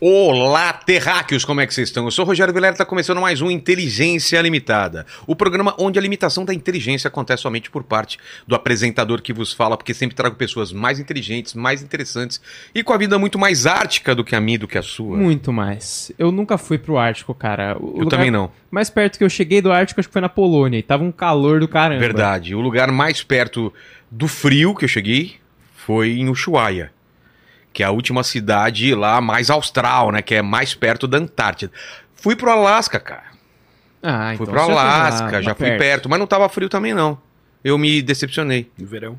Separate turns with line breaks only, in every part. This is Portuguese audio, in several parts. Olá, terráqueos, como é que vocês estão? Eu sou o Rogério Vilera, está começando mais um Inteligência Limitada. O programa onde a limitação da inteligência acontece somente por parte do apresentador que vos fala, porque sempre trago pessoas mais inteligentes, mais interessantes e com a vida muito mais ártica do que a minha e do que a sua.
Muito mais. Eu nunca fui pro Ártico, cara. Hum, O
Eu
lugar
também não.
Mais perto que eu cheguei do Ártico, acho que foi na Polônia. E tava um calor do caramba.
Verdade. O lugar mais perto do frio que eu cheguei foi em Ushuaia, que é a última cidade lá mais austral, né? Que é mais perto da Antártida. Fui pro Alasca, cara.
Ah,
fui
então
pro
você já foi lá,
Alasca,
lá
já fui perto. mas não tava frio também, não. Eu me decepcionei.
No verão.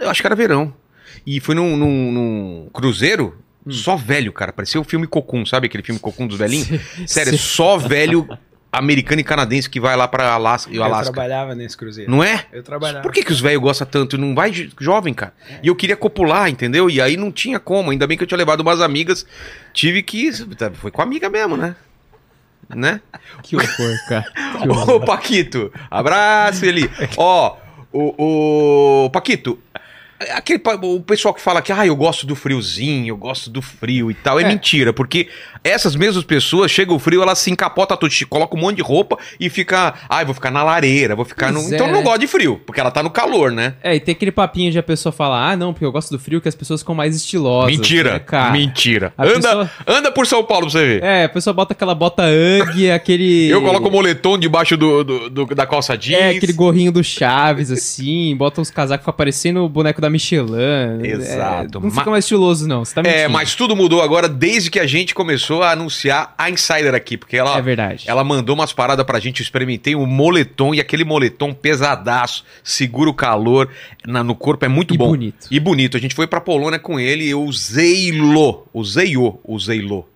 Eu acho que era verão. E fui num, num- num cruzeiro.
Hum.
Só velho, cara. Parecia o filme Cocum, sabe? Aquele filme Cocum dos velhinhos. Sério, é
Sim.
só velho americano e canadense que vai lá pra Alasca.
Eu
Alasca.
trabalhava nesse cruzeiro.
Não é?
Eu trabalhava.
Por que, que os velhos gostam tanto? Não vai jo- jovem, cara.
É.
E eu queria copular, entendeu? E aí não tinha como. Ainda bem que eu tinha levado umas amigas. Tive que. tá, Foi com a amiga mesmo, né? Né?
Que horror, cara. Que horror.
Ô, Paquito. Abraço, Eli. Ó, o, o- Paquito. Aquele, pa- o pessoal que fala que ah, eu gosto do friozinho, eu gosto do frio e tal, é,
É.
mentira, porque essas mesmas pessoas chega o frio, elas se encapotam tudo, te coloca um monte de roupa e fica, ai, vou ficar na lareira, vou ficar no.
Pois é,
então não
né?
gosta de frio, porque ela tá no calor, né?
É, e tem aquele papinho de a pessoa falar, ah, não, porque eu gosto do frio, que as pessoas ficam mais estilosas. né,
Mentira,
cara.
mentira.
a
Anda,
pessoa-
anda por São Paulo pra você ver.
É, a pessoa bota aquela bota UGG, aquele...
Eu coloco o moletom debaixo do, do- do- da calça jeans.
É, aquele gorrinho do Chaves, assim, bota uns casacos, fica parecendo o boneco da Michelin.
Exato.
É, não fica
Ma-
mais estiloso, não. Você tá
É,
mentindo.
mas tudo mudou agora desde que a gente começou a anunciar a Insider aqui, porque ela,
É verdade.
ela mandou umas paradas pra gente, eu experimentei o moletom e aquele moletom pesadaço, segura o calor na- no corpo, é muito
E
bom.
bonito.
E bonito. A gente foi pra Polônia com ele, eu usei-lo, usei-o, usei-lo,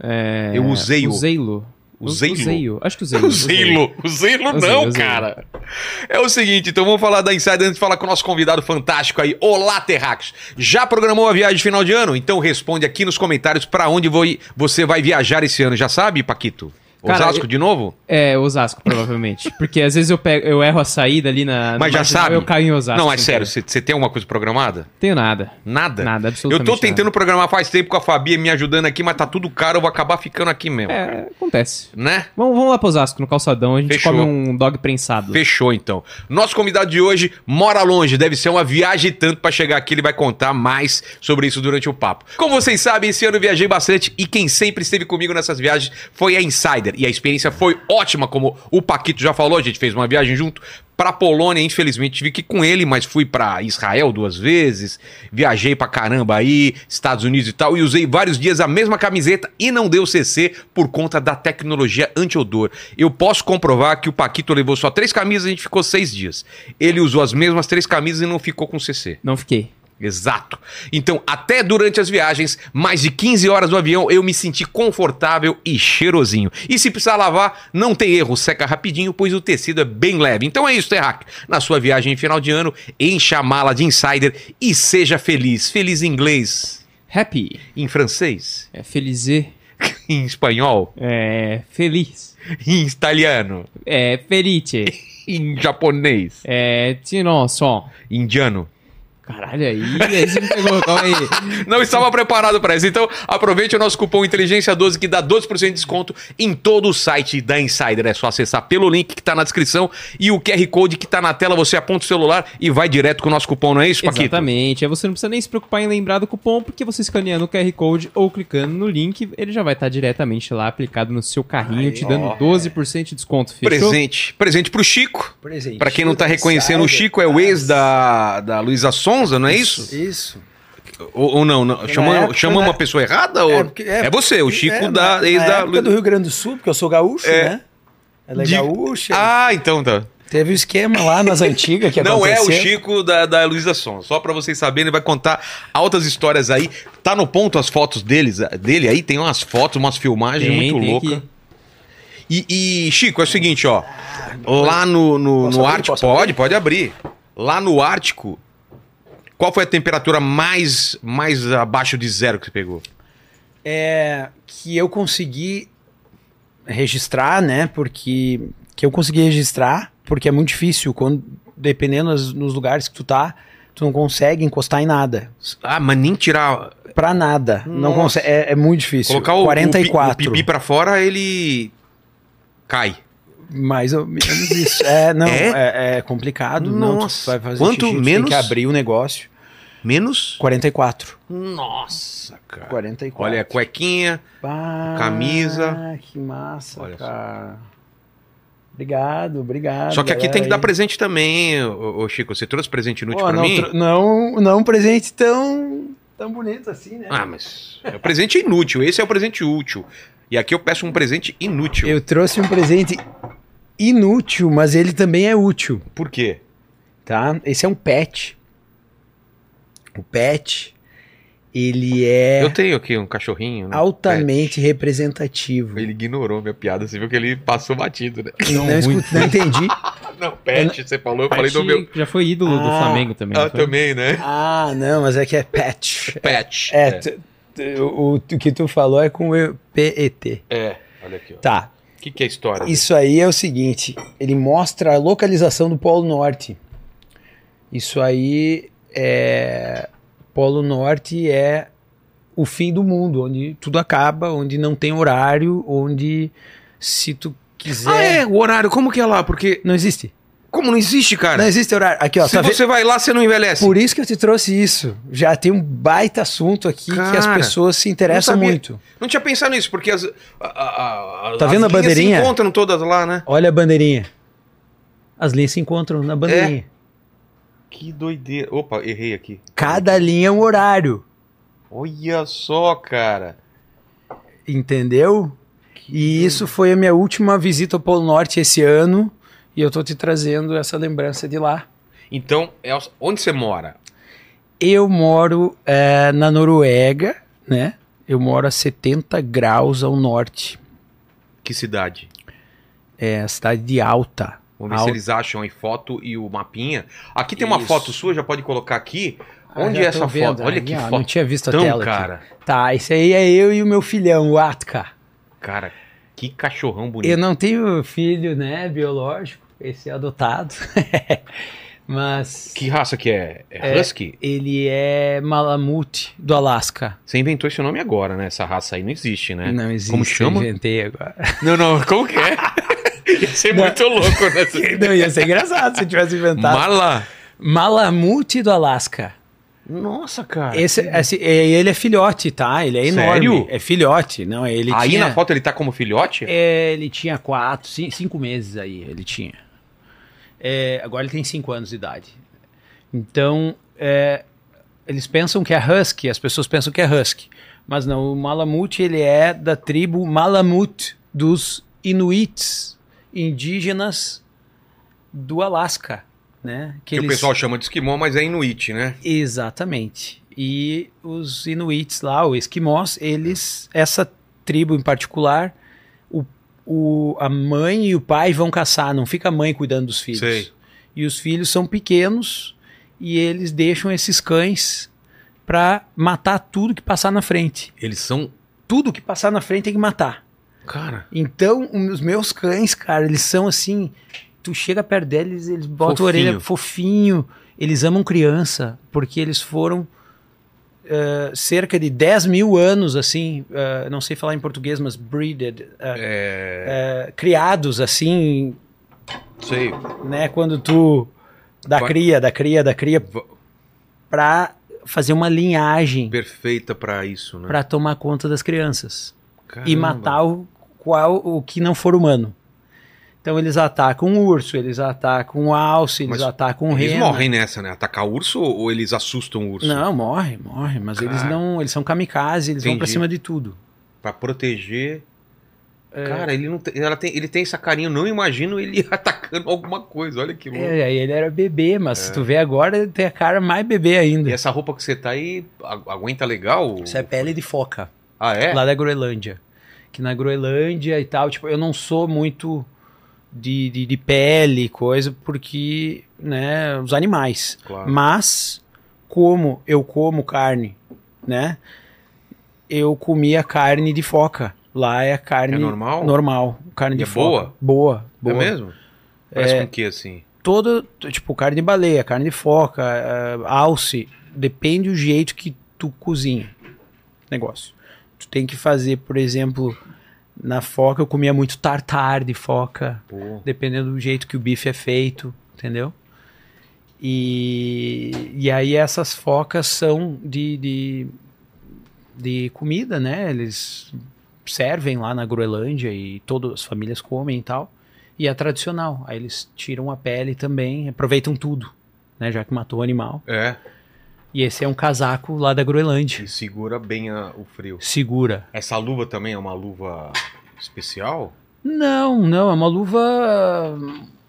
É,
Eu usei o-
Usei-lo.
Usei-lo.
Usei-o. Acho que usei-lo.
Usei-lo, usei-lo
Usei,
Ah, não,
usei.
cara. É o seguinte, então vamos falar da Insider antes de falar com o nosso convidado fantástico aí. Olá, Terráqueos. Já programou a viagem de final de ano? Então responde aqui nos comentários pra onde vou ir- você vai viajar esse ano. Já sabe, Paquito?
Cara,
Osasco
eu-
de novo?
É, Osasco, provavelmente. Porque às vezes eu, pego, eu erro a saída ali na. no
Mas já
marginal,
sabe?
Eu caio em Osasco.
não, mas
sem
sério,
querer.
você você tem alguma coisa programada?
Tenho nada.
Nada? Eu
Nada, absolutamente.
tô tentando programar faz tempo com a Fabi me ajudando aqui, mas tá tudo caro, eu vou acabar ficando aqui mesmo.
nada. É, acontece.
Né?
Vamos, vamos lá pro Osasco, no calçadão. A gente
Fechou.
come um dog prensado.
Fechou então. Nosso convidado de hoje mora longe, deve ser uma viagem e tanto pra chegar aqui, ele vai contar mais sobre isso durante o papo. Como vocês sabem, esse ano eu viajei bastante e quem sempre esteve comigo nessas viagens foi a Insider e a experiência foi ótima, como o Paquito já falou, a gente fez uma viagem junto pra Polônia, infelizmente tive que ir com ele, mas fui pra Israel duas vezes, viajei pra caramba aí, Estados Unidos e tal, e usei vários dias a mesma camiseta e não deu CC por conta da tecnologia anti-odor. Eu posso comprovar que o Paquito levou só três camisas e a gente ficou seis dias. Ele usou as mesmas três camisas e não ficou com CC.
Não fiquei.
Exato. Então, até durante as viagens, mais de 15 horas no avião, eu me senti confortável e cheirosinho. E se precisar lavar, não tem erro, seca rapidinho, pois o tecido é bem leve. Então é isso, Terrac. Na sua viagem em final de ano, encha a mala de insider e seja feliz. Feliz em inglês,
Happy.
em francês,
É felizê.
em espanhol,
É feliz.
em italiano,
É felice.
em japonês,
É tinoson.
indiano.
Caralho, aí, aí você me pegou. Calma aí.
Não estava preparado para isso. Então, aproveite o nosso cupom Inteligência12 que dá 12% de desconto em todo o site da Insider. É só acessar pelo link que tá na descrição e o QR Code que tá na tela. Você aponta o celular e vai direto com o nosso cupom, não é isso, Paquito?
Exatamente. Aí você não precisa nem se preocupar em lembrar do cupom, porque você escaneando o QR Code ou clicando no link, ele já vai estar diretamente lá aplicado no seu carrinho,
Aí,
te dando
ó.
12% de desconto. Fechou?
Presente. Presente pro Chico.
Presente.
Para quem não tá
Outra
reconhecendo, o
insider,
Chico é o ex da,
cara.
da Luísa Sonza, não é isso?
Isso.
Ou, ou não? não.
Na
Chamamos
época,
chamamos
né?
uma pessoa errada? Ou...
É,
É,
porque- é-
você, o Chico
É,
da,
na,
ex
na
da
época do Rio Grande do Sul, porque eu sou gaúcho, né? Ela é
De-
gaúcha.
Ah, então tá.
Teve um esquema lá nas antigas que
Não é
aconteceu.
o Chico da, da Luísa Son. Só pra vocês saberem, ele vai contar altas histórias aí. Tá no ponto as fotos deles, dele aí, tem umas fotos, umas filmagens
Tem,
muito
tem
loucas.
aqui.
E, e, Chico, é o seguinte, ó. Lá no, no,
Posso
no
abrir?
Ártico.
Posso
Pode,
abrir?
pode abrir. Lá no Ártico, qual foi a temperatura mais, mais abaixo de zero que você pegou?
É, que eu consegui registrar, né? Porque que eu consegui registrar, porque é muito difícil quando dependendo das- nos lugares que tu tá, tu não consegue encostar em nada.
Ah, mas nem tirar.
Pra nada. Não
Nossa.
consegue. É, é muito difícil.
Colocar o,
44.
o pi- o pipi pra fora, ele. cai.
Mais ou menos isso. É, não,
É?
é, é complicado. Não, tu
Nossa.
vai fazer
Quanto
xixi, tu
menos-
Tem que abrir o negócio.
Menos.
44.
Nossa, cara.
44.
Olha, a cuequinha.
Pá,
Ah, camisa.
Ah, Que massa,
Olha só.
cara. Obrigado, obrigado.
Só que aqui
galera
tem que dar
aí.
presente também, ô, ô, Chico. Você trouxe presente inútil
Pô,
pra
não,
mim?
tro- não, não um presente tão, tão bonito assim, né?
Ah, mas. É o presente inútil. Esse é o presente útil. E aqui eu peço um presente inútil.
Eu trouxe um presente inútil, mas ele também é útil,
Por quê?
tá? Esse é um pet. O pet, ele é
Eu tenho aqui um cachorrinho. né?
altamente representativo.
Ele ignorou minha piada. Você viu que ele passou batido, né? Ah,
Não, escuto, não entendi.
Não, pet, você falou, eu falei do
Pati
meu.
Já foi ídolo do
Ah,
Flamengo também.
Ah,
não foi?
também, né?
Ah, não, mas é que é pet.
Pet.
É, tu- tu- o, o que tu falou é com o PET.
É, olha aqui, ó.
Tá,
O que, que é a história?
Isso aí é o seguinte, ele mostra a localização do Polo Norte. Isso aí é Polo Norte é o fim do mundo, onde tudo acaba, onde não tem horário, onde se tu quiser
Ah, é, o horário, como que é lá? Porque.
não existe.
Como não existe, cara?
não existe horário. Aqui ó,
Se
tá vendo?
você vai lá, você não envelhece.
Por isso que eu te trouxe isso. Já tem um baita assunto aqui que as
Cara,
pessoas se interessam
não sabia.
muito.
Não tinha pensado nisso, porque as. a- a- a-
Tá
as
vendo a
linhas
bandeirinha?
se encontram todas lá, né?
Olha a bandeirinha. As linhas se encontram na bandeirinha.
Que doideira. Opa, errei aqui.
Cada linha é um horário.
Olha só, cara.
Entendeu? E isso foi a minha última visita ao Polo Norte esse ano. E eu tô te trazendo essa lembrança de lá.
Então, Elsa, onde você mora?
Eu moro eh, na Noruega, né? Eu moro a 70 graus ao norte.
Que cidade?
É a cidade de Alta.
Vamos ver
Al-
se eles acham aí foto e o mapinha. Aqui tem uma
Isso.
foto sua, já pode colocar aqui.
Ah,
Onde
já
é
tô
essa
vendo.
foto? Olha
Aí,
que
ó, Não
foto.
tinha visto a
Então,
tela. aqui.
cara.
Tá, esse aí é eu e o meu filhão, o Atka.
Cara, que cachorrão bonito.
Eu não tenho filho, né, biológico. Esse é adotado. Mas
Que raça que é? É
É.
Husky?
ele é Malamute do Alasca.
Você inventou esse nome agora, né? Essa raça aí não existe, né?
Não existe.
Como chama?
Eu inventei agora.
Não, não, como que é? Ia ser muito louco, né?
Não, ia ser engraçado se eu tivesse inventado.
Mala.
Malamute do Alasca.
Nossa, cara.
Esse, esse- é- ele é filhote, tá? Ele é enorme.
Sério?
É filhote. Não, ele
aí
tinha...
na foto ele tá como filhote?
É, ele tinha quatro, cin- cinco meses aí, ele tinha. É, agora ele tem cinco anos de idade. Então, é, eles pensam que é husky, as pessoas pensam que é husky. Mas não, o Malamute, ele é da tribo Malamute, dos Inuits, indígenas do Alasca, né?
que o pessoal chama de esquimó, mas é inuit, né?
Exatamente. E os inuits lá, os esquimós, eles, essa tribo em particular, o, o, a mãe e o pai vão caçar, não fica a mãe cuidando dos filhos.
Sei.
E os filhos são pequenos e eles deixam esses cães para matar tudo que passar na frente.
Eles são.
Tudo que passar na frente tem que matar.
Cara.
Então, os meus cães, cara, eles são assim. Tu chega perto deles, eles botam a
Fofinho.
orelha fofinho. Eles amam criança, porque eles foram eh, cerca de 10 mil anos, assim, eh, não sei falar em português, mas breeded, eh,
É.
eh, criados, assim,
Sei.
né? Quando tu da
Vai-
cria, da cria, da cria,
Va-
pra fazer uma linhagem,
Perfeita pra isso, né?
pra tomar conta das crianças. e
Caramba.
matar o, qual, o que não for humano. Então eles atacam o urso, eles atacam o alce, eles
Mas
atacam o
Eles
reno.
morrem nessa, né? Atacar urso ou eles assustam o urso?
Não, morre, morre, mas eles
Cara.
não, eles são kamikazes, eles vão pra
Entendi.
cima de tudo.
Pra proteger.
É.
Cara, ele não tem, ela tem- ele tem essa carinha, eu não imagino ele atacando alguma coisa. Olha que louco.
É, aí ele era bebê, mas se tu
É.
vê agora, ele tem a cara mais bebê ainda.
E essa roupa que você tá aí a- aguenta legal?
Isso é pele de foca,
Ah, é?
lá da Groenlândia. Que na Groenlândia e tal, tipo, eu não sou muito de, de, de pele, coisa, porque, né, os animais.
Claro.
Mas, como eu como carne, né? Eu comia carne de foca. Lá é a carne
É normal?
normal,
E
carne de
é
foca.
boa?
Boa? Boa,
É mesmo? Parece com o que assim?
todo, tipo, carne de baleia, carne de foca, eh, alce, depende do jeito que tu cozinha o negócio. Tu tem que fazer, por exemplo, na foca eu comia muito tartar de foca,
Pô.
dependendo do jeito que o bife é feito, entendeu? E, e aí essas focas são de, de, de comida, né? Eles servem lá na Groenlândia e todas as famílias comem e tal. E é tradicional. Aí eles tiram a pele também, aproveitam tudo, né? Já que matou o animal.
É.
E esse é um casaco lá da Groenlândia.
E segura bem a- o frio.
Segura.
Essa luva também é uma luva especial?
Não, não, é uma luva.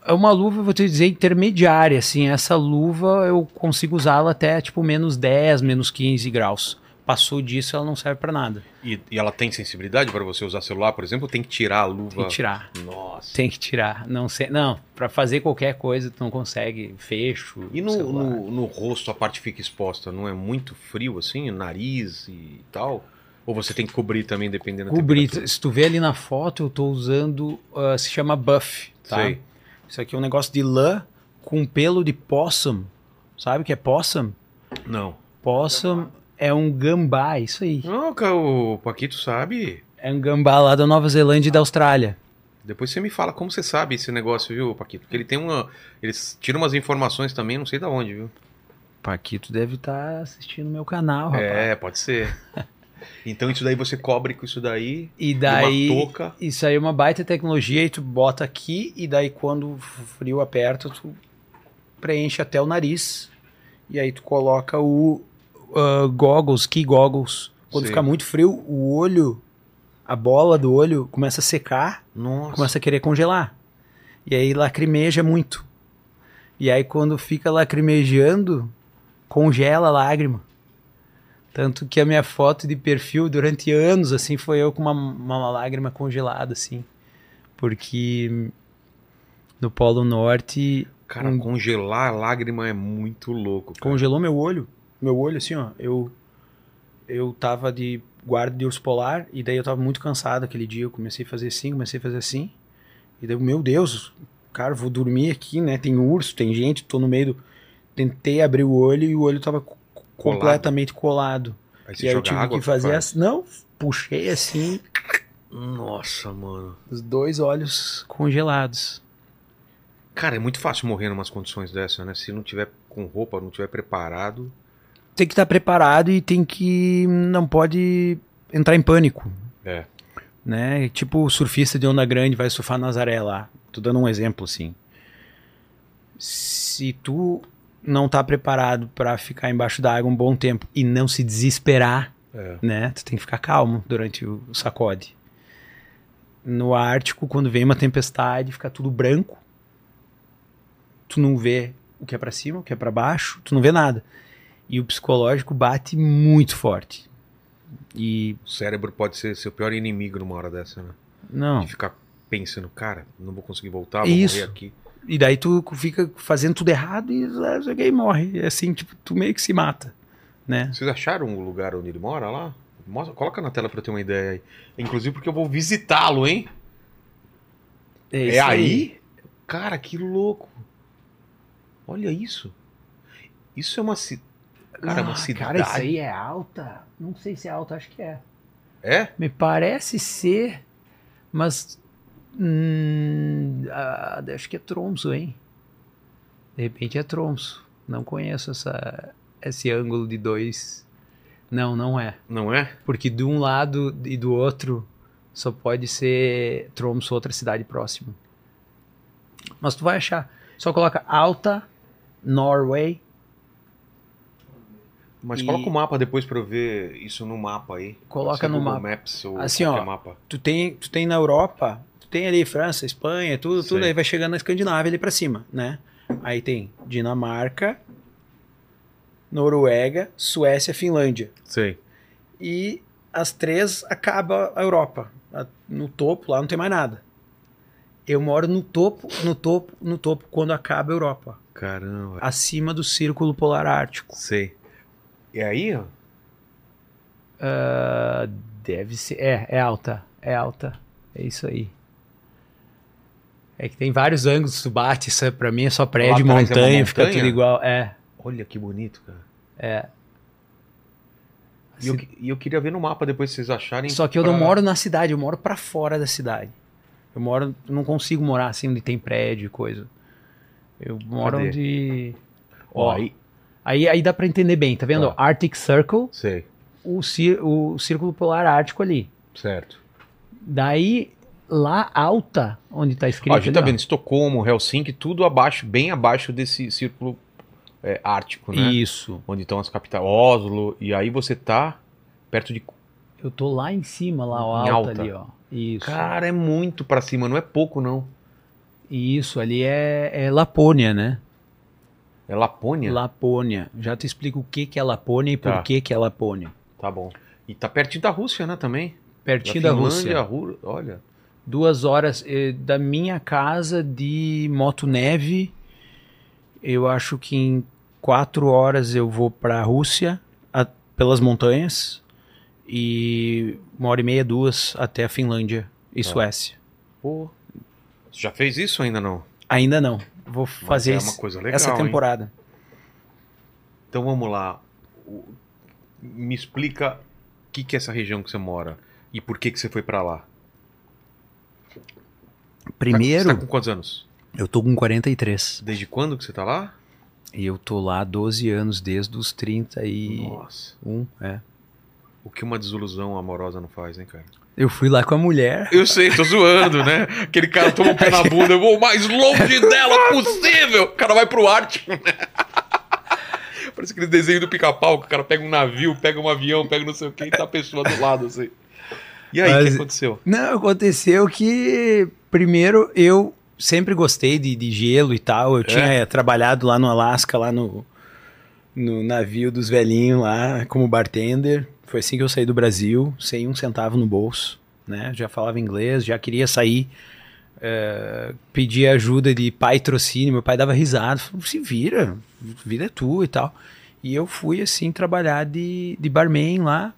É uma luva, vou te dizer, intermediária, assim. Essa luva eu consigo usá-la até tipo menos 10, menos 15 graus. Passou disso, ela não serve pra nada.
E, e ela tem sensibilidade para você usar celular, por exemplo? ou Tem que tirar a luva.
Tem que tirar.
Nossa.
Tem que tirar. Não sei. Não, pra fazer qualquer coisa, tu não consegue. Fecho.
E no,
celular.
no, no rosto a parte fica exposta, não é muito frio assim? Nariz e tal? Ou você tem que cobrir também, dependendo da
Cobrir.
temperatura?
Se tu vê ali na foto, eu tô usando. ah, se chama buff, tá?
Sei.
Isso aqui é um negócio de lã com pelo de possum. Sabe o que é possum?
Não.
Possum é um gambá, isso aí.
Não, cara, o Paquito sabe.
É um gambá lá da Nova Zelândia e da Austrália.
Depois você me fala como você sabe esse negócio, viu, Paquito? Porque ele tem uma. Eles tiram umas informações também, não sei da onde, viu?
Paquito deve estar assistindo meu canal, rapaz.
É, pode ser. então isso daí você cobre com isso daí.
E
e um
daí,
Uma touca.
isso aí é uma baita tecnologia e tu bota aqui e daí quando o frio aperta, tu preenche até o nariz e aí tu coloca o ah, goggles, key goggles. Quando
Sim.
fica muito frio, o olho, a bola do olho começa a secar
Nossa.
começa a querer congelar. E aí lacrimeja muito. E aí quando fica lacrimejando, congela a lágrima. Tanto que a minha foto de perfil durante anos assim foi eu com uma, uma lágrima congelada assim. Porque no Polo Norte
Cara,
um-
congelar a lágrima é muito louco. cara.
congelou meu olho. Meu olho, assim, ó. Eu, eu tava de guarda de urso polar e daí eu tava muito cansado aquele dia. Eu comecei a fazer assim, comecei a fazer assim. E daí, eu, meu Deus, cara, vou dormir aqui, né? Tem urso, tem gente, tô no meio do. Tentei abrir o olho e o olho tava co-
Colado.
completamente colado.
Aí
e aí eu
joga
tive
água,
que fazer
cara.
assim. Não, puxei assim,
Nossa, mano.
os dois olhos congelados.
Cara, é muito fácil morrer numas condições dessas, né? Se não tiver com roupa, não tiver preparado.
Tem que estar preparado e tem que. Não pode entrar em pânico.
É.
né? Tipo o surfista de onda grande vai surfar Nazaré lá. Tô dando um exemplo assim. Se tu não tá preparado pra ficar embaixo da água um bom tempo e não se desesperar,
É.
né? Tu tem que ficar calmo durante o sacode. No Ártico, quando vem uma tempestade, fica tudo branco. Tu não vê o que é pra cima, o que é pra baixo, tu não vê nada. E o psicológico bate muito forte. E
O cérebro pode ser seu pior inimigo numa hora dessa, né?
não.
De ficar pensando, cara, não vou conseguir voltar, vou
Isso.
morrer aqui.
E daí tu fica fazendo tudo errado e ah, isso aqui morre. É assim, tipo, tu meio que se mata, né?
Vocês acharam o lugar onde ele mora lá? Mostra, coloca na tela pra eu ter uma ideia aí. Inclusive porque eu vou visitá-lo, hein? É aí? Cara, que louco. Olha isso. Isso é uma cidade. Cara, é uma cidade.
Ah, Cara, isso aí é alta? Não sei se é alta, acho que é.
É?
Me parece ser, mas... hum, ah, acho que é Tromso, hein? De repente é Tromso. Não conheço essa, esse ângulo de dois... Não, não é.
Não é?
Porque de um lado e do outro só pode ser Tromso, outra cidade próxima. Mas tu vai achar. Só coloca Alta, Norway.
Mas
E-
coloca um o mapa depois pra eu ver isso no mapa aí. Pode
Coloca
ser
no
Google
mapa.
Maps ou
Assim,
qualquer
ó.
mapa.
Tu tem, tu tem na Europa, tu tem ali França, Espanha, tudo, tudo.
Sei.
Aí vai chegando na Escandinávia ali pra cima, né? Aí tem Dinamarca, Noruega, Suécia, Finlândia.
Sei.
e às três acaba a Europa. A- No topo, lá não tem mais nada. Eu moro no topo, no topo, no topo, quando acaba a Europa.
Caramba.
Acima do Círculo Polar Ártico.
Sei. E É aí, ó.
deve ser. É, é alta. É alta. É isso aí. É que tem vários ângulos, tu bate, isso é- pra mim é só prédio,
Lá atrás é uma
montanha, fica
montanha?
tudo igual. É.
Olha que bonito, cara. E
Assim,
eu, e eu queria ver no mapa depois se vocês acharem.
Só que eu não
pra-
moro na cidade, eu moro pra fora da cidade. Eu moro, eu não consigo morar assim onde tem prédio e coisa. Eu moro
Cadê?
onde.
Ó,
Ó,
aí.
aí, aí dá pra entender bem, tá vendo?
Tá.
Arctic Circle,
Sei,
o, cir- o círculo polar ártico ali.
certo.
Daí, lá alta, onde tá escrito.
Ó, a gente tá
ali, ó.
vendo Estocolmo, Helsinki, tudo abaixo, bem abaixo desse círculo é, ártico, né?
Isso.
Onde estão as capitais, Oslo, e aí você tá perto de.
Eu tô lá em cima, lá ó,
Em
alta,
alta.
ali, ó. Isso.
Cara, é muito pra cima, não é pouco, não.
E Isso, ali é, é Lapônia, né?
É Lapônia?
Lapônia. Já te explico o que, que é Lapônia e
Tá.
por que, que é Lapônia.
Tá bom. E tá pertinho da Rússia, né, também?
Pertinho da Rússia.
Rú- Olha.
Duas horas eh, da minha casa de moto neve. Eu acho que em quatro horas eu vou para a Rússia, a- pelas montanhas. E uma hora e meia, duas, até a Finlândia e
Tá.
Suécia.
Pô. Você já fez isso ainda não?
Ainda não. Vou
Mas
fazer
é
esse-
uma coisa legal.
essa
hein? Tá
temporada.
Então vamos lá. O- Me explica o que, que é essa região que você mora e por que, que você foi pra lá.
Primeiro,
Você tá com quantos anos?
eu tô com 43.
Desde quando que você tá lá?
E eu tô lá há 12 anos, desde os 31,
Nossa.
é.
O que uma desilusão amorosa não faz, hein, cara?
Eu fui lá com a mulher.
Eu sei, tô zoando, né? Aquele cara toma o pé na bunda, eu vou o mais longe dela possível. O cara vai pro Ártico, né? Parece aquele desenho do pica-pau, que o cara pega um navio, pega um avião, pega não sei o que e tá a pessoa do lado, assim. E aí, o
Mas-
que aconteceu?
Não, aconteceu que primeiro eu sempre gostei de, de gelo e tal. Eu tinha eh, trabalhado lá no Alasca, lá no, no navio dos velhinhos lá, como bartender. Foi assim que eu saí do Brasil, sem um centavo no bolso, né? Já falava inglês, já queria sair. eh, pedia ajuda de pai trocínio, meu pai dava risada, falou, se vira, vida é tua e tal. E eu fui assim trabalhar de, de barman lá,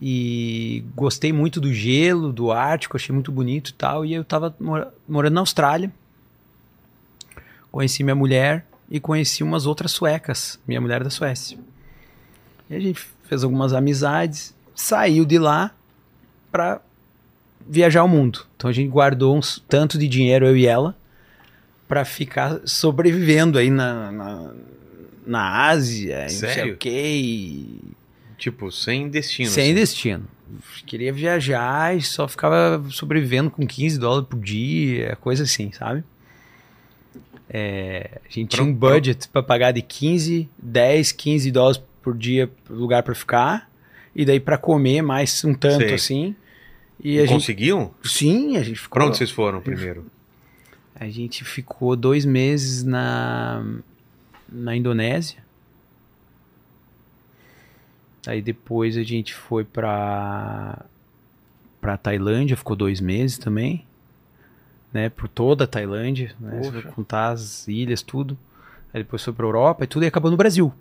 e gostei muito do gelo, do Ártico, achei muito bonito e tal. E eu tava mora- morando na Austrália. Conheci minha mulher e conheci umas outras suecas, minha mulher é da Suécia. E a gente fez algumas amizades, saiu de lá pra viajar o mundo. Então a gente guardou uns tanto de dinheiro, eu e ela, pra ficar sobrevivendo aí na, na, na Ásia, e não sei
Sério?
o quê, e
Tipo, sem destino.
sem
assim.
destino. Queria viajar e só ficava sobrevivendo com 15 dólares por dia, coisa assim, sabe? É, a gente tinha um
Pro- pro-
budget pra pagar de 15, 10, 15 dólares por dia pro lugar pra ficar. E daí pra comer mais um tanto
Sei.
assim. E
E
a gente.
Conseguiam?
Sim, a gente ficou.
Pra onde vocês foram primeiro?
A gente ficou dois meses na, na Indonésia. Aí depois a gente foi pra, pra Tailândia, ficou dois meses também. Né, por toda a Tailândia, né, se
Poxa.
for contar as ilhas, tudo. Aí depois foi pra Europa e tudo, e acabou no Brasil.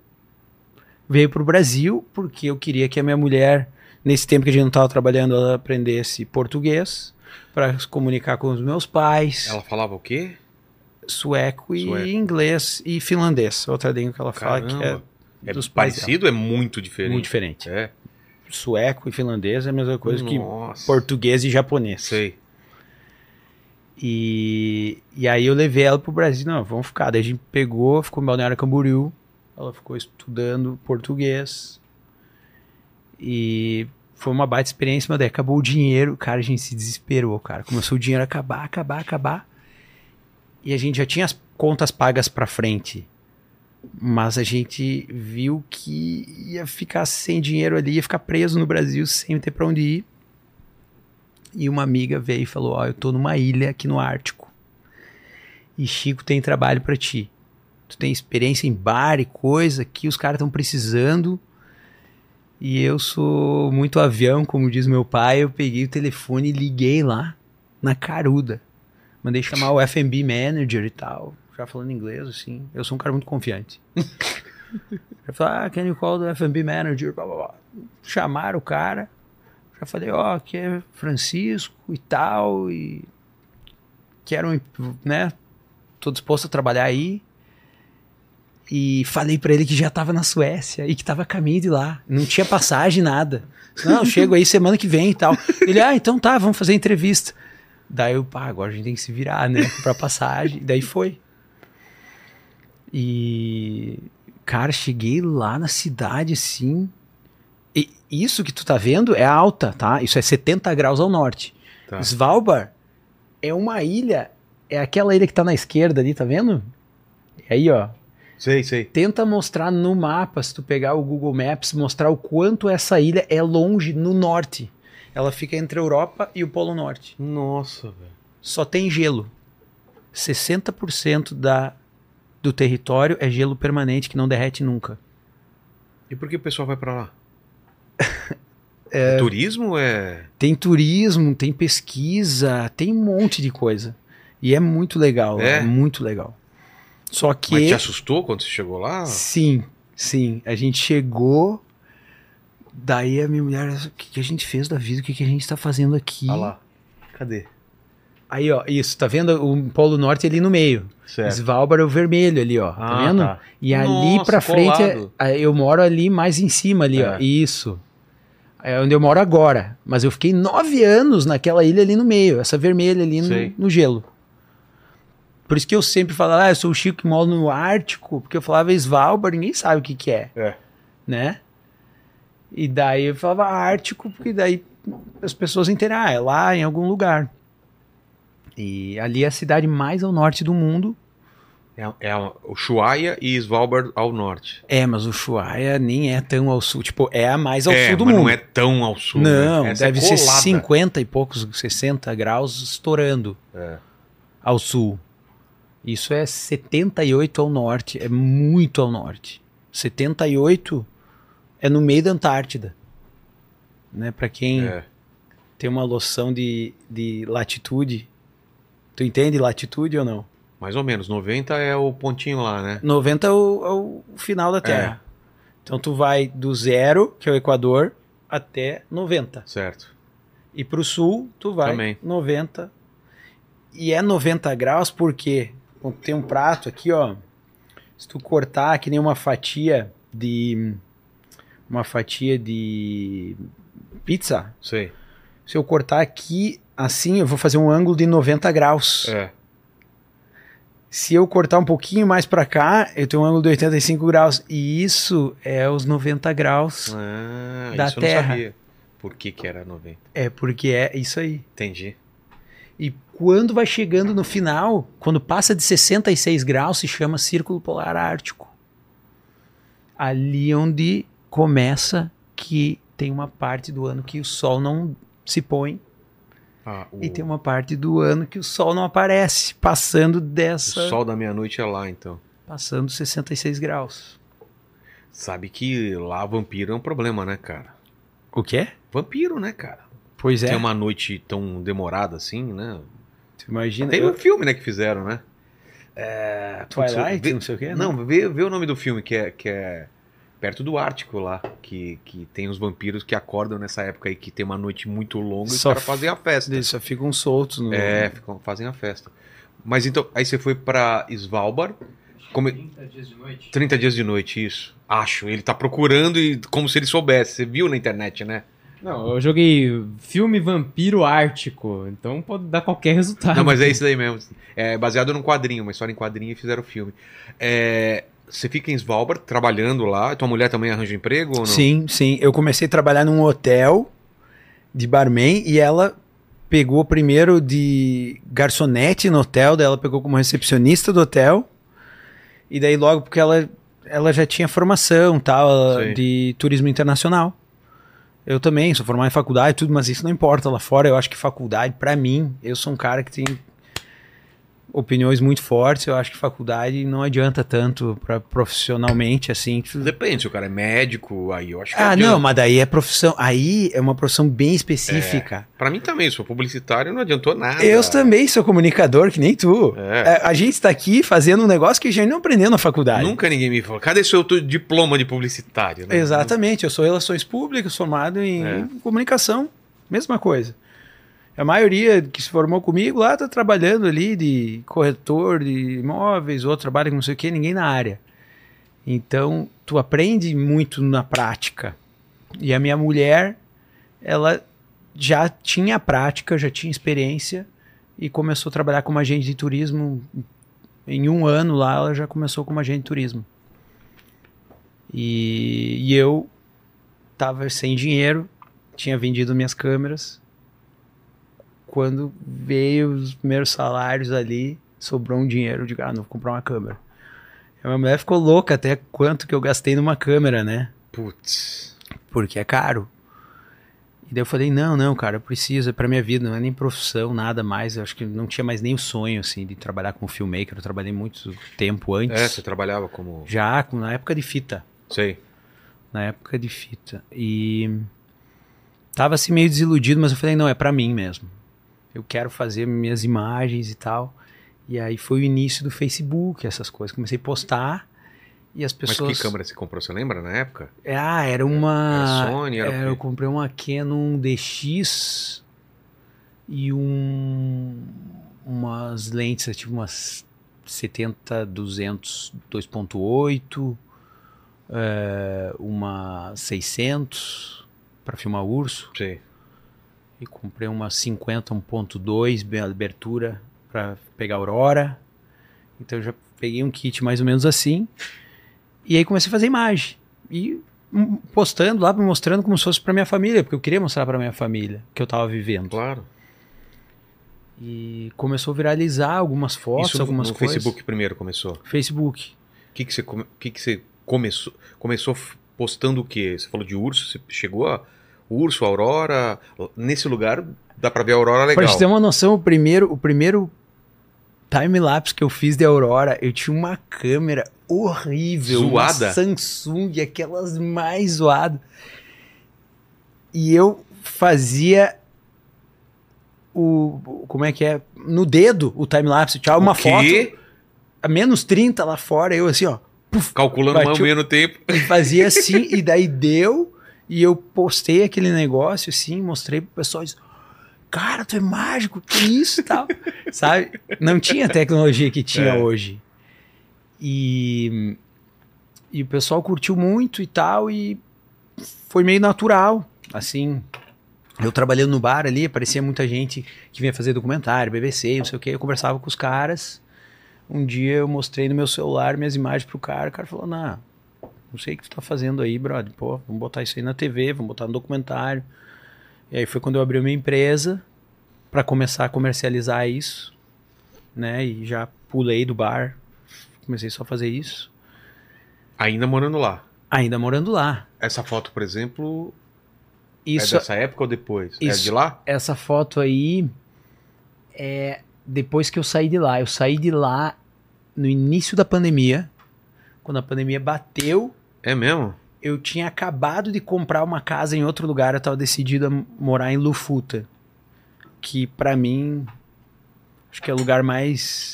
Veio pro Brasil porque eu queria que a minha mulher, nesse tempo que a gente não tava trabalhando, ela aprendesse português para se comunicar com os meus pais
Ela falava o quê?
sueco e
Sueco.
inglês e finlandês. Outra língua que ela fala que é
Caramba. É
dos pais
parecido, é muito diferente.
muito diferente.
É.
Sueco e finlandês é a mesma coisa
Nossa.
que português e japonês.
Sei.
E, e aí eu levei ela pro Brasil. Não, vamos ficar. Daí a gente pegou, ficou em Balneário Camboriú. Ela ficou estudando português. E foi uma baita experiência, mas daí acabou o dinheiro. Cara, a gente se desesperou, cara. Começou o dinheiro a acabar, acabar, acabar. E a gente já tinha as contas pagas pra frente. Mas a gente viu que ia ficar sem dinheiro ali, ia ficar preso no Brasil sem ter pra onde ir. E uma amiga veio e falou: Ó, eu tô numa ilha aqui no Ártico. E Chico tem trabalho pra ti. Tu tem experiência em bar e coisa que os caras estão precisando. E eu sou muito avião, como diz meu pai. Eu peguei o telefone e liguei lá, na caruda. Mandei chamar o FB manager e tal. Já falando inglês, assim. Eu sou um cara muito confiante. Já falou: Ah, can you call the FB manager? Blá, blá, blá. Chamaram o cara. Já falei, ó, aqui é Francisco e tal, e quero, né? Tô disposto a trabalhar aí. E falei pra ele que já tava na Suécia e que tava a caminho de lá. Não tinha passagem, nada. Não, eu chego aí semana que vem e tal. Ele, ah, então tá, vamos fazer entrevista. Daí eu, pá, agora a gente tem que se virar, né? Pra passagem. Daí foi. E. Cara, cheguei lá na cidade assim. E isso que tu tá vendo é alta, tá? Isso é 70 graus ao norte.
Tá.
Svalbard é uma ilha. É aquela ilha que tá na esquerda ali, tá vendo? Aí, ó.
Sei, sei.
Tenta mostrar no mapa, se tu pegar o Google Maps, mostrar o quanto essa ilha é longe no norte. Ela fica entre a Europa e o Polo Norte.
Nossa, velho.
Só tem gelo. 60% da, do território é gelo permanente que não derrete nunca.
E por que o pessoal vai pra lá? É... Turismo é.
Tem turismo, tem pesquisa, tem um monte de coisa. E é muito legal,
É?
é, muito legal. Só que.
Mas te assustou quando você chegou lá?
Sim, sim. A gente chegou. Daí a minha mulher, o que, que a gente fez da vida? O que, que a gente tá fazendo aqui?
Olha lá. Cadê?
Aí, ó, isso, tá vendo? O Polo Norte ali no meio. Svalbard é o vermelho ali, ó. tá
Ah,
vendo?
tá.
E ali
Nossa,
pra frente, é-
colado.
é- eu moro ali mais em cima ali, ó.
É.
Isso. É onde eu moro agora. Mas eu fiquei nove anos naquela ilha ali no meio, essa vermelha ali
Sei.
no, no gelo. Por isso que eu sempre falo, ah, eu sou o Chico que moro no Ártico, porque eu falava Svalbard, ninguém sabe o que que é.
É.
Né? E daí eu falava Ártico, porque daí as pessoas entendem, ah, é lá em algum lugar. E ali é a cidade mais ao norte do mundo,
É, é o Ushuaia e Svalbard ao norte.
É, mas o Ushuaia nem é tão ao sul. Tipo, é a mais ao
é,
sul do
mas
mundo.
não é tão ao sul.
Não,
né? Essa é
deve ser
colada.
50 e poucos, 60 graus estourando
É.
ao sul. Isso é 78 ao norte. É muito ao norte. 78 é no meio da Antártida. Né, para quem
É.
tem uma noção de, de latitude. Tu entende latitude ou não?
Mais ou menos. 90 é o pontinho lá, né?
90 é o, é o final da Terra.
É.
Então tu vai do zero, que é o Equador, até 90.
Certo.
E pro sul, tu vai
Também.
90. E é 90 graus porque tem um prato aqui, ó. Se tu cortar que nem uma fatia de. Uma fatia de pizza.
Sei.
Se eu cortar aqui assim, eu vou fazer um ângulo de 90 graus.
É.
Se eu cortar um pouquinho mais pra cá, eu tenho um ângulo de 85 graus. E isso é os 90 graus.
Ah,
Da
isso eu não
terra.
sabia. Por que que era 90?
É porque é isso aí.
Entendi.
E quando vai chegando no final, quando passa de 66 graus, se chama Círculo Polar Ártico. Ali onde começa que tem uma parte do ano que o sol não se põe
Ah, o,
e tem uma parte do ano que o sol não aparece, passando
o
dessa,
sol da meia-noite é lá, então.
passando 66 graus.
Sabe que lá vampiro é um problema, né, cara?
O quê?
Vampiro, né, cara?
Pois é.
Tem uma noite tão demorada assim, né?
Tu imagina?
Tem um filme, né, que fizeram, né?
Twilight,
Vê-
não sei o quê? né?
Não, vê, vê o nome do filme, que é, que é perto do Ártico lá, que, que tem os vampiros que acordam nessa época aí, que tem uma noite muito longa e os
Só
caras
f-
fazem a festa.
Eles só ficam soltos no.
É, ficam- fazem a festa. Mas então, aí você foi pra Svalbard, Come-
30 dias de noite.
30 dias de noite, isso. Acho, ele tá procurando e como se ele soubesse. Você viu na internet, né?
Não, eu joguei filme Vampiro Ártico, então pode dar qualquer resultado.
Não, mas é isso daí mesmo. É baseado num quadrinho, uma história em quadrinho e fizeram o filme. É, você fica em Svalbard, trabalhando lá. Tua mulher também arranja emprego ou não?
Sim, sim. Eu comecei a trabalhar num hotel de barman e ela pegou primeiro de garçonete no hotel, daí ela pegou como recepcionista do hotel. E daí logo porque ela ela já tinha formação, tal, ela-
Sim.
de turismo internacional. Eu também, sou formado em faculdade, e tudo, mas isso não importa lá fora. Eu acho que faculdade pra mim, eu sou um cara que tem opiniões muito fortes, eu acho que faculdade não adianta tanto para profissionalmente assim. tu-
Depende, se o cara é médico, aí eu acho que
ah,
adianta.
não, mas daí é profissão. Aí é uma profissão bem específica.
Pra mim também, se for publicitário, não adiantou nada.
É. Eu também sou comunicador, que nem tu.
É.
A- A gente está aqui fazendo um negócio que a gente não aprendeu na faculdade.
Nunca ninguém me falou. Cadê seu teu diploma de publicitário? né?
Exatamente, eu sou relações públicas, formado em
É.
comunicação, mesma coisa. É A maioria que se formou comigo lá tá trabalhando ali de corretor de imóveis, outro trabalha com não sei o que, ninguém na área. Então, tu aprende muito na prática. E a minha mulher, ela já tinha prática, já tinha experiência e começou a trabalhar como agente de turismo. Em um ano lá, ela já começou como agente de turismo. E, e eu tava sem dinheiro, tinha vendido minhas câmeras. Quando veio os primeiros salários ali, sobrou um dinheiro de ah, não vou comprar uma câmera. A minha mulher ficou louca até quanto que eu gastei numa câmera, né?
Putz.
porque é caro. E daí eu falei, não, não, cara, eu preciso, é pra minha vida, não é nem profissão, nada mais. Eu acho que não tinha mais nem o sonho, assim, de trabalhar como filmmaker. Eu trabalhei muito tempo
É,
antes,
você trabalhava como.
já com- na época de fita.
Sei.
Na época de fita. E tava assim meio desiludido, mas eu falei, não, é pra mim mesmo. Eu quero fazer minhas imagens e tal. E aí foi o início do Facebook, essas coisas. Comecei a postar e as
Mas
pessoas...
que câmera você comprou? Você lembra na época?
É, Ah, era
Era
uma.
Sony, era
é,
o quê?
eu comprei uma Canon DX e um umas lentes, eu tive umas 70 200 2.8, é, uma 600 para filmar urso
Sei.
e comprei uma um 50 1.2 bem abertura para pegar aurora. Então eu já peguei um kit mais ou menos assim. E aí comecei a fazer imagem e hum, postando lá, mostrando como se fosse para minha família, porque eu queria mostrar para minha família o que eu tava vivendo.
Claro.
E começou a viralizar algumas fotos,
Isso no-
algumas
no
coisas.
Facebook primeiro começou.
Facebook.
O que, que você, come- o que, que você começou? Começou f- postando o quê? Você falou de urso, você chegou a urso, aurora. Nesse lugar dá pra ver a aurora é
Pra
legal.
gente ter uma noção, o primeiro, o primeiro time-lapse que eu fiz de Aurora, eu tinha uma câmera horrível. uma
Zoada?
Samsung, aquelas mais zoadas. E eu fazia o... Como é que é? No dedo o time-lapse. Tchau, uma
O
foto.
quê?
A menos 30 lá fora, eu assim, ó.
Calculando mais
Bati
ou
o-
menos o tempo.
E fazia assim, e daí deu, e eu postei aquele negócio assim, mostrei pro pessoal e disse, cara, tu é mágico, que isso e tal. Sabe? Não tinha a tecnologia que tinha
É.
hoje. E, e o pessoal curtiu muito e tal, e foi meio natural, assim. Eu trabalhando no bar ali, aparecia muita gente que vinha fazer documentário, BBC, não sei o quê. Eu conversava com os caras. Um dia eu mostrei no meu celular minhas imagens pro cara, o cara falou, não, não sei o que tu tá fazendo aí, brother. Pô, vamos botar isso aí na TV, vamos botar no documentário. E aí foi quando eu abri uma empresa para começar a comercializar isso, né? E já pulei do bar, comecei só a fazer isso.
Ainda morando lá.
Ainda morando lá.
Essa foto, por exemplo,
Isso,
é dessa época ou depois? É
isso-
de lá?
essa foto aí é depois que eu saí de lá. Eu saí de lá no início da pandemia, quando a pandemia bateu.
É mesmo?
eu tinha acabado de comprar uma casa em outro lugar, eu tava decidido a m- morar em Lufuta, que pra mim acho que é o lugar mais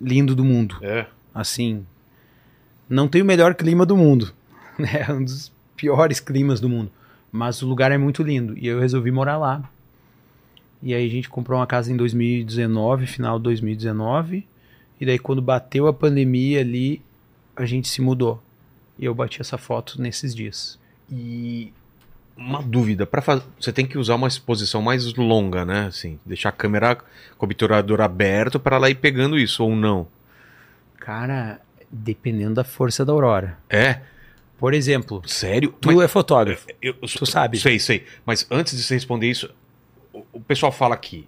lindo do mundo,
É.
assim. Não tem o melhor clima do mundo, né? É um dos piores climas do mundo, mas o lugar é muito lindo e eu resolvi morar lá. E aí a gente comprou uma casa em 2019, final de 2019, e daí quando bateu a pandemia ali, a gente se mudou. E eu bati essa foto nesses dias.
E uma dúvida, para fazer, você tem que usar uma exposição mais longa, né? Assim, deixar a câmera com o obturador aberto para ela ir pegando isso ou não?
Cara, dependendo da força da aurora.
É,
Por exemplo,
sério?
tu
Mas
é fotógrafo.
eu, eu-
Tu sabe.
Sei, sei. Mas antes de você responder isso, o, o pessoal fala aqui.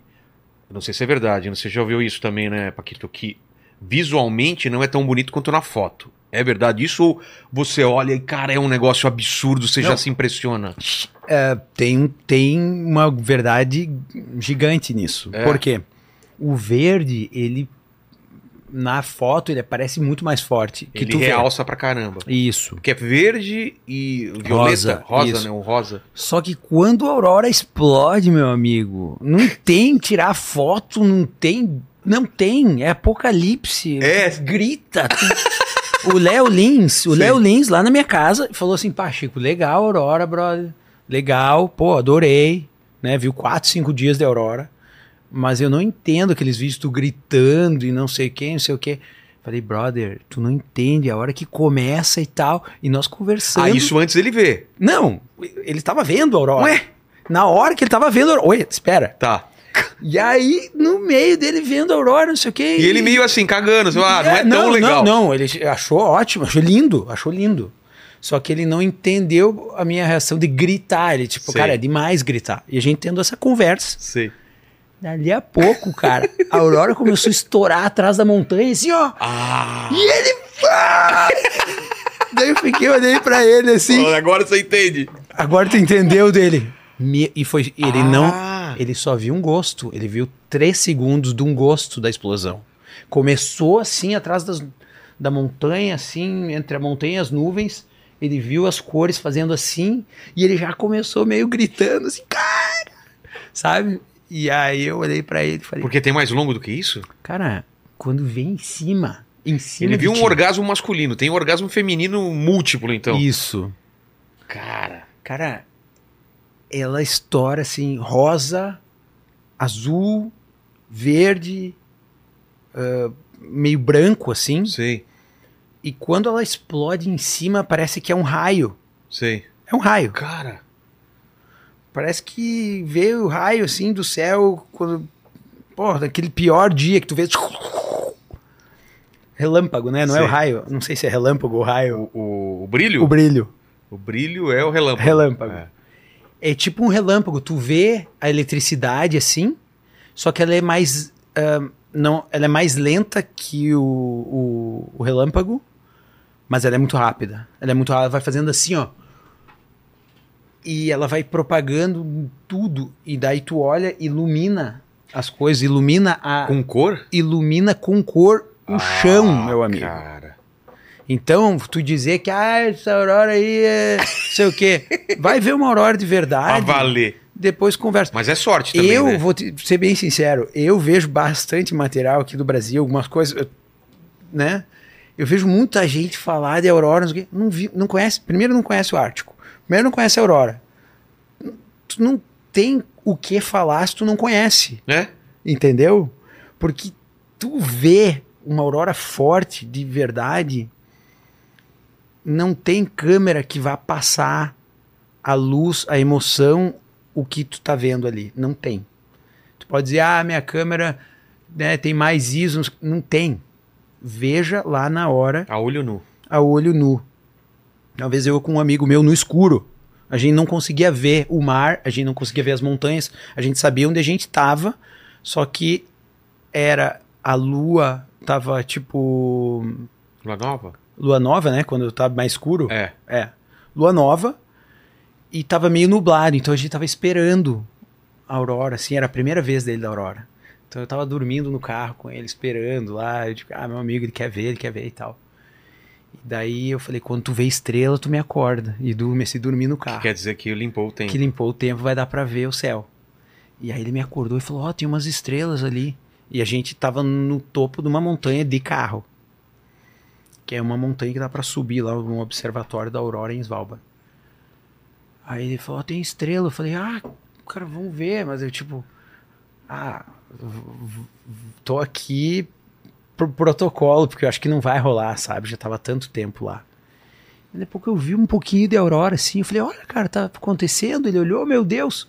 eu Não sei se é verdade, você já ouviu isso também, né, Paquito? Que visualmente não é tão bonito quanto na foto. É verdade isso ou você olha e, cara, é um negócio absurdo, você já
Não.
se impressiona?
Tem, um- tem uma verdade gigante nisso.
É.
Por quê? O verde, ele na foto, ele parece muito mais forte que
Ele
tu vê.
realça pra caramba.
Isso.
Que é verde e violeta.
Rosa,
Rosa,
isso.
né? O rosa.
Só que quando a aurora explode, meu amigo, não tem tirar foto, não tem, não tem, é apocalipse.
É.
grita. tu- o Léo Lins, o
Sim.
Léo Lins lá na minha casa falou assim: "Pá, Chico, legal a aurora, brother. Legal, pô, adorei, né? Viu quatro, cinco dias de aurora. Mas eu não entendo aqueles vídeos tu gritando e não sei quem, não sei o quê. Falei, brother, tu não entende a hora que começa e tal. E nós conversando.
Ah, isso antes dele ver.
Não, ele tava vendo a aurora.
Ué?
Na hora que ele tava vendo a aurora. Oi, espera.
Tá.
E aí, no meio dele vendo a aurora, não sei o quê.
E ele meio assim, cagando. Assim, ah, não é, tão legal.
Não, não, ele achou ótimo, achou lindo, achou lindo. Só que ele não entendeu a minha reação de gritar. Ele, tipo,
Sei.
cara, é demais gritar. E a gente tendo essa conversa.
Sei.
Dali a pouco, cara, a Aurora começou a estourar atrás da montanha, assim, ó.
Ah.
E ele. Ah! Daí eu fiquei, olhei pra ele assim.
Agora você entende.
Agora tu entendeu dele. Me- E foi. Ele
Ah.
não. Ele só viu um gosto. Ele viu três segundos de um gosto da explosão. Começou assim, atrás das, da montanha, assim, entre a montanha e as nuvens. Ele viu as cores fazendo assim. E ele já começou meio gritando, assim, cara! Sabe? E aí eu olhei pra ele e falei,
Porque tem mais longo do que isso?
cara, quando vem em cima. Em cima.
Ele viu
de
um
ti."
orgasmo masculino, tem um orgasmo feminino múltiplo, então.
Isso.
Cara.
Cara, ela estoura assim, rosa, azul, verde, ah, meio branco assim.
Sei,
E quando ela explode em cima, parece que é um raio.
sei.
É um raio.
Cara.
Parece que veio o raio assim do céu quando. Porra, daquele pior dia que tu vê. Relâmpago, né? Não é o
Sim.
raio. Não sei se é relâmpago ou raio.
O, o brilho?
O
O,
brilho.
brilho é o relâmpago.
Relâmpago.
É.
É tipo um relâmpago. Tu vê a eletricidade assim, só que ela é mais. ah, não, ela é mais lenta que o, o, o relâmpago, mas ela é muito rápida. Ela é muito rápida, vai fazendo assim, ó. E ela vai propagando tudo. E daí tu olha, ilumina as coisas, ilumina a.
Com cor?
Ilumina com cor o chão,
Ah,
meu amigo.
Cara.
Então, tu dizer que ah, essa aurora aí é não sei o quê. Vai ver uma aurora de
Pra
verdade.
valer.
Depois conversa.
Mas é sorte também,
eu
né?
vou te- ser bem sincero, eu vejo bastante material aqui do Brasil, algumas coisas, eu- né? Eu vejo muita gente falar de aurora, não, sei o quê. não, vi- não conhece, primeiro não conhece o Ártico, primeiro não conhece a aurora. Tu não tem o que falar se tu não conhece,
Né?
entendeu? Porque tu vê uma aurora forte de verdade, não tem câmera que vá passar a luz, a emoção, o que tu tá vendo ali. Não tem. Tu pode dizer, ah, minha câmera né, tem mais ISO. Não tem. Veja lá na hora,
A olho nu.
a olho nu. Uma vez eu com um amigo meu no escuro. A gente não conseguia ver o mar, a gente não conseguia ver as montanhas, a gente sabia onde a gente tava, só que era a lua, tava tipo
Lua nova?
lua nova, né, quando tá mais escuro.
É.
É. Lua nova e tava meio nublado, então a gente tava esperando a aurora, assim, era a primeira vez dele da aurora. Então eu tava dormindo no carro com ele, esperando lá, eu tipo, ah, meu amigo, ele quer ver, ele quer ver e tal. E daí eu falei, quando tu vê estrela, tu me acorda. E do, comecei a dormir no carro.
Quer dizer que limpou o tempo.
Que limpou o tempo, vai dar pra ver o céu. E aí ele me acordou e falou, ó, tem umas estrelas ali. E a gente tava no topo de uma montanha de carro. Que é uma montanha que dá pra subir lá no observatório da Aurora em Svalbard. Aí ele falou, ó, tem estrela. Eu falei, ah, cara, vamos ver. Mas eu tipo, ah, v- v- v- tô aqui pro protocolo, porque eu acho que não vai rolar, sabe? Já tava tanto tempo lá. Daí a pouco eu vi um pouquinho de aurora assim, eu falei, olha, cara, tá acontecendo. Ele olhou, meu Deus.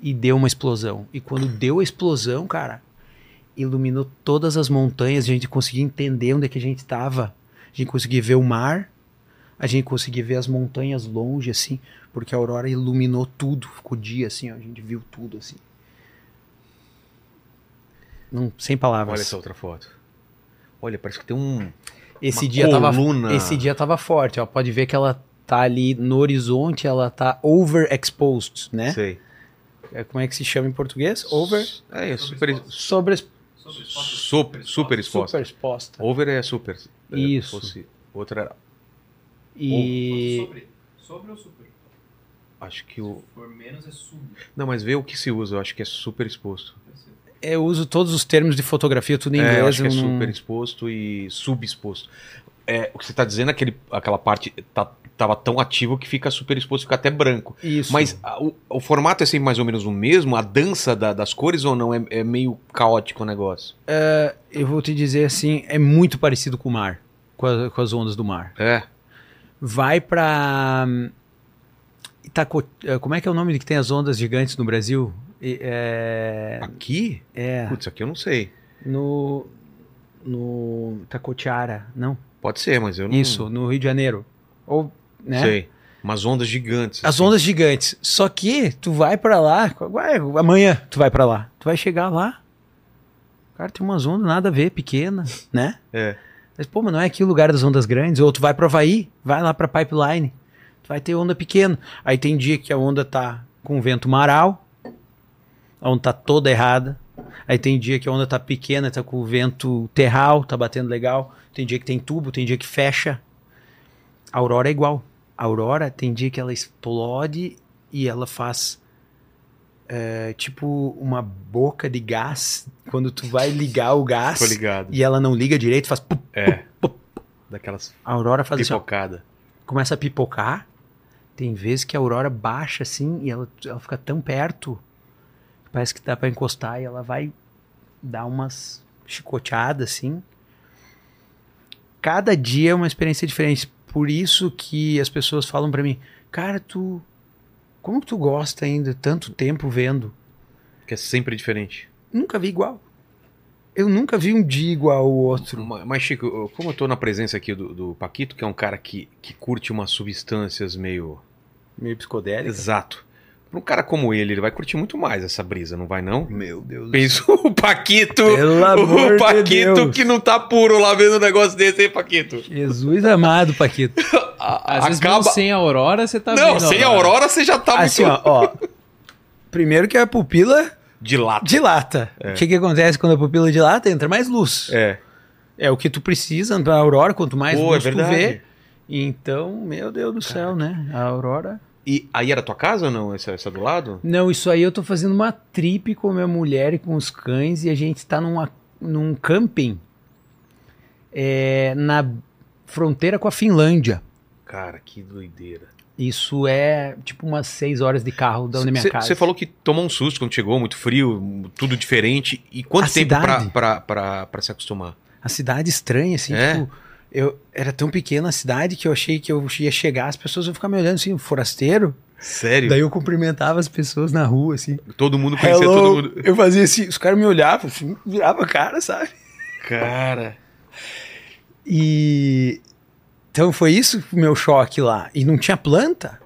E deu uma explosão. E quando deu a explosão, cara, iluminou todas as montanhas, a gente conseguia entender onde é que a gente tava. A gente conseguia ver o mar, a gente conseguia ver as montanhas longe, assim, porque a aurora iluminou tudo. Ficou dia, assim, ó, a gente viu tudo, assim. Não, sem
Olha
palavras.
essa outra foto. Olha, parece que tem um.
Esse
uma
dia tava
coluna.
esse dia tava forte, ó. Pode ver que ela tá ali no horizonte, ela tá overexposed, né?
Sei.
É, Como é que se chama em português? Over.
É, é super.
Sobre
Super, super exposta.
super exposta.
Over é super. É,
Isso.
fosse outra era-
E
Sobre, sobre ou super?
Acho que o.
For menos é sub.
Não, mas vê o que se usa. Eu acho que é super exposto.
eu uso todos os termos de fotografia, tudo em
é, eu
inglês.
acho que é
eu não-
super exposto e subexposto. é, o que você está dizendo, aquele, aquela parte tá, tava tão ativo que fica super exposto, fica até branco.
Isso.
Mas a- o, o formato é sempre mais ou menos o mesmo? A dança da- das cores ou não? É, é meio caótico o negócio.
eu vou te dizer assim, é muito parecido com o mar, com, a- com as ondas do mar.
É.
Vai pra. hum, Itaco... eh, Como é que é o nome de que tem as ondas gigantes no Brasil? E- É.
Aqui?
é
Putz, aqui eu não sei.
no. No. Itacotiara, não?
Pode ser, mas eu não
Isso, no Rio de Janeiro. Ou. Né?
sei. Umas ondas gigantes.
As
assim.
ondas gigantes. Só que tu vai pra lá, vai, amanhã tu vai pra lá. Tu vai chegar lá. Cara, tem umas ondas nada a ver, pequena, né?
É.
Mas, pô, mas não é aqui o lugar das ondas grandes. Ou tu vai pra Havaí, vai lá pra Pipeline. Tu vai ter onda pequena. Aí tem dia que a onda tá com vento maral. A onda tá toda errada. Aí tem dia que a onda tá pequena, tá com o vento terral, tá batendo legal. Tem dia que tem tubo, tem dia que fecha. A aurora é igual. A aurora tem dia que ela explode e ela faz é, tipo uma boca de gás. Quando tu vai ligar o gás
Tô ligado.
e ela não liga direito, faz. pup.
É. Daquelas
A aurora faz assim, ó,
pipocadas.
começa a pipocar. Tem vezes que a aurora baixa assim e ela, ela fica tão perto que parece que dá pra encostar e ela vai dar umas chicoteadas assim. Cada dia é uma experiência diferente. Por isso que as pessoas falam pra mim, cara, tu. Como que tu gosta ainda tanto tempo vendo?
Que é sempre diferente.
Nunca vi igual. Eu nunca vi um dia igual ao outro.
Ma- Mas, Chico, eu- como eu tô na presença aqui do, do Paquito, que é um cara que, que curte umas substâncias meio.
Meio psicodélico.
Exato. Pra um cara como ele, ele vai curtir muito mais essa brisa, não vai não?
Meu Deus do
Pensa o Paquito.
Pelo amor
o Paquito
de Deus.
que não tá puro lá vendo um negócio desse, hein, Paquito?
Jesus amado, Paquito.
A-
Às vezes mesmo
acaba.
sem a aurora, você tá
não,
vendo.
sem a Aurora você já tá
né? assim, ó,
muito.
ó. Primeiro que a pupila
De lata.
dilata. O que, que acontece quando a pupila dilata? Entra mais luz. É,
É.
o que tu precisa pra aurora, quanto mais
Pô, é
luz tu
verdade.
vê. Então, meu Deus do céu, né? A aurora.
E aí era tua casa ou não? Essa, essa do lado?
Não, isso aí eu tô fazendo uma trip com a minha mulher e com os cães e a gente tá numa, num camping é, na fronteira com a Finlândia.
Cara, que doideira.
Isso é tipo umas seis horas de carro da é minha casa.
Você falou que tomou um susto quando chegou, muito frio, tudo diferente. E quanto
A
tempo
cidade?
pra, pra, pra, pra se acostumar?
A cidade estranha, assim,
É?
tipo, eu era tão pequena a cidade que eu achei que eu ia chegar, as pessoas iam ficar me olhando assim, um forasteiro.
Sério?
Daí eu cumprimentava as pessoas na rua, assim.
Todo mundo conhecia
Hello.
todo mundo.
Eu fazia assim, os caras me olhavam, assim, virava a cara, sabe?
Cara.
E então foi isso o meu choque lá. E não tinha planta.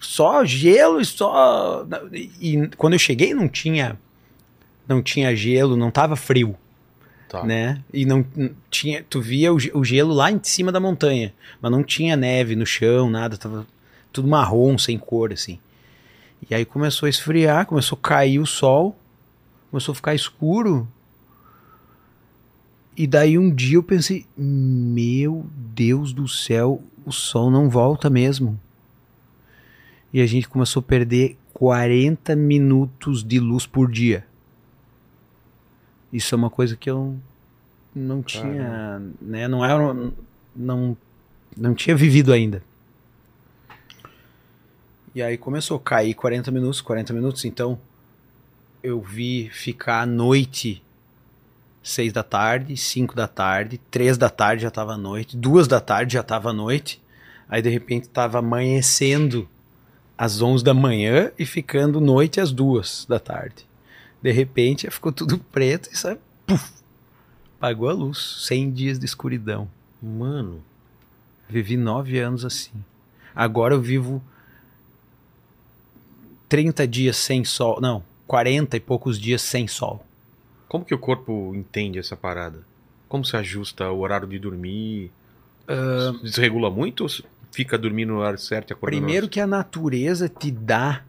Só gelo e só e e quando eu cheguei não tinha não tinha gelo, não tava frio.
Tá.
né? E não n- tinha, tu via o, ge- o gelo lá em cima da montanha, mas não tinha neve no chão, nada, tava tudo marrom, sem cor assim. E aí começou a esfriar, começou a cair o sol, começou a ficar escuro. E daí um dia eu pensei, meu Deus do céu, o sol não volta mesmo. E a gente começou a perder 40 minutos de luz por dia. Isso é uma coisa que eu não tinha, né? Não era, não, não tinha vivido ainda. E aí começou a cair 40 minutos, 40 minutos. Então eu vi ficar à noite, 6 da tarde, 5 da tarde, 3 da tarde já tava à noite, 2 da tarde já tava à noite. Aí de repente tava amanhecendo às 11 da manhã e ficando noite às 2 da tarde. De repente ficou tudo preto e sabe, puf, apagou a luz. 100 dias de escuridão.
Mano.
Vivi nove anos assim. Agora eu vivo 30 dias sem sol. Não, 40 e poucos dias sem sol.
Como que o corpo entende essa parada? Como se ajusta o horário de dormir? Desregula muito ou se- fica dormindo no horário certo e acordando?
Primeiro que a natureza te dá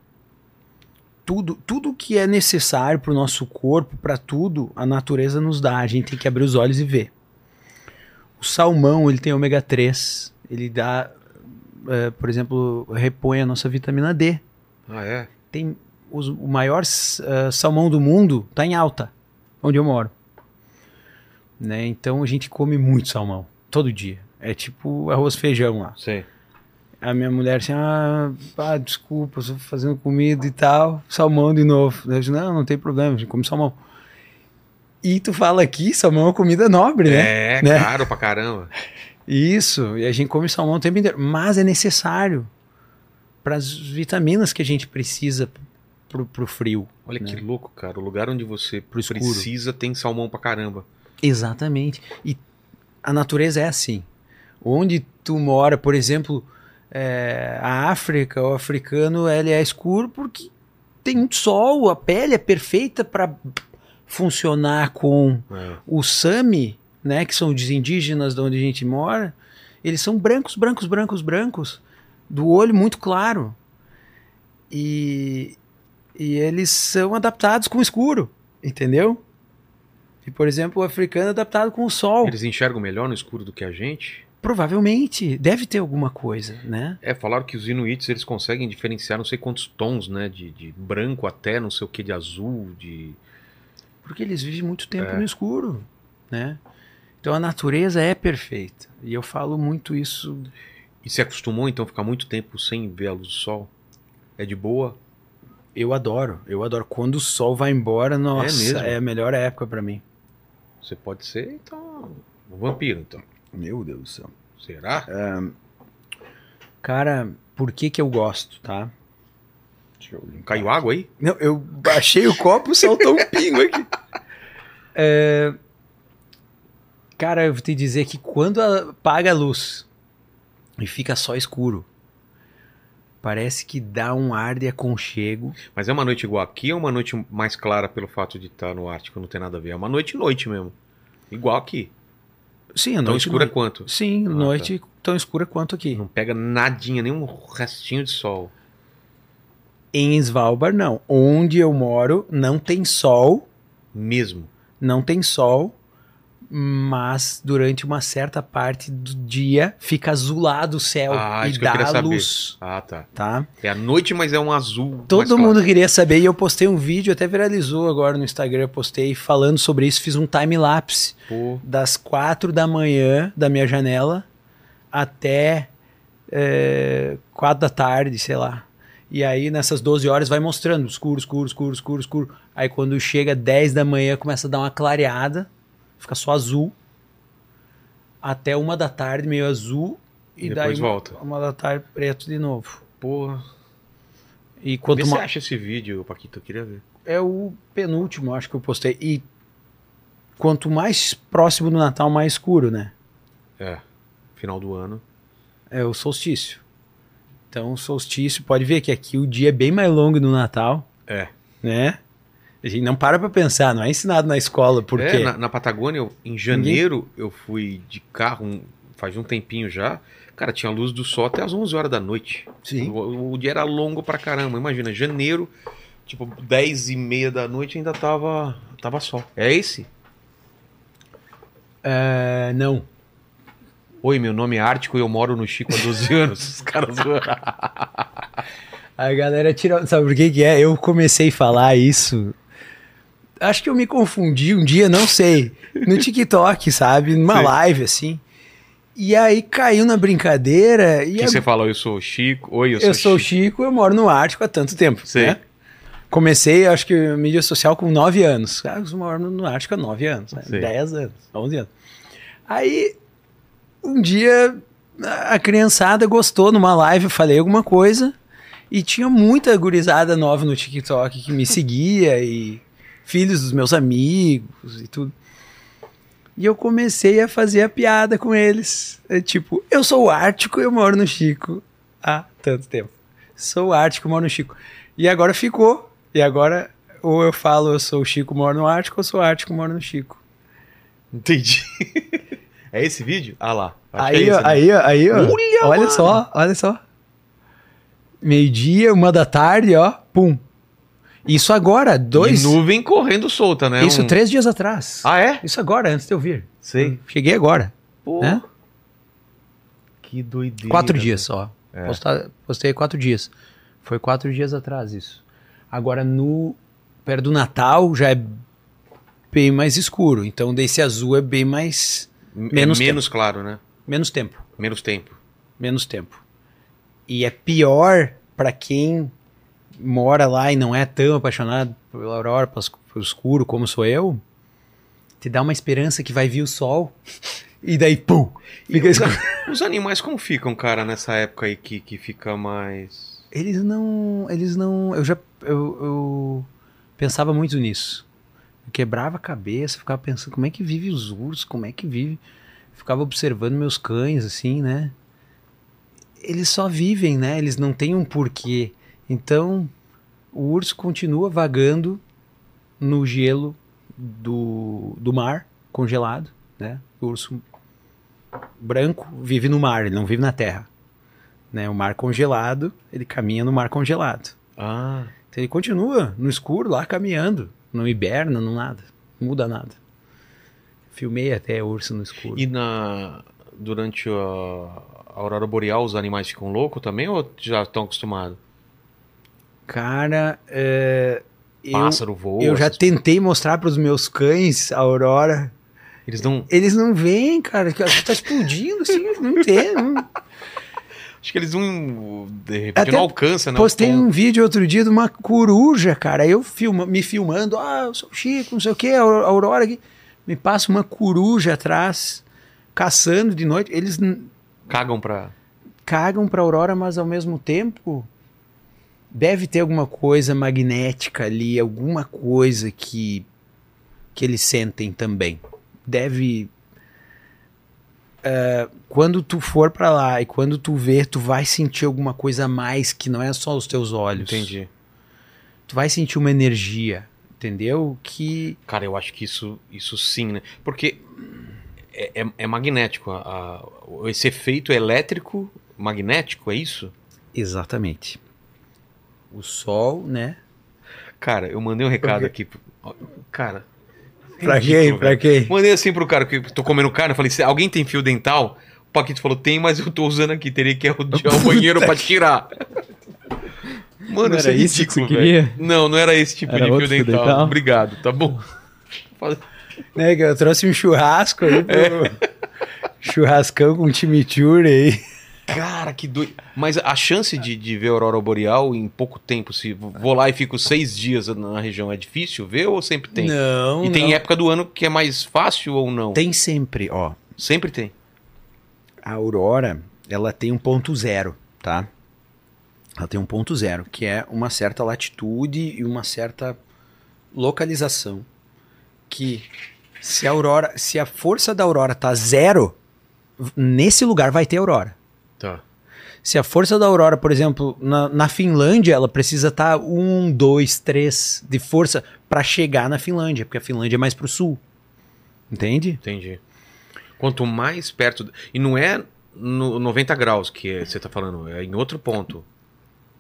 tudo, tudo que é necessário para o nosso corpo, para tudo, a natureza nos dá. A gente tem que abrir os olhos e ver. O salmão, ele tem ômega 3. Ele dá, eh, por exemplo, repõe a nossa vitamina D.
Ah, é?
tem os- o maior ah, salmão do mundo tá em alta, onde eu moro. Né? Então a gente come muito salmão, todo dia. É tipo arroz e feijão lá.
Sei.
A minha mulher assim, ah, pá, desculpa, estou fazendo comida e tal, salmão de novo. Eu disse, não, não tem problema, a gente come salmão. E tu fala aqui, salmão é uma comida nobre, né?
É,
Né?
caro pra caramba.
Isso, e a gente come salmão o tempo inteiro, mas é necessário para as vitaminas que a gente precisa pro, pro frio.
Olha
né?
que louco, cara. O lugar onde você
Pro escuro.
precisa tem salmão pra caramba.
Exatamente. E a natureza é assim. Onde tu mora, por exemplo, é, a África, o africano, ele é escuro porque tem muito sol, a pele é perfeita para funcionar com
É.
o Sami, né, que são os indígenas de onde a gente mora, eles são brancos, brancos, brancos, brancos, do olho muito claro. E, e eles são adaptados com o escuro, entendeu? E, por exemplo, o africano é adaptado com o sol.
Eles enxergam melhor no escuro do que a gente?
Provavelmente, deve ter alguma coisa, né?
É, falaram que os inuits eles conseguem diferenciar não sei quantos tons, né? De, de branco até não sei o que, de azul, de.
Porque eles vivem muito tempo no escuro, né? Então a natureza é perfeita. E eu falo muito isso
E se acostumou então a ficar muito tempo sem ver a luz do sol? É de boa?
Eu adoro, eu adoro. Quando o sol vai embora,
mesmo?
nossa, é, a melhor época pra mim.
Você pode ser, então. Um vampiro, então.
Meu Deus do céu.
Será?
É. Cara, por que que eu gosto, tá? Deixa eu limpar.
Caiu água aí?
Não, eu baixei o copo, saltou um pingo aqui. É, Cara, eu vou te dizer que quando a- apaga a luz e fica só escuro, parece que dá um ar de aconchego.
Mas é uma noite igual aqui ou é uma noite mais clara pelo fato de estar no Ártico? Não tem nada a ver. É uma noite noite mesmo. Igual aqui.
Sim, a
Tão
É noite...
escura quanto?
Sim,
Ah,
noite tão escura quanto aqui.
Não pega nadinha, nenhum restinho de sol.
Em Svalbard, não. Onde eu moro, não tem sol,
Mesmo.
não tem sol, mas durante uma certa parte do dia fica azulado o céu
Ah,
e
isso que eu
dá
queria saber.
luz,
Ah, tá.
tá?
É a noite, mas é um azul. mais
Todo
claro.
mundo queria saber e eu postei um vídeo, até viralizou agora no Instagram, eu postei falando sobre isso, fiz um time lapse
Pô,
das quatro da manhã da minha janela até é, quatro da tarde, sei lá. E aí nessas 12 horas vai mostrando escuro, escuro, escuro, escuro, escuro. Aí quando chega 10 da manhã começa a dar uma clareada, fica só azul. Até uma da tarde meio azul e
E depois
daí
volta.
Uma, uma da tarde preto de novo.
porra.
E quanto
Quanto Vê se
mais
acha esse vídeo, Paquito? Eu queria ver.
é o penúltimo, acho que eu postei. E quanto mais próximo do Natal, mais escuro, né?
É. Final do ano.
É o solstício. Então, o solstício, pode ver que aqui o dia é bem mais longo no Natal,
É.
né? A gente não para pra pensar, não é ensinado na escola por
É,
quê?
na, na Patagônia, eu- em janeiro, eu fui de carro um- faz um tempinho já. Cara, tinha luz do sol até às 11 horas da noite.
Sim.
O, o dia era longo pra caramba. Imagina, janeiro, tipo 10 e meia da noite ainda tava, tava sol. É esse?
É, não.
Oi, meu nome é Ártico e eu moro no Chico há 12 anos. Os caras zoaram.
A galera tira. Sabe por que que é? Eu comecei a falar isso. Acho que eu me confundi um dia, não sei. No TikTok, sabe? Numa
Sim.
live, assim. E aí caiu na brincadeira. E
Que
a-
você fala, eu sou o Chico. Oi, eu,
eu, sou o Chico, eu moro no Ártico há tanto tempo.
Sim.
né? Comecei, acho que mídia social com 9 anos. Ah, eu moro no Ártico há 9 anos, né?
Sim.
10 anos, 11 anos. Aí, um dia, a criançada gostou numa live, eu falei alguma coisa, e tinha muita gurizada nova no TikTok que me seguia, e filhos dos meus amigos e tudo. E eu comecei a fazer a piada com eles. É tipo, eu sou o Ártico e eu moro no Chico há tanto tempo. Sou o Ártico, moro no Chico. E agora ficou. E agora, ou eu falo eu sou o Chico, moro no Ártico, ou sou o Ártico, moro no Chico.
Entendi. é esse vídeo? Ah lá. Acho que
Aí,
é
ó,
esse, né?
aí, ó, aí, ó.
Olha,
Olha
mano.
só, olha só. Meio-dia, uma da tarde, ó. Pum. Isso agora, dois.
E nuvem correndo solta, né?
Isso
Um-
três dias atrás.
Ah, é?
Isso agora, antes de eu vir.
Sei.
Cheguei agora.
Pô.
Né?
Que doideira.
Quatro dias só.
É.
Posta- postei quatro dias. Foi quatro dias atrás isso. Agora no perto do Natal já é bem mais escuro. Então desse azul é bem mais
M- é
Menos
menos claro, né?
menos tempo.
Menos tempo.
Menos tempo. E é pior para quem mora lá e não é tão apaixonado pela aurora, pelas- pelo escuro como sou eu, te dá uma esperança que vai vir o sol e daí pum, fica escuro.
Os animais como ficam, cara, nessa época aí que, que fica mais.
Eles não. Eles não. Eu já. Eu, eu pensava muito nisso. Eu quebrava a cabeça, ficava pensando como é que vive os ursos, como é que vive. Ficava observando meus cães, assim, né? Eles só vivem, né? Eles não têm um porquê. Então, o urso continua vagando no gelo do, do mar, congelado, né? O urso branco vive no mar, ele não vive na terra né? O mar congelado, ele caminha no mar congelado.
Ah.
Então ele continua no escuro lá caminhando, não hiberna, não nada, não muda nada. Filmei até urso no escuro.
E na. Durante a, a aurora boreal, os animais ficam loucos também ou já estão acostumados?
Cara, é, eu,
Pássaro voa.
eu já
essas-
tentei mostrar para os meus cães a aurora.
Eles não.
Eles não veem, cara, que tá explodindo assim, não tem. não-
Acho que eles não. De repente
Até
não alcança, né?
Postei
o tom.
um vídeo outro dia de uma coruja, cara. Eu filma, me filmando, ah, eu sou o Chico, não sei o que, a Au- Aurora aqui. Me passa uma coruja atrás, caçando de noite. Eles n-
Cagam pra.
cagam pra Aurora, mas ao mesmo tempo deve ter alguma coisa magnética ali, alguma coisa que, que eles sentem também. Deve. É, quando tu for pra lá e quando tu ver, tu vai sentir alguma coisa a mais que não é só os teus olhos
Entendi.
tu vai sentir uma energia, entendeu? Que
Cara, eu acho que isso, isso sim, né? Porque é, é- é magnético. a- a- esse efeito elétrico magnético, é isso?
exatamente. O sol, né?
Cara, eu mandei um recado
quê?
aqui. pro- ó, Cara.
Pra
ridículo,
quem? Pra
velho.
quem?
Mandei assim pro cara que tô comendo carne. eu Falei, "Cê- alguém tem fio dental? O Paquito falou, tem, mas eu tô usando aqui. Teria que ir ao, ao banheiro pra tirar. Mano,
Não
isso é
era isso que
ridículo,
você
velho.
queria?
Não, não era esse tipo
Era
de fio
outro fio
dental.
dental?
Obrigado, tá bom. Fala-
Né, que eu trouxe um churrasco aí pro... Churrascão com chimichurri aí.
Cara, que doido. Mas a chance de, de ver a aurora boreal em pouco tempo, se vou lá e fico seis dias na região, é difícil ver ou sempre tem?
Não,
e tem
não.
época do ano que é mais fácil ou não?
Tem sempre, ó.
Sempre tem.
a aurora ela tem um ponto zero, tá? Ela tem um ponto zero, que é uma certa latitude e uma certa localização. Que se a aurora, se a força da aurora tá zero, v- nesse lugar vai ter aurora.
Tá.
Se a força da aurora, por exemplo, na, na Finlândia, ela precisa tá estar 1, 2, 3 de força para chegar na Finlândia, porque a Finlândia é mais pro sul. Entende?
Entendi. Quanto mais perto. E não é no 90 graus que é- você tá falando, é em outro ponto.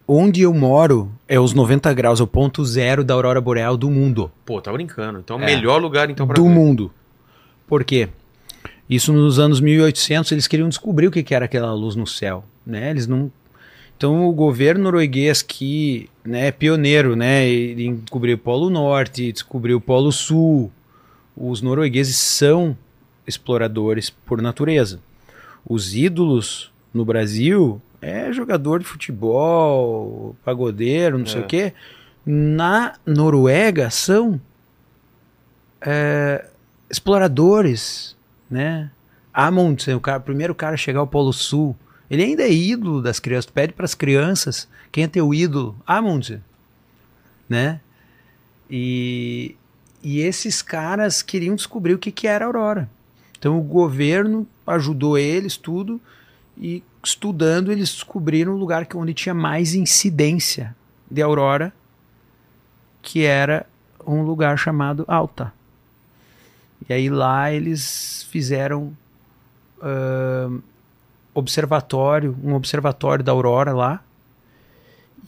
Onde eu moro é os 90 graus, é o ponto zero da aurora boreal do mundo.
Pô, tá brincando. Então, o
É.
melhor lugar então pra
do
ver.
mundo. Por quê? Isso nos anos 1800 eles queriam descobrir o que que era aquela luz no céu, né? Eles não Então o governo norueguês que, né, é pioneiro, né, ele descobriu o Polo Norte, descobriu o Polo Sul. Os noruegueses são exploradores por natureza. Os ídolos no Brasil é jogador de futebol, pagodeiro, não sei
É.
o quê. Na Noruega são é, exploradores, né? Amundsen, o cara, o primeiro cara a chegar ao Polo Sul, ele ainda é ídolo das crianças. Tu pede para as crianças quem é teu ídolo, Amundsen, né? E, e esses caras queriam descobrir o que, que era a aurora. Então o governo ajudou eles tudo e estudando eles descobriram o lugar que onde tinha mais incidência de aurora, que era um lugar chamado Alta. E aí lá eles fizeram ahn, observatório, um observatório da aurora lá.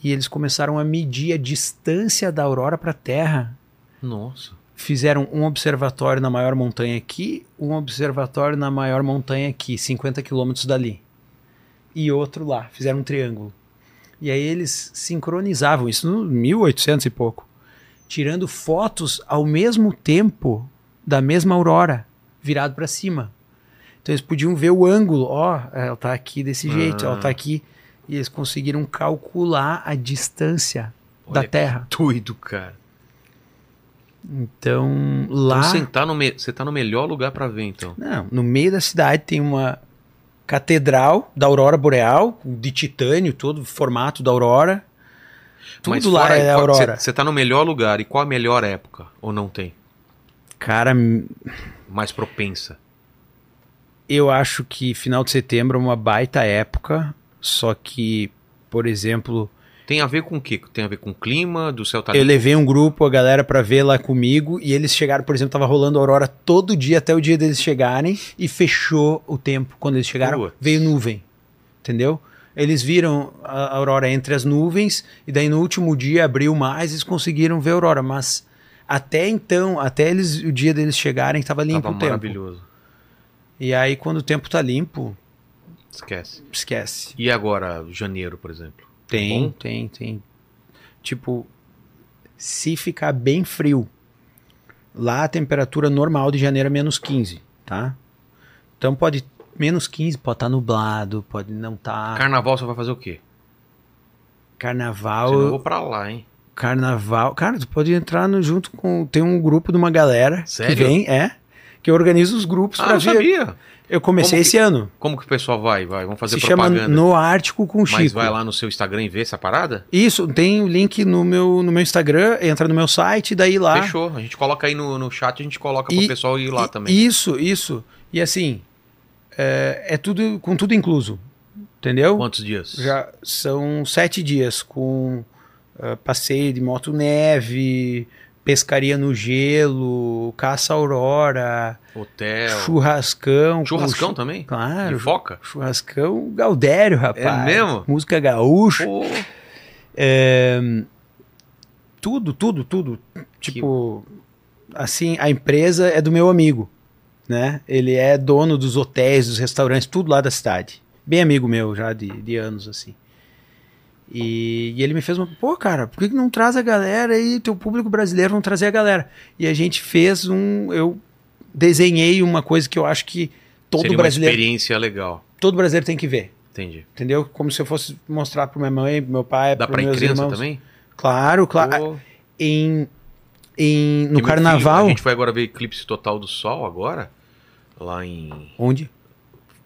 E eles começaram a medir a distância da aurora para a Terra
Nossa.
fizeram um observatório na maior montanha aqui, um observatório na maior montanha aqui, 50 quilômetros dali. E outro lá, fizeram um triângulo. E aí eles sincronizavam isso no 1800 e pouco, tirando fotos ao mesmo tempo da mesma aurora, virado para cima. Então eles podiam ver o ângulo, ó, ela tá aqui desse jeito,
Ah.
ela tá aqui. E eles conseguiram calcular a distância
Olha
da
que
Terra.
Doido, cara.
Então, lá.
Então você tá, no me- você tá no melhor lugar pra ver, então.
Não, no meio da cidade tem uma catedral da aurora boreal, de titânio, todo o formato da aurora. Tudo lá
fora-
é a
fora-
aurora.
Você, você tá no melhor lugar. E qual a melhor época? Ou não tem?
Cara,
Mais propensa.
eu acho que final de setembro é uma baita época, só que, por exemplo,
Tem a ver com o quê? Tem a ver com o clima, do céu tá
eu levei um grupo, a galera, pra ver lá comigo, e eles chegaram, por exemplo, tava rolando a aurora todo dia até o dia deles chegarem, e fechou o tempo. Quando eles chegaram,
Putz.
veio nuvem, entendeu? Eles viram a aurora entre as nuvens, e daí no último dia abriu mais, eles conseguiram ver a aurora, mas até então, até eles, o dia deles chegarem, tava limpo
Tava
o tempo.
maravilhoso.
E aí, quando o tempo tá limpo,
Esquece.
esquece.
E agora, janeiro, por exemplo? Tá
Tem,
Bom?
tem, tem. Tipo, se ficar bem frio, lá a temperatura normal de janeiro é menos 15, tá? Então pode menos 15, pode estar nublado, pode não tá. estar.
Carnaval você vai fazer o quê?
Carnaval, Ah,
Senão eu vou pra lá, hein?
carnaval. Cara, tu pode entrar no, junto com tem um grupo de uma galera
Sério?
que vem, é, que organiza os grupos
Ah,
pra
eu
ver.
sabia.
Eu comecei
Como que-
esse ano.
Como que o pessoal vai? Vai, vamos fazer
Se chama
propaganda.
No Ártico com Chico.
Mas vai lá no seu Instagram e vê essa parada?
Isso, tem o link no meu, no meu Instagram, entra no meu site, daí lá.
Fechou. A gente coloca aí no, no chat, a gente coloca pro
E-
pessoal ir lá
I-
também. né?
Isso, isso. E assim, é, é tudo com tudo incluso, entendeu?
Quantos dias?
Já são sete dias com ah, passeio de moto neve, pescaria no gelo, caça aurora,
Hotel.
churrascão. com
É, Churrascão
chu-
também?
um Claro.
E foca?
Churrascão Gaudério, rapaz.
mesmo?
Música gaúcha.
Pô,
Tudo, tudo, tudo. Tipo, assim, a empresa é do meu amigo, né? Ele é dono dos hotéis, dos restaurantes, tudo lá da cidade. Bem amigo meu já de, de anos, assim. E, e ele me fez uma. Pô, cara, por que que não traz a galera aí? Teu público brasileiro não trazer a galera. E a gente fez um. Eu desenhei uma coisa que eu acho que todo
seria
brasileiro,
uma experiência legal.
todo brasileiro tem que ver.
Entendi.
Entendeu? Como se eu fosse mostrar para minha mãe, pro meu pai,
Dá
para
pra ir
É meus
criança
irmãos.
também?
Claro, claro
Pô,
em, em
que
no
meu
carnaval.
filho- a gente foi agora ver Eclipse Total do Sol agora. Lá em...
Onde?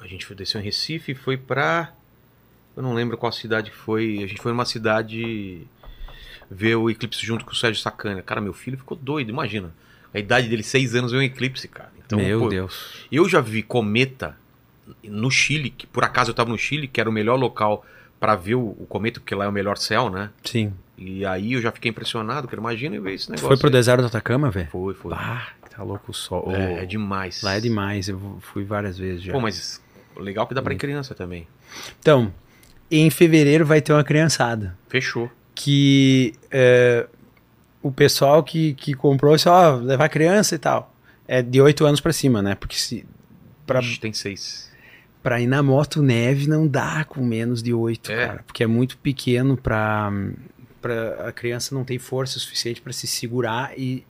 A gente foi- desceu em Recife e foi pra... Eu não lembro qual cidade que foi. A gente foi numa cidade ver o Eclipse junto com o Sérgio Sacana. Cara, meu filho ficou doido, imagina. A idade dele, seis anos, ver um eclipse, cara. Então, pô,
Deus.
Eu já vi cometa no Chile, que por acaso eu tava no Chile, que era o melhor local pra ver o, o cometa, porque lá é o melhor céu, né?
Sim.
E aí eu já fiquei impressionado, cara. Imagina eu ver esse
Tu
negócio.
foi pro
aí.
deserto do Atacama, velho?
Foi, foi.
Bah, que tá louco o sol. Ô,
é, é demais.
Lá é demais, eu fui várias vezes já.
Pô, mas legal que dá pra criança também.
Então, em fevereiro vai ter uma criançada.
Fechou.
Que é, o pessoal que, que comprou, só levar criança e tal. É de 8 anos pra cima, né? Porque se, pra,
Ixi, tem seis.
pra ir na moto neve não dá com menos de 8,
É.
cara. Porque é muito pequeno pra, pra. A criança não tem força suficiente pra se segurar e,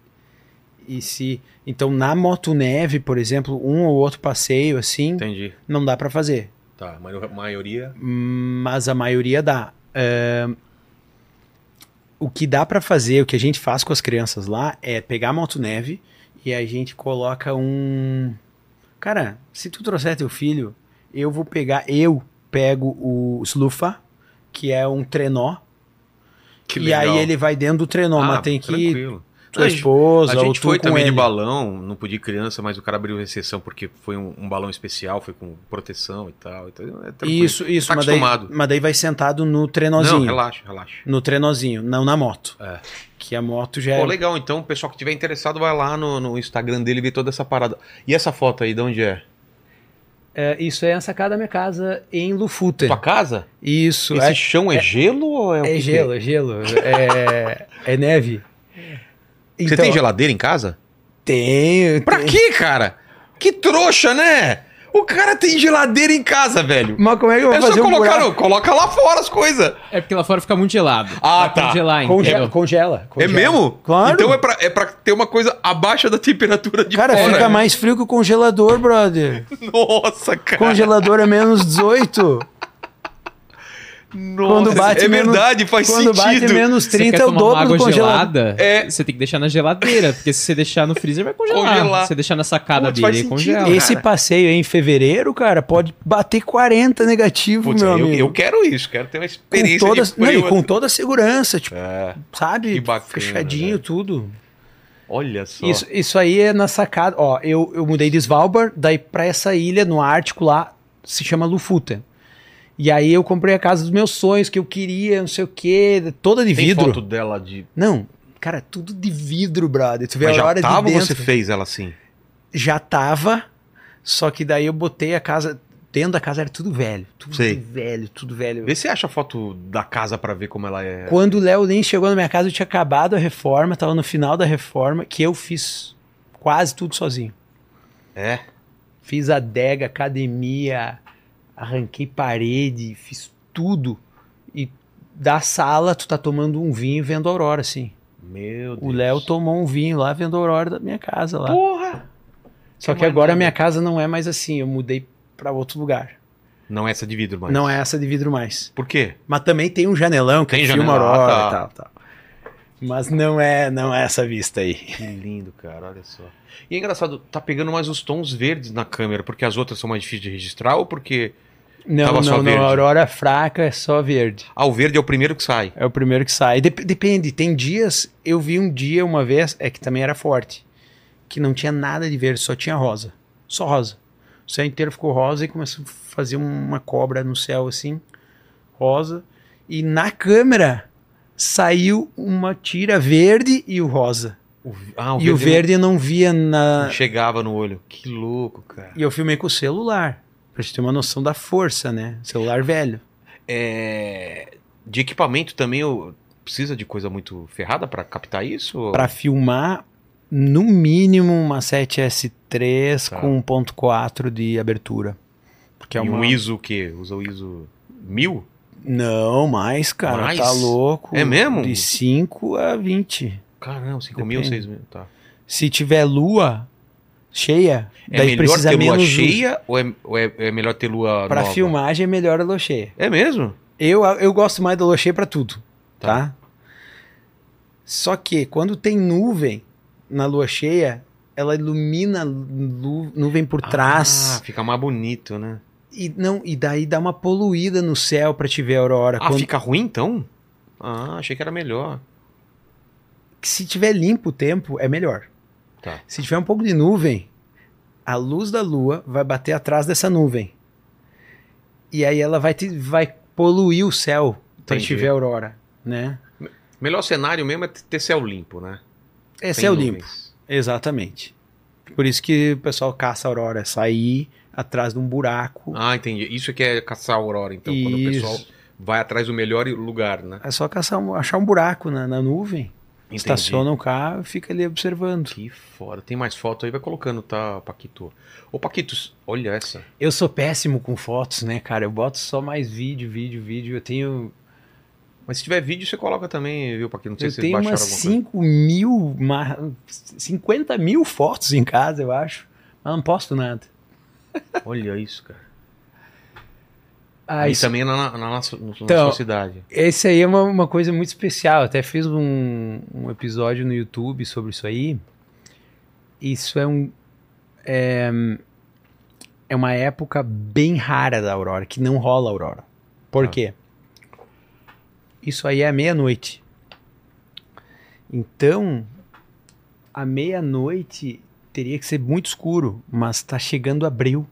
e se. Então, na moto neve, por exemplo, um ou outro passeio assim,
Entendi.
não dá pra fazer.
Tá, mas a maioria...
Mas a maioria dá. É, O que dá pra fazer, o que a gente faz com as crianças lá, é pegar a moto neve e a gente coloca um. Cara, se tu trouxer teu filho, eu vou pegar. Eu pego o Slufa, que é um trenó.
Que
e aí ele vai dentro do trenó,
Ah,
mas tem que ir
tranquilo.
tua
A gente-
esposa
a
ou
gente
tu
foi
com
também
ele.
de balão, não podia ir criança, mas o cara abriu exceção porque foi um, um balão especial, foi com proteção e tal. Então é tranquilo.
Isso, isso,
Tá
mas, daí,
acostumado.
mas daí vai sentado no
Não,
trenozinho.
relaxa, relaxa.
no trenozinho, não na moto.
É.
Que a moto já
Pô,
é
legal, então o pessoal que tiver interessado vai lá no, no Instagram dele ver toda essa parada. E essa foto aí, de onde é?
É, isso é a sacada da minha casa em Lufuta.
Tua casa?
Isso,
Esse
é,
chão é, gelo ou é o que
é
que
gelo, é gelo. É, é neve.
Você
Então,
Então,
tem geladeira em casa?
Tenho.
Pra
tenho.
quê, cara? Que trouxa, né? O cara tem geladeira em casa, velho.
Mas como é que eu vou
É só
fazer um
colocar,
buraco?
no- coloca lá fora as coisas.
É porque lá fora fica muito gelado.
Ah,
Vai
tá.
Congelar,
Congela,
entendeu?
congela,
É
congela.
mesmo?
Claro.
Então é pra, é pra ter uma coisa abaixo da temperatura de
Cara,
fora.
fica mais frio que o congelador, brother.
Nossa, cara.
Congelador é menos 18.
Nossa,
Quando bate
é
menos-
verdade, faz
Quando
sentido.
bate menos
Você quer
30 é o
tomar uma
dobro do
água
congelador.
gelada?
É.
Você tem que deixar na geladeira, porque se você deixar no freezer vai congelar.
Congelar.
Se você deixar na sacada
Putz,
dele,
faz
ele
sentido.
congela.
Esse-
Esse passeio aí em fevereiro, cara, pode bater 40 negativo,
Putz,
meu
eu,
amigo.
eu quero isso, quero ter uma
com
experiência
toda,
de
não, e
frio. assim.
com toda a segurança, tipo,
É,
sabe?
Que bacana,
Fechadinho,
velho.
tudo.
olha só.
Isso.
Isso.
Isso aí é na sacada. Ó, eu, eu mudei de Svalbard, daí pra essa ilha no Ártico lá, se chama Lufuta. E aí eu comprei a casa dos meus sonhos, que eu queria, não sei o quê, toda de
Tem
vidro.
foto dela de...
Não, cara, tudo de vidro, brother. Tu vê
Mas
a
já
hora
tava
de
ou
dentro.
você fez ela assim?
Já tava, só que daí eu botei a casa, dentro da casa era tudo velho. Tudo
Sei.
velho, tudo velho.
Vê se acha a foto da casa pra ver como ela é.
Quando o Léo Lins chegou na minha casa, eu tinha acabado a reforma, tava no final da reforma, que eu fiz quase tudo sozinho.
É.
Fiz adega, academia, arranquei parede, fiz tudo. E da sala, tu tá tomando um vinho e vendo a aurora, assim.
Meu Deus.
O Léo tomou um vinho lá, vendo a aurora da minha casa lá.
Porra!
Só que agora a minha casa não é mais assim, eu mudei pra outro lugar.
Não é essa de vidro, mais.
Não é essa de vidro mais.
Por quê?
Mas também tem um janelão que
Tem
filma a
janelão,
aurora
tá.
e tal, tal. Mas não é, não é essa vista aí.
Que lindo, cara, olha só. E é engraçado, tá pegando mais os tons verdes na câmera, porque as outras são mais difíceis de registrar ou porque.
Não,
Tava só
não, não.
verde.
A aurora fraca é só verde.
Ah, o verde é o primeiro que sai.
É o primeiro que sai. Dep- depende, tem dias. Eu vi um dia uma vez, é que também era forte, que não tinha nada de verde, só tinha rosa. Só rosa. O céu inteiro ficou rosa e começou a fazer uma cobra no céu assim, rosa. E na câmera saiu uma tira verde e o rosa.
O- ah,
e o verde ah, não via
não-
na,
não chegava no olho. Que louco, cara.
E eu filmei com o celular. Pra gente ter uma noção da força, né? Celular velho.
É, De equipamento também eu- precisa de coisa muito ferrada pra captar isso?
Pra filmar, no mínimo, uma 7S3
Tá.
com 1.4 de abertura. Porque
E
é uma...
um ISO o quê? Usa o ISO 1000?
Não, mais, cara.
Mais?
Tá louco.
É mesmo?
De 5 a 20.
Caramba, 5 mil,
Depende.
6 mil. Tá.
Se tiver lua cheia,
É
daí
melhor
precisa
ter lua
menos...
cheia ou é, ou é- é melhor ter lua
Pra
nova?
filmagem é melhor a lua cheia.
É mesmo?
Eu, eu gosto mais da lua cheia pra tudo,
Tá.
tá. Só que quando tem nuvem na lua cheia, ela ilumina a lu- nuvem por trás
Ah, fica mais bonito, né?
e não e daí dá uma poluída no céu pra te ver a aurora.
Ah,
Quando-
fica ruim então? Ah, achei que era melhor.
Se tiver limpo o tempo, é melhor.
Tá.
Se tiver um pouco de nuvem, a luz da lua vai bater atrás dessa nuvem. E aí ela vai te vai poluir o céu pra te
Entendi.
ver a aurora, né?
Melhor cenário mesmo é ter céu limpo, né?
Esse
Sem
é o limpo.
nuvens.
Exatamente. Por isso que o pessoal caça a aurora, é sair atrás de um buraco.
Ah, entendi. Isso é que é caçar a aurora, então, quando o
Isso.
pessoal vai atrás do melhor lugar, né?
É só caçar um- achar um buraco na, na nuvem,
Entendi.
estaciona o carro e fica ali observando.
Que foda. Tem mais foto aí, vai colocando, tá, Paquito? Ô, Paquitos, olha essa.
Eu sou péssimo com fotos, né, cara? Eu boto só mais vídeo, vídeo, vídeo. Eu tenho,
Mas se tiver vídeo, você coloca também, viu, Paquito? Não sei
eu
se vocês
tenho
baixaram
umas
alguma coisa.
5 mil, ma- 50 mil fotos em casa, eu acho. Mas não posto nada.
Olha isso, cara.
Ah,
Aí
isso-
também é na, na, na nossa- na
Então,
sua cidade.
Esse aí é uma, uma coisa muito especial. Eu até fiz um, um episódio no YouTube sobre isso aí. Isso é um. É, é uma época bem rara da Aurora, que não rola Aurora. Por
Tá.
quê? Isso aí é meia-noite. Então, a meia-noite teria que ser muito escuro, mas tá chegando abril.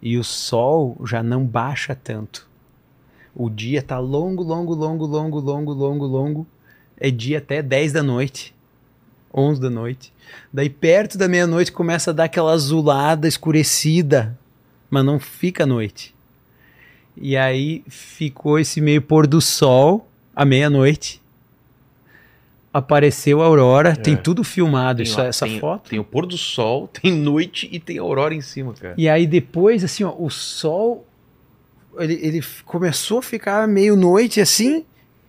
E o sol já não baixa tanto. O dia tá longo, longo, longo, longo, longo, longo, longo. É dia até 10 da noite. 11 da noite. Daí perto da meia-noite começa a dar aquela azulada escurecida, mas não fica à noite. E aí ficou esse meio pôr do sol à meia-noite. apareceu a aurora, tem tudo filmado,
É. Tem
isso, é,
lá-
essa
tem-
foto.
Tem o pôr do sol, tem noite e tem aurora em cima, cara.
E aí depois, assim, ó, o sol, ele, ele f- começou a ficar meio noite, assim,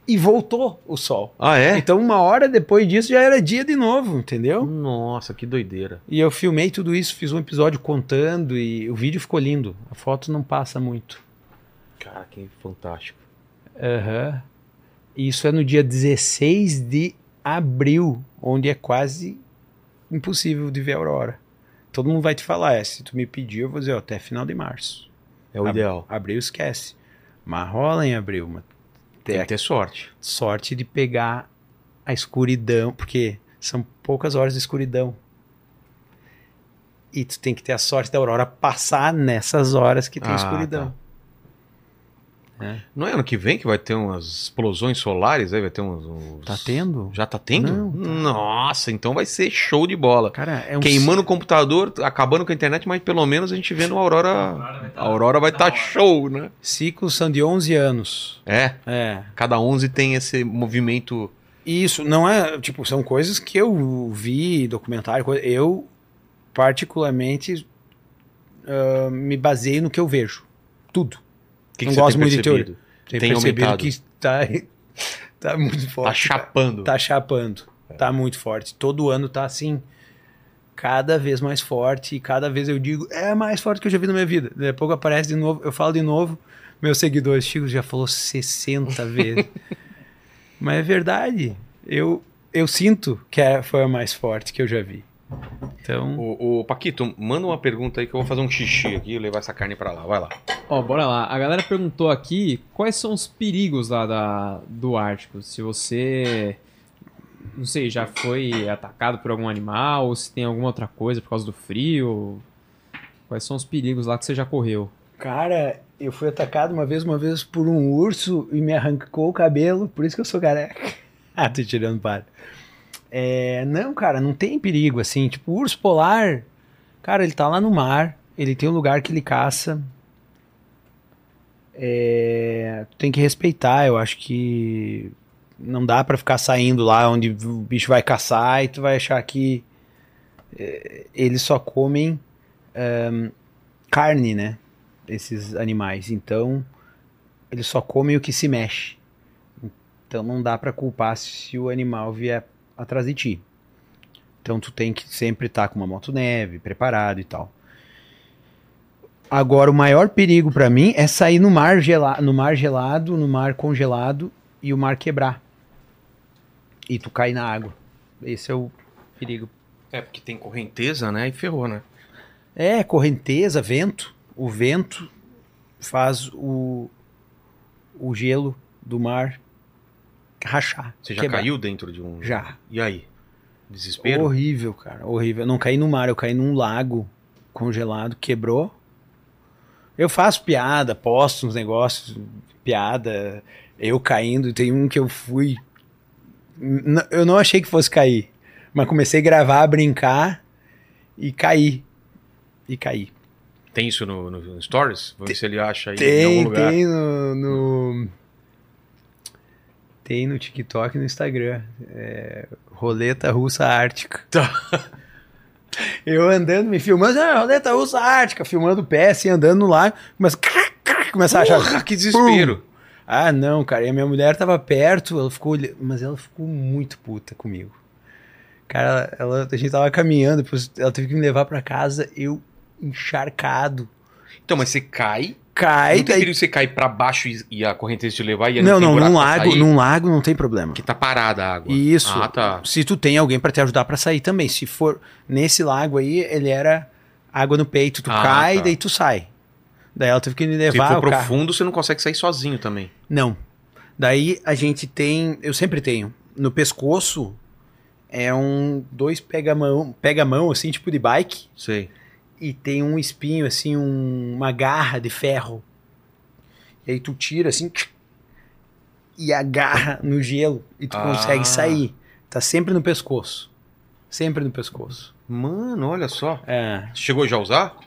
e voltou o sol.
Ah, é?
Então uma hora depois disso já era dia de novo, entendeu?
Nossa, que doideira.
E eu filmei tudo isso, fiz um episódio contando e o vídeo ficou lindo. A foto não passa muito.
Cara, que fantástico.
Aham. E Isso é no dia 16 de abril, onde é quase impossível de ver a aurora. Todo mundo vai te falar, é, se tu me pedir, eu vou dizer, ó, até final de março.
É o
Ah,
ideal.
Abril esquece. Mas rola em abril, mas
Tem que ter sorte.
sorte de pegar a escuridão, porque são poucas horas de escuridão. E tu tem que ter a sorte da aurora passar nessas horas que tem
Ah,
escuridão.
Não é ano que vem que vai ter umas explosões solares aí? Vai ter uns. uns-
Tá tendo?
Já tá tendo?
Não, tá.
Nossa, então vai ser show de bola.
Cara, é um
Queimando o computador, acabando com a internet, mas pelo menos a gente vendo a
Tá.
Aurora. A Aurora vai estar show, né?
Ciclos são de 11 anos.
É,
É.
cada 11 tem esse movimento.
E Isso não é, tipo, são coisas que eu vi, documentário, coisa- eu particularmente ah, me baseei no que eu vejo. Tudo.
O que,
Não
que você
gosto
tem
muito de
percebido?
Tem,
Tem
percebido
aumentado.
que tá, tá muito
Tá
forte. cara.
chapando. É.
Tá chapando. Tá muito forte. Todo ano tá assim, cada vez mais forte. E cada vez eu digo, é mais forte que eu já vi na minha vida. Daqui a pouco aparece de novo, eu falo de novo. Meus seguidores, Chico já falou 60 vezes. Mas é verdade. Eu, eu sinto que é- foi a mais forte que eu já vi. Então,
Ô, ô, Paquito, manda uma pergunta aí que eu vou fazer um xixi aqui e levar essa carne pra lá. Vai lá.
Ó, bora lá. A galera perguntou aqui quais são os perigos lá da, do Ártico. Se você, não sei, já foi atacado por algum animal, ou se tem alguma outra coisa por causa do frio. Quais são os perigos lá que você já correu?
cara, eu fui atacado uma vez, uma vez por um urso e me arrancou o cabelo, por isso que eu sou careca. ah, tô tirando para. É, não, cara, não tem perigo assim. Tipo, o urso polar, cara, ele tá lá no mar, ele tem um lugar que ele caça. É, tem que respeitar, eu acho que não dá pra ficar saindo lá onde o bicho vai caçar e tu vai achar que é, eles só comem ehm, carne, né? Esses animais. Então, eles só comem o que se mexe. Então não dá pra culpar se o animal vier atrás de ti. Então tu tem que sempre estar com uma motoneve, preparado e tal. Agora o maior perigo pra mim é sair no mar, gela no mar gelado, no mar congelado e o mar quebrar. E tu cair na água. Esse é o perigo.
É, porque tem correnteza, né? E ferrou, né?
É, correnteza, vento. O vento faz o, o gelo do mar rachar.
Você já
quebrar.
caiu dentro de um.
Já.
E aí? Desespero?
Horrível, cara. Horrível. Eu não caí no mar, eu caí num lago congelado, quebrou. Eu faço piada, posto uns negócios, piada, eu caindo. Tem um que eu fui. N- Eu não achei que fosse cair, mas comecei a gravar, brincar e caí. E caí.
Tem isso no, no- no Stories? Vamos ver se ele acha aí em algum
Tem,
lugar.
tem no, no- Tem no TikTok e no Instagram. É, roleta russa ártica.
Tá.
Eu andando, me filmando, ah, roleta russa ártica, filmando o pé, assim, andando no lago, começa, crac, crac, começa a achar.
Porra, que desespero!
Ah, não, cara, e a minha mulher tava perto, ela ficou olhando, mas ela ficou muito puta comigo. Cara, ela, ela- a gente tava caminhando, depois ela teve que me levar pra casa, eu encharcado.
Então, mas você cai.
Cai,
não tem
daí
perigo de você cair pra baixo e, e a correnteza te levar e aí
Não,
tem
não,
buraco
num
pra
lago,
sair?
num lago não tem problema.
Que tá parada a água.
Isso.
Ah, tá.
Se tu tem alguém pra te ajudar pra sair também. Se for nesse lago aí, ele era água no peito, tu
Ah,
cai,
tá.
daí tu sai. Daí ela teve que me
Se
levar
for
o carro.
profundo, você não consegue sair sozinho também.
Não. Daí a gente tem, eu sempre tenho, no pescoço é um dois pega mão, pega mão assim, tipo de bike,
Sei.
e tem um espinho assim, um- uma garra de ferro. E aí tu tira assim tchic, e agarra no gelo e tu
Ah.
consegue sair. Tá sempre no pescoço. Sempre no pescoço.
Mano, olha só.
É.
Chegou já a usar?
Ah!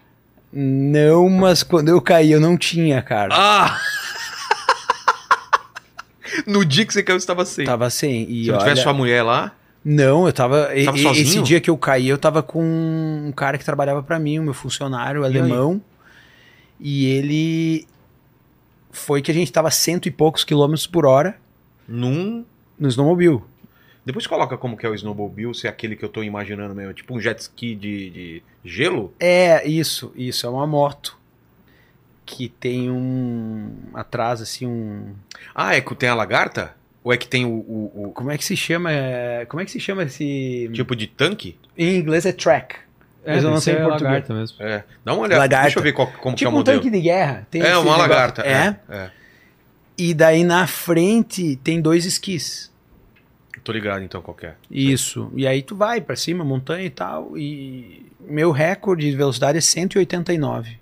Não, mas quando eu caí eu não tinha, cara.
Ah! No dia que você caiu, você estava sem.
Tava sem. Tá, E
Se não
olha-
tivesse sua mulher lá,
Não, eu tava. e-
Tava
e-
sozinho?
Esse dia que eu caí, eu tava com um cara que trabalhava pra mim, o meu funcionário alemão. E ele. Foi que a gente tava cento e poucos quilômetros por hora
num.
no snowmobile.
Depois coloca como que é o snowmobile, se é aquele que eu tô imaginando mesmo. Tipo um jet ski de, de gelo?
É, isso, isso. É uma moto. Que tem um. Atrás, assim, um.
Ah, é que tem a lagarta? Ou é que tem o, o- o
Como é que se chama? é, Como é que se chama esse.
tipo de tanque?
Em inglês é track.
É,
Mas eu
deve
não sei
ser
em português.
lagarta mesmo.
É. Dá uma olhada.
Lagarta.
Deixa eu ver qual- como que é
Tipo
o
um
modelo.
tanque de guerra. Tem
é,
esse
uma
negócio.
lagarta.
É.
é.
E daí na frente tem dois esquis.
Tô ligado então qual que é.
Isso. E aí tu vai pra cima, montanha e tal. E meu recorde de velocidade é 189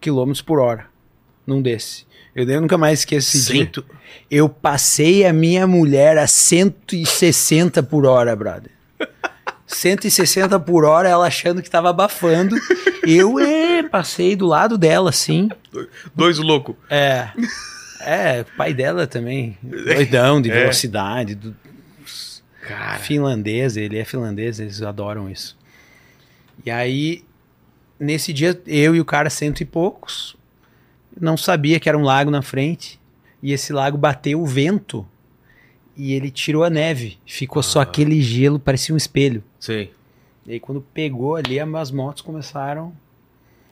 quilômetros por hora. Num desse. Eu, eu nunca mais esqueço esse dia.
Cento-
Eu passei a minha mulher a 160 por hora, brother. 160 por hora, ela achando que tava abafando. Eu é, passei do lado dela, assim.
Dois loucos.
É. É, o pai dela também. Doidão de
É.
velocidade. do-
Cara.
finlandês, ele é finlandês, eles adoram isso. E aí, nesse dia, eu e o cara, cento e poucos, não sabia que era um lago na frente, e esse lago bateu o vento, e ele tirou a neve, ficou só
Ah.
aquele gelo, parecia um espelho.
Sei.
E aí, quando pegou ali, as motos começaram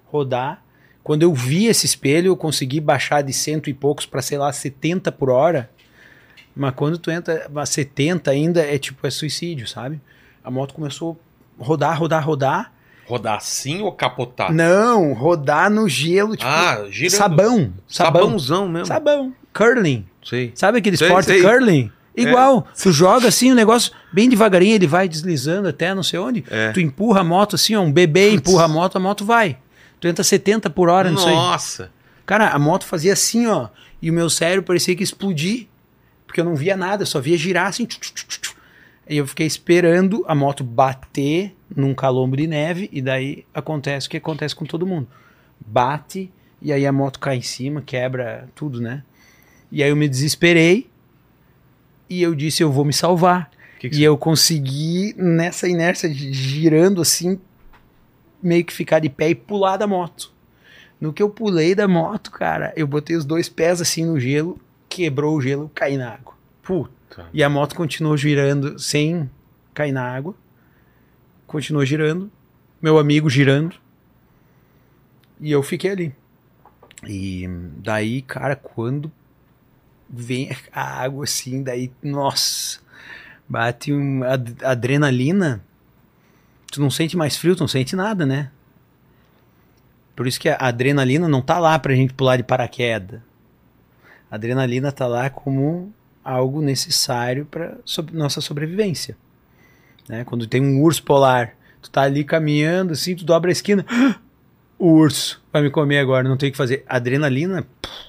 a rodar. Quando eu vi esse espelho, eu consegui baixar de cento e poucos para sei lá, 70 por hora. Mas quando tu entra a 70 ainda, é tipo, é suicídio, sabe? A moto começou a rodar, rodar, rodar.
Rodar assim ou capotar?
Não, rodar no gelo, tipo,
ah, girando.
sabão, sabão,
Sabãozão mesmo.
sabão, curling.
Sei.
Sabe aquele
Sei,
esporte
sei. É.
curling? Igual, tu joga assim o negócio bem devagarinho, ele vai deslizando até não sei onde.
É.
Tu empurra a moto assim, ó, um bebê empurra a moto, a moto vai. Tu entra 70 por hora nisso aí.
Nossa.
Cara, a moto fazia assim, ó, e o meu cérebro parecia que ia explodir, porque eu não via nada, eu só via girar assim. tchu, tchu, tchu, tchu, tchu. E eu fiquei esperando a moto bater num calombo de neve, e daí acontece o que acontece com todo mundo. Bate, e aí a moto cai em cima, quebra tudo, né? E aí eu me desesperei, e eu disse, eu vou me salvar.
Que que
e eu consegui, nessa inércia, de- girando assim, meio que ficar de pé e pular da moto. No que eu pulei da moto, cara, eu botei os dois pés assim no gelo, quebrou o gelo, eu caí na água.
Puta.
E a moto continuou girando sem cair na água. Continuou girando. Meu amigo girando. E eu fiquei ali. E daí, cara, quando vem a água assim, daí, nossa, bate uma ad- adrenalina. Tu não sente mais frio, tu não sente nada, né? Por isso que a adrenalina não tá lá pra gente pular de paraquedas. A adrenalina tá lá como algo necessário para nossa sobrevivência. Né? Quando tem um urso polar, tu tá ali caminhando assim, tu dobra a esquina, o urso vai me comer agora, não tem o que fazer. Adrenalina, pff,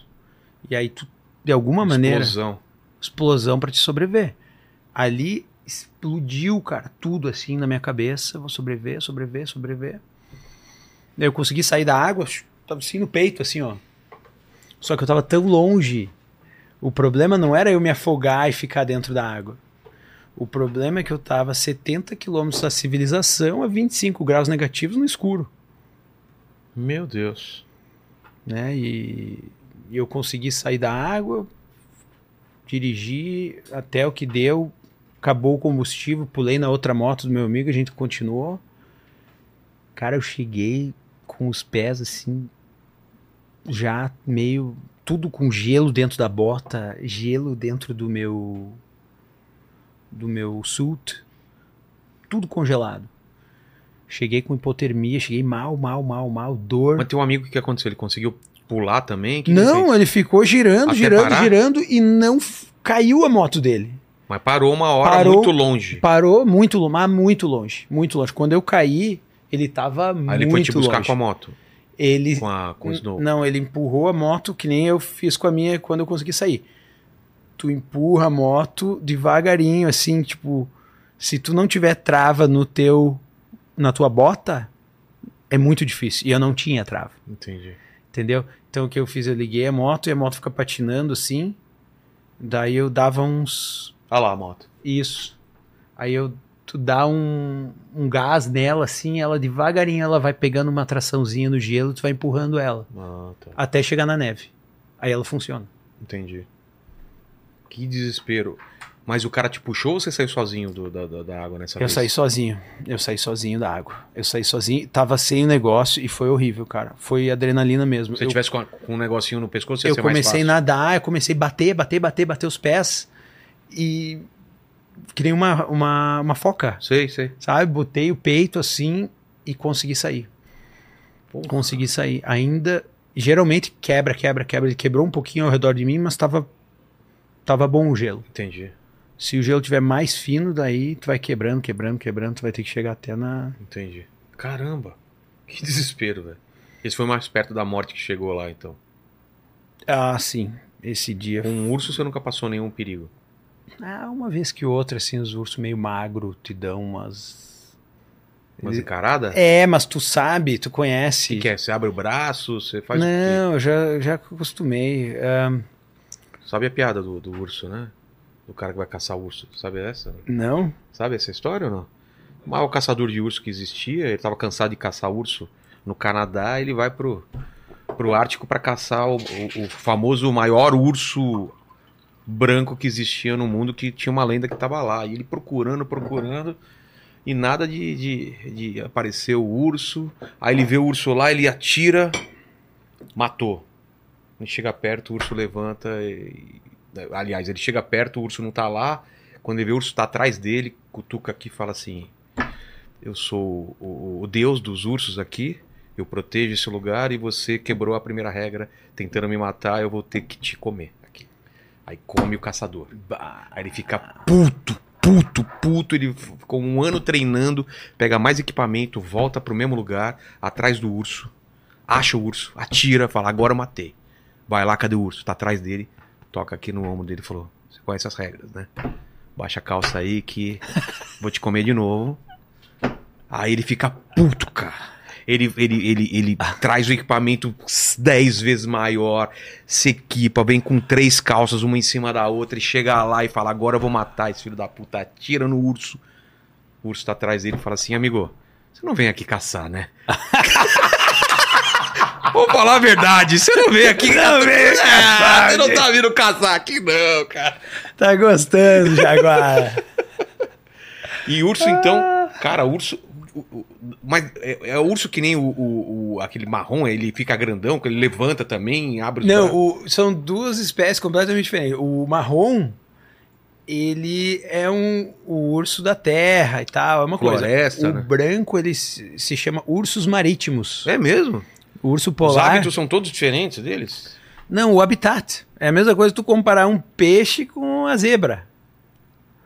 e aí tu, de alguma maneira,
Explosão.
explosão para te sobreviver. Ali explodiu, cara, tudo assim na minha cabeça. Vou sobreviver, sobreviver, sobreviver. Daí Eu consegui sair da água, tava assim no peito, assim, ó. Só que eu tava tão longe. O problema não era eu me afogar e ficar dentro da água. O problema é que eu tava a 70 quilômetros da civilização a 25 graus negativos no escuro
Meu Deus.
né? E, e eu consegui sair da água, dirigi até o que deu, acabou o combustível, pulei na outra moto do meu amigo, a gente continuou. Cara, eu cheguei com os pés assim, já meio tudo com gelo dentro da bota, gelo dentro do meu do meu suit, tudo congelado. Cheguei com hipotermia, cheguei mal, mal, mal, mal, dor.
Mas tem um amigo que aconteceu, ele conseguiu pular também? Que que ele
Não, ele ficou girando,
Até
girando,
parar?
girando e não f- caiu a moto dele.
fez? Mas parou uma hora
Parou.
muito longe.
Parou muito, lo- mas muito longe, muito longe. Quando eu caí, ele tava
Aí
muito
ele foi te buscar
longe. Hum,
com a moto.
Ele
Com, a, com o Snow.
não, ele empurrou a moto que nem eu fiz com a minha quando eu consegui sair. Tu empurra a moto devagarinho, assim, tipo, se tu não tiver trava no teu, na tua bota, é muito difícil. E eu não tinha trava.
Entendi.
Entendeu? Então o que eu fiz? Eu liguei a moto e a moto fica patinando assim. Daí eu dava uns.
Olha Ah lá a moto.
Isso. Aí eu. Tu dá um, um gás nela, assim, ela devagarinho ela vai pegando uma traçãozinha no gelo, tu vai empurrando ela.
Ah, tá.
Até chegar na neve. Aí ela funciona.
Entendi. Que desespero. Mas o cara te puxou ou você saiu sozinho do- da, da- da água nessa
Eu
vez?
saí sozinho. Eu saí sozinho da água. Eu saí sozinho. Tava sem o negócio e foi horrível, cara. Foi adrenalina mesmo.
Se você
eu
tivesse com, a- com um negocinho no pescoço, ia
eu
ser
comecei a
mais fácil.
nadar, eu comecei a bater, bater, bater, bater os pés. E criei uma, uma, uma foca,
Sei, sei.
sabe? Botei o peito assim e consegui sair. Consegui sair. Ainda, geralmente quebra, quebra, quebra. Ele quebrou um pouquinho ao redor de mim, mas tava, tava bom o gelo.
Entendi,
Se o gelo tiver mais fino, daí tu vai quebrando, quebrando, quebrando. Tu vai ter que chegar até na...
entendi. Caramba, que desespero, velho. Esse foi mais perto da morte que chegou lá, então.
Ah, sim. Esse dia.
Com um urso você nunca passou nenhum perigo.
Ah, uma vez que outra, assim, os ursos meio magro te dão umas.
Mas
Ele-
encarada?
É, mas tu sabe, tu conhece.
Tá. que, que é? Você abre o braço, você faz o quê?
Não, eu já, já acostumei. Ah,
Sabe a piada do, do urso, né? Do cara que vai caçar urso. Sabe essa?
não?
Sabe essa história ou não? O maior caçador de urso que existia, ele tava cansado de caçar urso no Canadá, ele vai pro, pro Ártico para caçar o, o- o famoso maior urso branco que existia no mundo, que tinha uma lenda que tava lá. E ele procurando, procurando, e nada de, de, de aparecer o urso. Aí ele vê o urso lá, ele atira, matou. Ele chega perto, o urso levanta. e- Aliás, ele chega perto, o urso não tá lá. Quando ele vê o urso tá atrás dele, cutuca aqui e fala assim: Eu sou o, o- o deus dos ursos aqui, eu protejo esse lugar e você quebrou a primeira regra tentando me matar, eu vou ter que te comer aqui. Aí come o caçador. Aí ele fica puto, puto, puto. Ele f- ficou um ano treinando, pega mais equipamento, volta pro mesmo lugar, atrás do urso, acha o urso, atira, fala: Agora eu matei. Vai lá, cadê o urso? Tá atrás dele, toca aqui no ombro dele e falou: Você conhece as regras, né? Baixa a calça aí que vou te comer de novo. Aí ele fica puto, cara. Ele, ele, ele, ele traz o equipamento 10 vezes maior, se equipa, vem com três calças, uma em cima da outra, e chega lá e fala: Agora eu vou matar esse filho da puta. Atira no urso. O urso tá atrás dele e fala assim: Amigo, você não vem aqui caçar, né? Vou falar a verdade, você não vem aqui. Não vem caçar, você não tá vindo caçar aqui, não, cara.
Tá gostando, Jaguar.
E urso, então, cara, urso. o- o- Mas é, é urso que nem o, o- o- aquele marrom, ele fica grandão, que ele levanta também, abre os
não,
braços.
o- são duas espécies completamente diferentes. O marrom, ele é um o urso da terra e tal, é uma
Floresta,
coisa.
né?
O branco, ele se, se chama ursos marítimos.
É mesmo?
O urso
Os
polar.
hábitos são todos diferentes deles?
Não, o habitat. É a mesma coisa tu comparar um peixe com a zebra.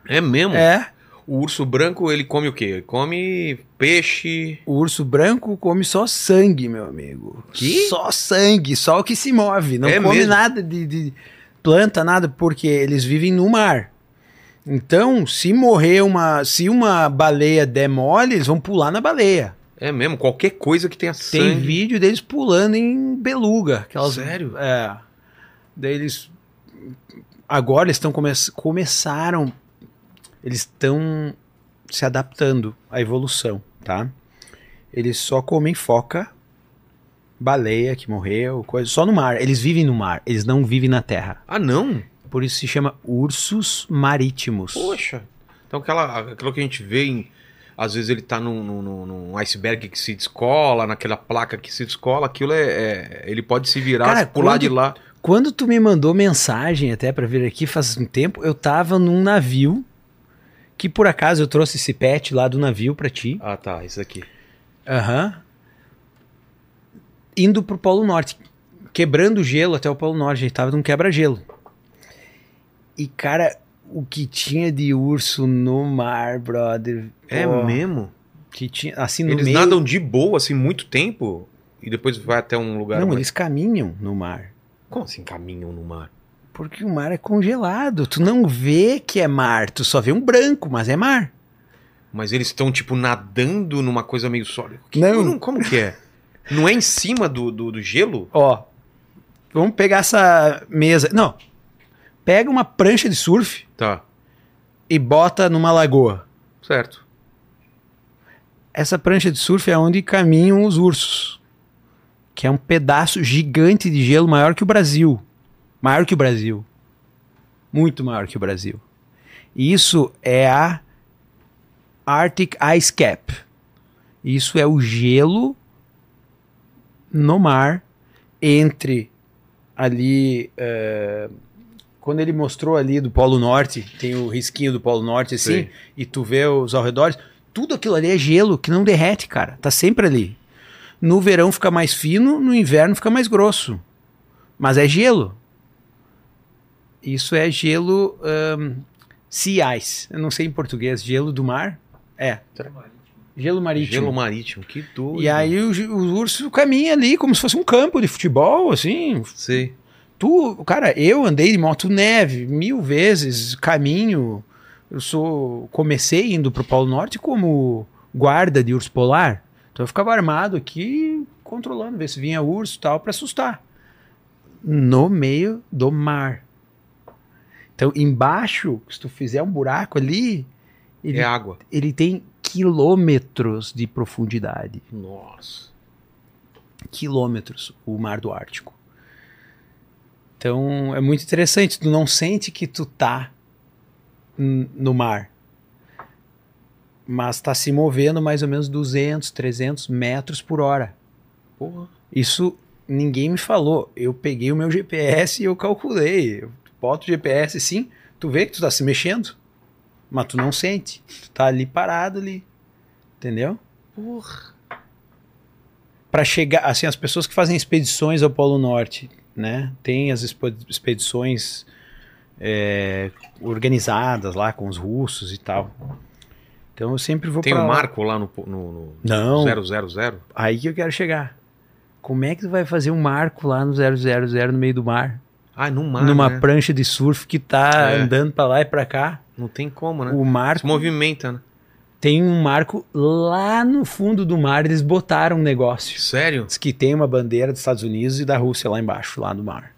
É mesmo?
É.
O urso branco, ele come o quê? Ele come peixe.
O urso branco come só sangue, meu amigo.
Que?
Só sangue, só o que se move. Não
É
come
mesmo?
nada de, de planta, nada, porque eles vivem no mar. Então, se morrer uma. Se uma baleia der mole, eles vão pular na baleia.
É mesmo, qualquer coisa que tenha
Tem
sangue.
vídeo deles pulando em beluga. Aquelas,
Sério?
É. Daí eles. Agora eles estão come... começaram. Eles estão se adaptando à evolução, tá? Eles só comem foca, baleia que morreu, coisa. Só no mar. Eles vivem no mar, eles não vivem na terra.
Ah, não?
Por isso se chama ursos marítimos.
Poxa. Então aquela, aquilo que a gente vê em. Às vezes ele tá num, num- num- num iceberg que se descola, naquela placa que se descola, aquilo é. é- ele pode se virar,
Cara,
pular
quando-
de lá.
Quando tu me mandou mensagem até pra vir aqui faz um tempo, eu tava num navio que por acaso eu trouxe esse pet lá do navio pra ti.
Ah, tá, isso aqui.
Aham. Indo pro Polo Norte. Quebrando o gelo até o Polo Norte. A gente tava num quebra-gelo. E, cara, o que tinha de urso no mar, brother.
É
Pô,
mesmo?
Que tinha, assim, no
Eles
meio...
nadam de boa, assim, muito tempo e depois vai até um lugar.
Não,
mais-
eles caminham no mar.
Como assim caminham no mar?
Porque o mar é congelado. Tu não vê que é mar. Tu só vê um branco, mas é mar.
Mas eles estão, tipo, nadando numa coisa meio sólida. Que-
Não.
Como que é? Não é em cima do, do, do gelo?
Ó, vamos pegar essa mesa. Não. Pega uma prancha de surf
Tá,
e bota numa lagoa.
certo.
Essa prancha de surf é onde caminham os ursos, que é um pedaço gigante de gelo maior que o Brasil. Maior que o Brasil. Muito maior que o Brasil. E isso é a Arctic Ice Cap. Isso é o gelo no mar entre ali. eh, quando ele mostrou ali do Polo Norte, tem o risquinho do Polo Norte assim,
Sim.
e tu vê os arredores, tudo aquilo ali é gelo que não derrete, cara. Tá sempre ali. No verão fica mais fino, no inverno fica mais grosso. Mas é gelo. Isso é gelo ahn, sea ice. Eu não sei em português, gelo do mar? É. Gelo marítimo.
Gelo marítimo, que doido.
E aí o, gi- o urso caminha ali como se fosse um campo de futebol, assim.
Sei.
Tu, cara, eu andei de moto neve mil vezes, caminho. Eu sou, comecei indo pro Polo Norte como guarda de urso polar. Então eu ficava armado aqui, controlando, ver se vinha urso e tal, para assustar. No meio do mar. Então embaixo, se tu fizer um buraco ali, ele,
É água.
ele tem quilômetros de profundidade
Nossa.
quilômetros o mar do Ártico. Então é muito interessante, tu não sente que tu tá n- no mar, mas tá se movendo mais ou menos 200, 300 metros por hora.
Porra.
Isso ninguém me falou. Eu peguei o meu GPS e eu calculei. Eu boto o GPS sim, tu vê que tu tá se mexendo, mas tu não sente. Tu tá ali parado ali. Entendeu?
Porra.
para chegar, assim, as pessoas que fazem expedições ao Polo Norte, né? Tem as expo- expedições é, organizadas lá com os russos e tal. Então eu sempre vou
Tem
pra
um
lá.
marco lá no, no, no
Não,
000?
aí que eu quero chegar. Como é que tu vai fazer um marco lá no 000 no meio do mar?
Ah, no mar,
numa
né?
prancha de surf que tá
É.
andando pra lá e pra cá?
Não tem como, né?
O
Se
marco
movimenta, né?
tem um marco lá no fundo do mar, eles botaram um negócio.
Sério?
Diz que tem uma bandeira dos Estados Unidos e da Rússia lá embaixo, lá no mar.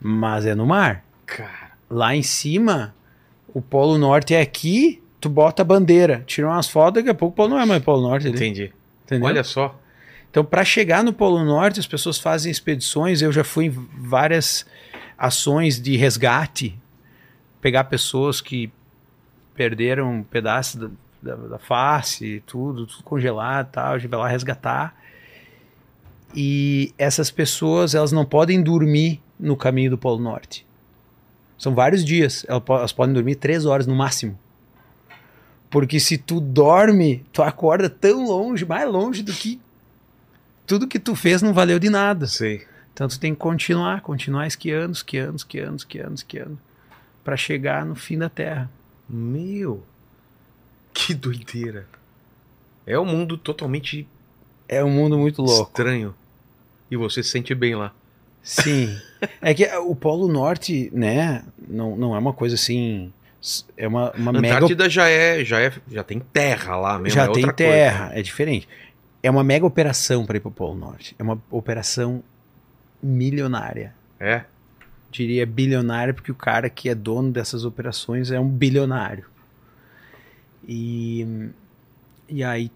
Mas é no mar.
Cara.
Lá em cima, o Polo Norte é aqui, tu bota a bandeira, tira umas fotos, daqui a pouco o Polo não é mais Polo Norte. Ali,
Entendi.
entendeu?
Olha só.
Então, para chegar no Polo Norte, as pessoas fazem expedições. Eu já fui em várias ações de resgate pegar pessoas que perderam um pedaço da, da- da face, tudo, tudo congelado e tal. A gente vai lá resgatar. E essas pessoas, elas não podem dormir no caminho do Polo Norte. São vários dias. Elas po- elas podem dormir três horas no máximo. Porque se tu dorme, tu acorda tão longe, mais longe do que tudo que tu fez não valeu de nada.
Sei.
Então tu tem que continuar, continuar esquiando, esquiando, esquiando, esquiando, esquiando, para chegar no fim da Terra.
Meu. Que doideira. É um mundo totalmente
É um mundo muito louco.
estranho. E você se sente bem lá.
Sim. É que o Polo Norte, né, não, não é uma coisa assim, s- é uma, uma mega
Antártida já é, já é, já tem terra lá mesmo.
já
é
tem
outra coisa.
terra, é diferente. É uma mega operação para ir pro Polo Norte. É uma operação milionária.
É.
diria bilionário, porque o cara que é dono dessas operações é um bilionário. E, e aí,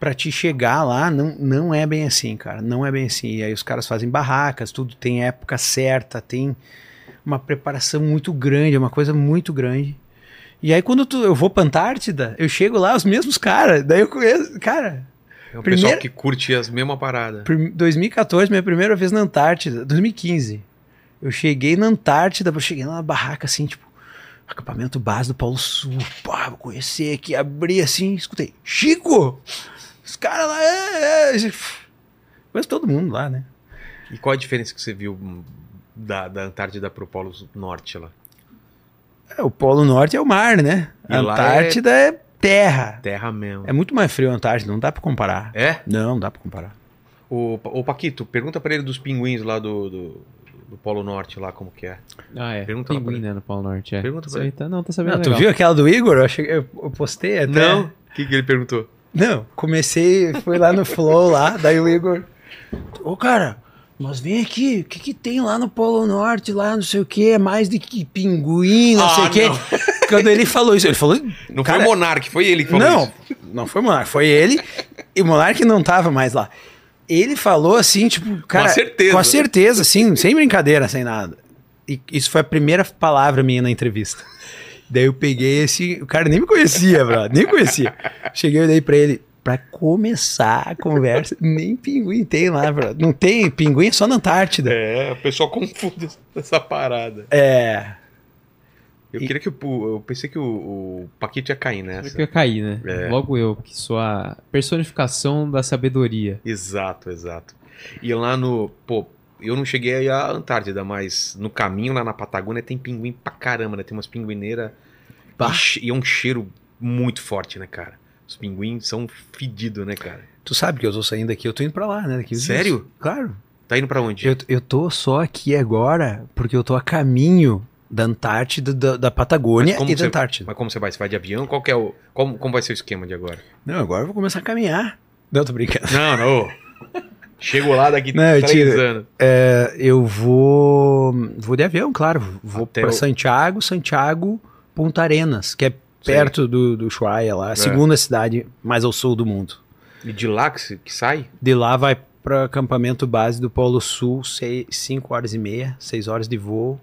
pra te chegar lá, não, não é bem assim, cara. Não é bem assim. E aí os caras fazem barracas, tudo tem época certa, tem uma preparação muito grande, é uma coisa muito grande. E aí, quando tu- eu vou pra Antártida, eu chego lá, os mesmos caras. Daí eu conheço. Cara,
É um pessoal
Primeiro-
que curte as mesmas paradas.
Prim- 2014, minha primeira vez na Antártida. 2015. Eu cheguei na Antártida, eu cheguei numa barraca assim, tipo, acampamento base do Paulo Sul. Pá, vou conhecer aqui. Abri assim, escutei. Chico! Os caras lá. É, é. Conheço todo mundo lá, né?
E qual a diferença que você viu hum, da, da Antártida pro Polo Norte lá?
É, o Polo Norte é o mar, né?
E
A
lá
Antártida é... terra.
Terra mesmo.
É muito mais frio a Antártida, não dá pra comparar.
É?
Não, não dá pra comparar.
O, Pa- o Paquito, pergunta pra ele dos pinguins lá do, do, do Polo Norte lá, como que é.
Ah, é.
Pergunta lá pra
Pinguim,
ele.
né, no Polo Norte. É.
Pergunta pra Ah,
Isso aí tá- Não, tá sabendo
Não, tu
legal.
viu aquela do Igor? Eu, cheguei- eu- eu postei até.
Não? O que, que ele perguntou?
Não, comecei, fui lá no Flow lá, daí o Igor. Ô, cara, Mas vem aqui, o que, que tem lá no Polo Norte, lá não sei o que, é mais de que pinguim, não
Ah,
sei o quê.
não.
Quando ele falou isso, ele falou.
Não
cara,
foi o Monark, foi ele que falou
Não,
isso.
não foi o Monark, foi ele. E o Monark não tava mais lá. Ele falou assim, tipo, cara.
certeza.
Com a certeza, assim, sem brincadeira, sem nada. E isso foi a primeira palavra minha na entrevista. Daí eu peguei esse. O cara nem me conhecia, bro, nem me conhecia. Cheguei e dei pra ele. Pra começar a conversa, nem pinguim tem lá, bro. Não tem pinguim, é só na Antártida.
É, o pessoal confunde essa parada.
É.
Eu
E-
queria que o. pu- Eu pensei que o, o Paquito ia cair
Sabe
nessa.
que eu caí, né?
É.
Logo eu, que sou a personificação da sabedoria.
Exato, exato. E lá no. Pô, eu não cheguei aí à Antártida, mas no caminho lá na Patagônia tem pinguim pra caramba, né? Tem umas pinguineiras.
Bah.
E che- E é um cheiro muito forte, né, cara? Os pinguins são fedidos, né, cara?
Tu sabe que eu tô saindo daqui, eu tô indo pra lá, né? Daqui uns dias.
Sério?
Claro.
Tá indo pra onde?
Eu, eu tô só aqui agora porque eu tô a caminho da Antártida, da, da Patagônia
Mas como
e da
você-
Antártida.
Mas como você vai? Você vai de avião? Qual que é o. Como, como vai ser o esquema de agora?
Não, agora eu vou começar a caminhar. Não, tô brincando.
Não, não. Chego lá daqui
Não, eu
três
tiro.
anos.
É, eu vou. Vou de avião, claro. Vou
Até
pra
o-
Santiago, Santiago, Ponta Arenas, que é perto do, do Ushuaia lá, a segunda cidade mais ao sul do mundo.
E de lá que, se- que sai?
De lá vai pra acampamento base do Polo Sul, 5 horas e meia, 6 horas de voo.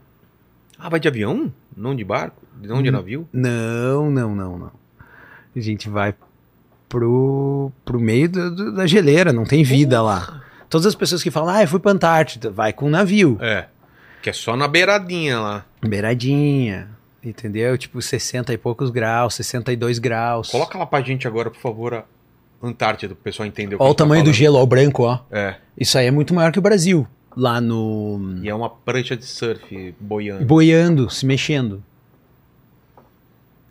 Ah, vai de avião? Não de barco? Não
Hum.
de é navio?
Não, não, não, não. A gente vai pro, pro meio do- do- da geleira, não tem vida lá. Todas as pessoas que falam, ah, eu fui pra Antártida, vai com um navio.
É. Que é só na beiradinha lá.
Beiradinha, entendeu? Tipo 60 e poucos graus, 62 graus.
Coloca lá pra gente agora, por favor, a Antártida, pro pessoal entender o que
Olha
a
o
gente tá
tamanho do
falando.
gelo, ó, o branco, ó.
É.
Isso aí é muito maior que o Brasil. Lá no.
E é uma prancha de surf boiando.
boiando, se mexendo.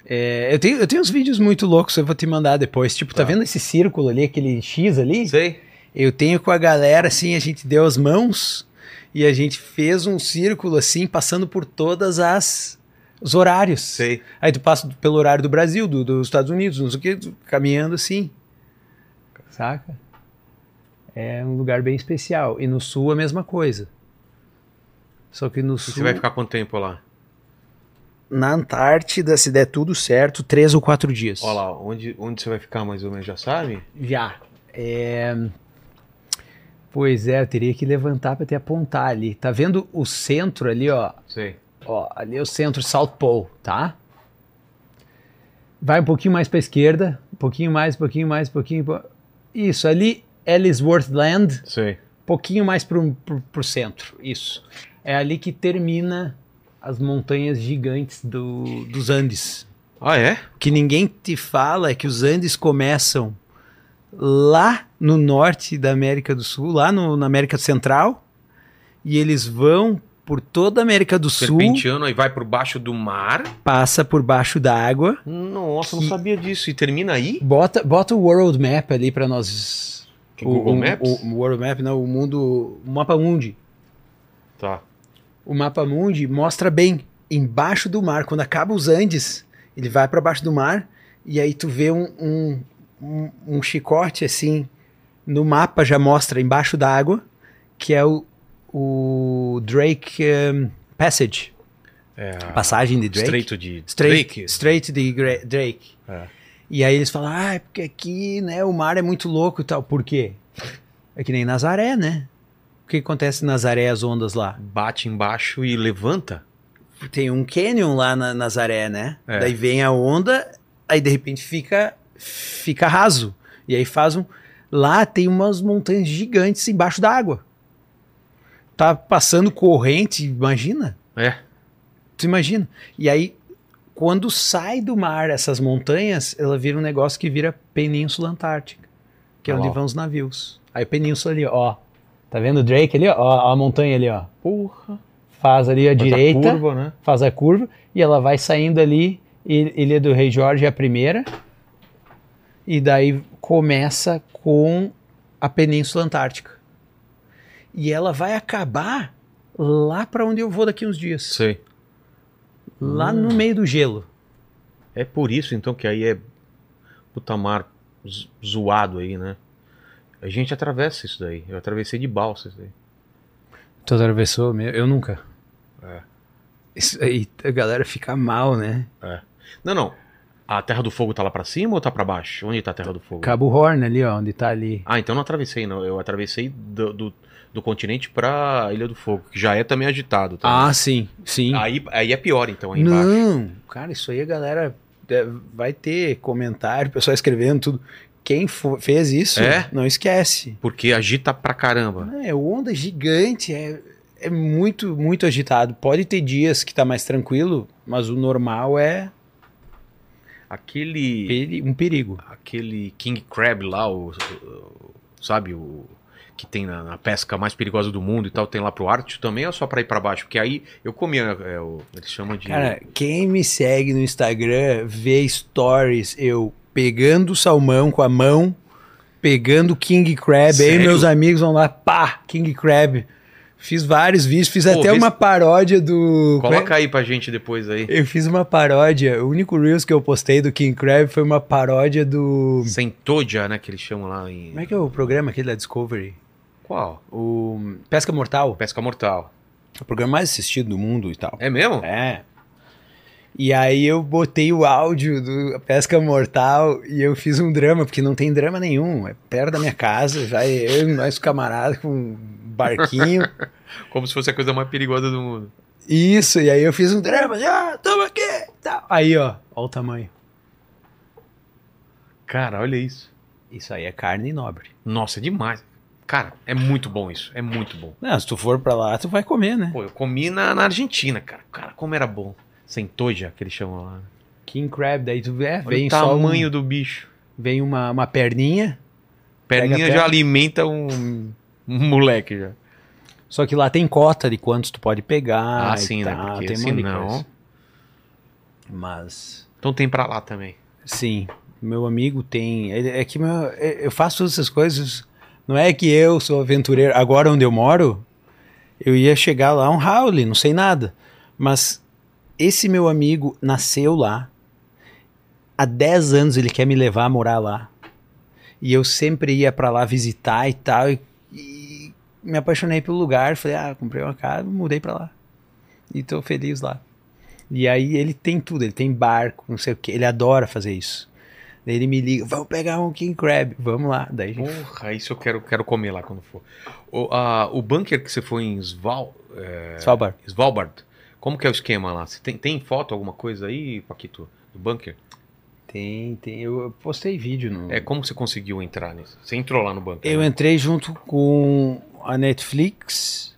É, eu, tenho, eu tenho uns vídeos muito loucos, eu vou te mandar depois. Tipo, tá,
Tá.
vendo esse círculo ali, aquele X ali?
Sei.
Eu tenho com a galera, assim, a gente deu as mãos e a gente fez um círculo, assim, passando por todas as os horários.
Sei.
Aí tu passa pelo horário do Brasil, do- dos Estados Unidos, não sei o quê, tu- caminhando assim. Saca? É um lugar bem especial. E no sul a mesma coisa. Só que no
E
sul,
você vai ficar quanto tempo lá?
na Antártida, se der tudo certo, três ou quatro dias.
Olha lá, onde, onde você vai ficar mais ou menos, já sabe?
Já. É, Pois é, eu teria que levantar para até apontar ali. Tá vendo o centro ali, ó?
Sei.
Ó, ali é o centro South Pole, tá? Vai um pouquinho mais para esquerda, um pouquinho mais, um pouquinho mais, um pouquinho. po- Isso, ali Ellsworth Land,
Sei.
pouquinho mais pro, pro, pro centro. Isso. É ali que termina as montanhas gigantes do, dos Andes.
Ah, é?
O que ninguém te fala é que os Andes começam lá no norte da América do Sul, lá no- na América Central, e eles vão por toda a América do Sul,
Serpenteando, aí vai por baixo do mar.
passa por baixo da água,
Nossa, não
Que-
sabia disso. E termina aí?
bota, bota o World Map ali para nós.
Que é Google
o,
Maps?
O, o World Map, não, o mundo, o mapa mundi.
Tá.
O mapa mundi mostra bem embaixo do mar, quando acaba os Andes, ele vai para baixo do mar e aí tu vê um, um, um- um chicote assim no mapa já mostra embaixo da água que é o, o Drake ehm, Passage,
É,
passagem de Drake.
estreito de
Straight,
Drake.
straight de Gra- Drake.
É.
E aí eles falam, ah, é porque aqui, né, o mar é muito louco e tal. Por quê? É que nem Nazaré, né? O que acontece em Nazaré, as ondas lá?
Bate embaixo e levanta.
Tem um canyon lá na Nazaré, né?
É.
Daí vem a onda, aí de repente fica, fica raso. E aí faz um... Lá tem umas montanhas gigantes embaixo da água. Tá passando corrente, imagina.
É.
Tu imagina? E aí, quando sai do mar essas montanhas, ela vira um negócio que vira Península Antártica, que é
Ah,
onde
lá.
vão os navios. Aí, Península ali, ó. Tá vendo o Drake ali, ó? Ó, a montanha ali, ó.
Porra.
Faz ali a direita,
Faz a curva, né?
faz a curva, e ela vai saindo ali. I- Ilha do Rei Jorge é a primeira. E daí começa com a Península Antártica. E ela vai acabar lá pra onde eu vou daqui uns dias
Sei.
lá no meio do gelo.
É por isso, então, que aí é puta mar zo- zoado aí, né? A gente atravessa isso daí. Eu atravessei de balsa isso daí.
Tu atravessou mesmo? Eu nunca.
É.
Isso aí, a galera fica mal, né?
Não, não. A Terra do Fogo tá lá pra cima ou tá pra baixo? Onde tá a Terra do Fogo?
Cabo Horn ali, ó, onde tá ali.
Ah, então não atravessei, não. Eu atravessei do, do, do continente pra Ilha do Fogo, que já é também agitado. Tá?
Ah, sim, sim.
Aí, aí é pior, então, aí embaixo.
Não,
Cara, isso aí a galera é, vai ter comentário, pessoal escrevendo tudo. Quem fo- fez isso,
É?
não esquece.
Porque agita pra caramba.
É onda gigante, é, é muito, muito agitado. Pode ter dias que tá mais tranquilo, mas o normal é
Aquele.
peri- um perigo.
aquele King Crab lá, o, o- sabe, o que tem na, na pesca mais perigosa do mundo e tal, tem lá pro Ártico também, ou é só pra ir pra baixo? Porque aí eu comia, é, o, eles chamam de...
Cara, quem me segue no Instagram vê stories eu pegando salmão com a mão, pegando King Crab.
Sério?
Aí meus amigos vão lá, pá, King Crab. Fiz vários vídeos, fiz
Pô, vê
até uma
se-
paródia do. é?
Coloca aí pra gente depois aí,
Eu fiz uma paródia. O único Reels que eu postei do King Crab foi uma paródia do.
sem Todia, né, que eles chamam lá em...
Como é que é o programa aquele da Discovery?
Qual?
O Pesca Mortal.
Pesca Mortal.
O programa mais assistido do mundo e tal.
É mesmo?
É. E aí eu botei o áudio do Pesca Mortal e eu fiz um drama, porque não tem drama nenhum. É perto da minha casa, vai eu e nós camaradas com um barquinho.
Como se fosse a coisa mais perigosa do mundo.
Isso, e aí eu fiz um drama, ah, toma aqui! Tal. Aí, ó, ó o tamanho.
Cara, olha isso.
Isso aí é carne nobre.
Nossa, é demais. Cara, é muito bom isso, é muito bom.
Não, se tu for pra lá, tu vai comer, né?
Pô, eu comi na, na Argentina, cara. Cara, como era bom. Sem Todia, que eles chamam lá.
King Crab, daí tu vê,
Olha
vem
o
só um-
tamanho do bicho.
vem uma, uma perninha, Pega
Perninha
a
já
perna.
alimenta um, um moleque já.
só que lá tem cota de quantos tu pode pegar.
Ah,
e
sim, né?
tal,
Porque
tem um monte de
senão-
coisa. Mas...
Então tem pra lá também.
Sim, meu amigo tem. ele- É que meu- é- eu faço todas essas coisas. Não é que eu sou aventureiro. Agora onde eu moro, eu ia chegar lá um Howley, não sei nada. Mas esse meu amigo nasceu lá. Há 10 anos ele quer me levar a morar lá. E eu sempre ia pra lá visitar e tal. E, e me apaixonei pelo lugar. Falei, ah, comprei uma casa, mudei pra lá. E tô feliz lá. E aí ele tem tudo, ele tem barco, não sei o que, ele adora fazer isso. Daí ele me liga, vamos pegar um King Crab, vamos lá. Daí a gente
Porra, isso eu quero, quero comer lá quando for. O, a- o bunker que você foi em Sval,
Svalbard.
Svalbard, como que é o esquema lá? Você tem, tem foto, alguma coisa aí, Paquito? Do bunker?
Tem, tem, eu eu postei vídeo no...
É, como você conseguiu entrar nisso? Você entrou lá no bunker?
Eu
né?
entrei junto com a Netflix,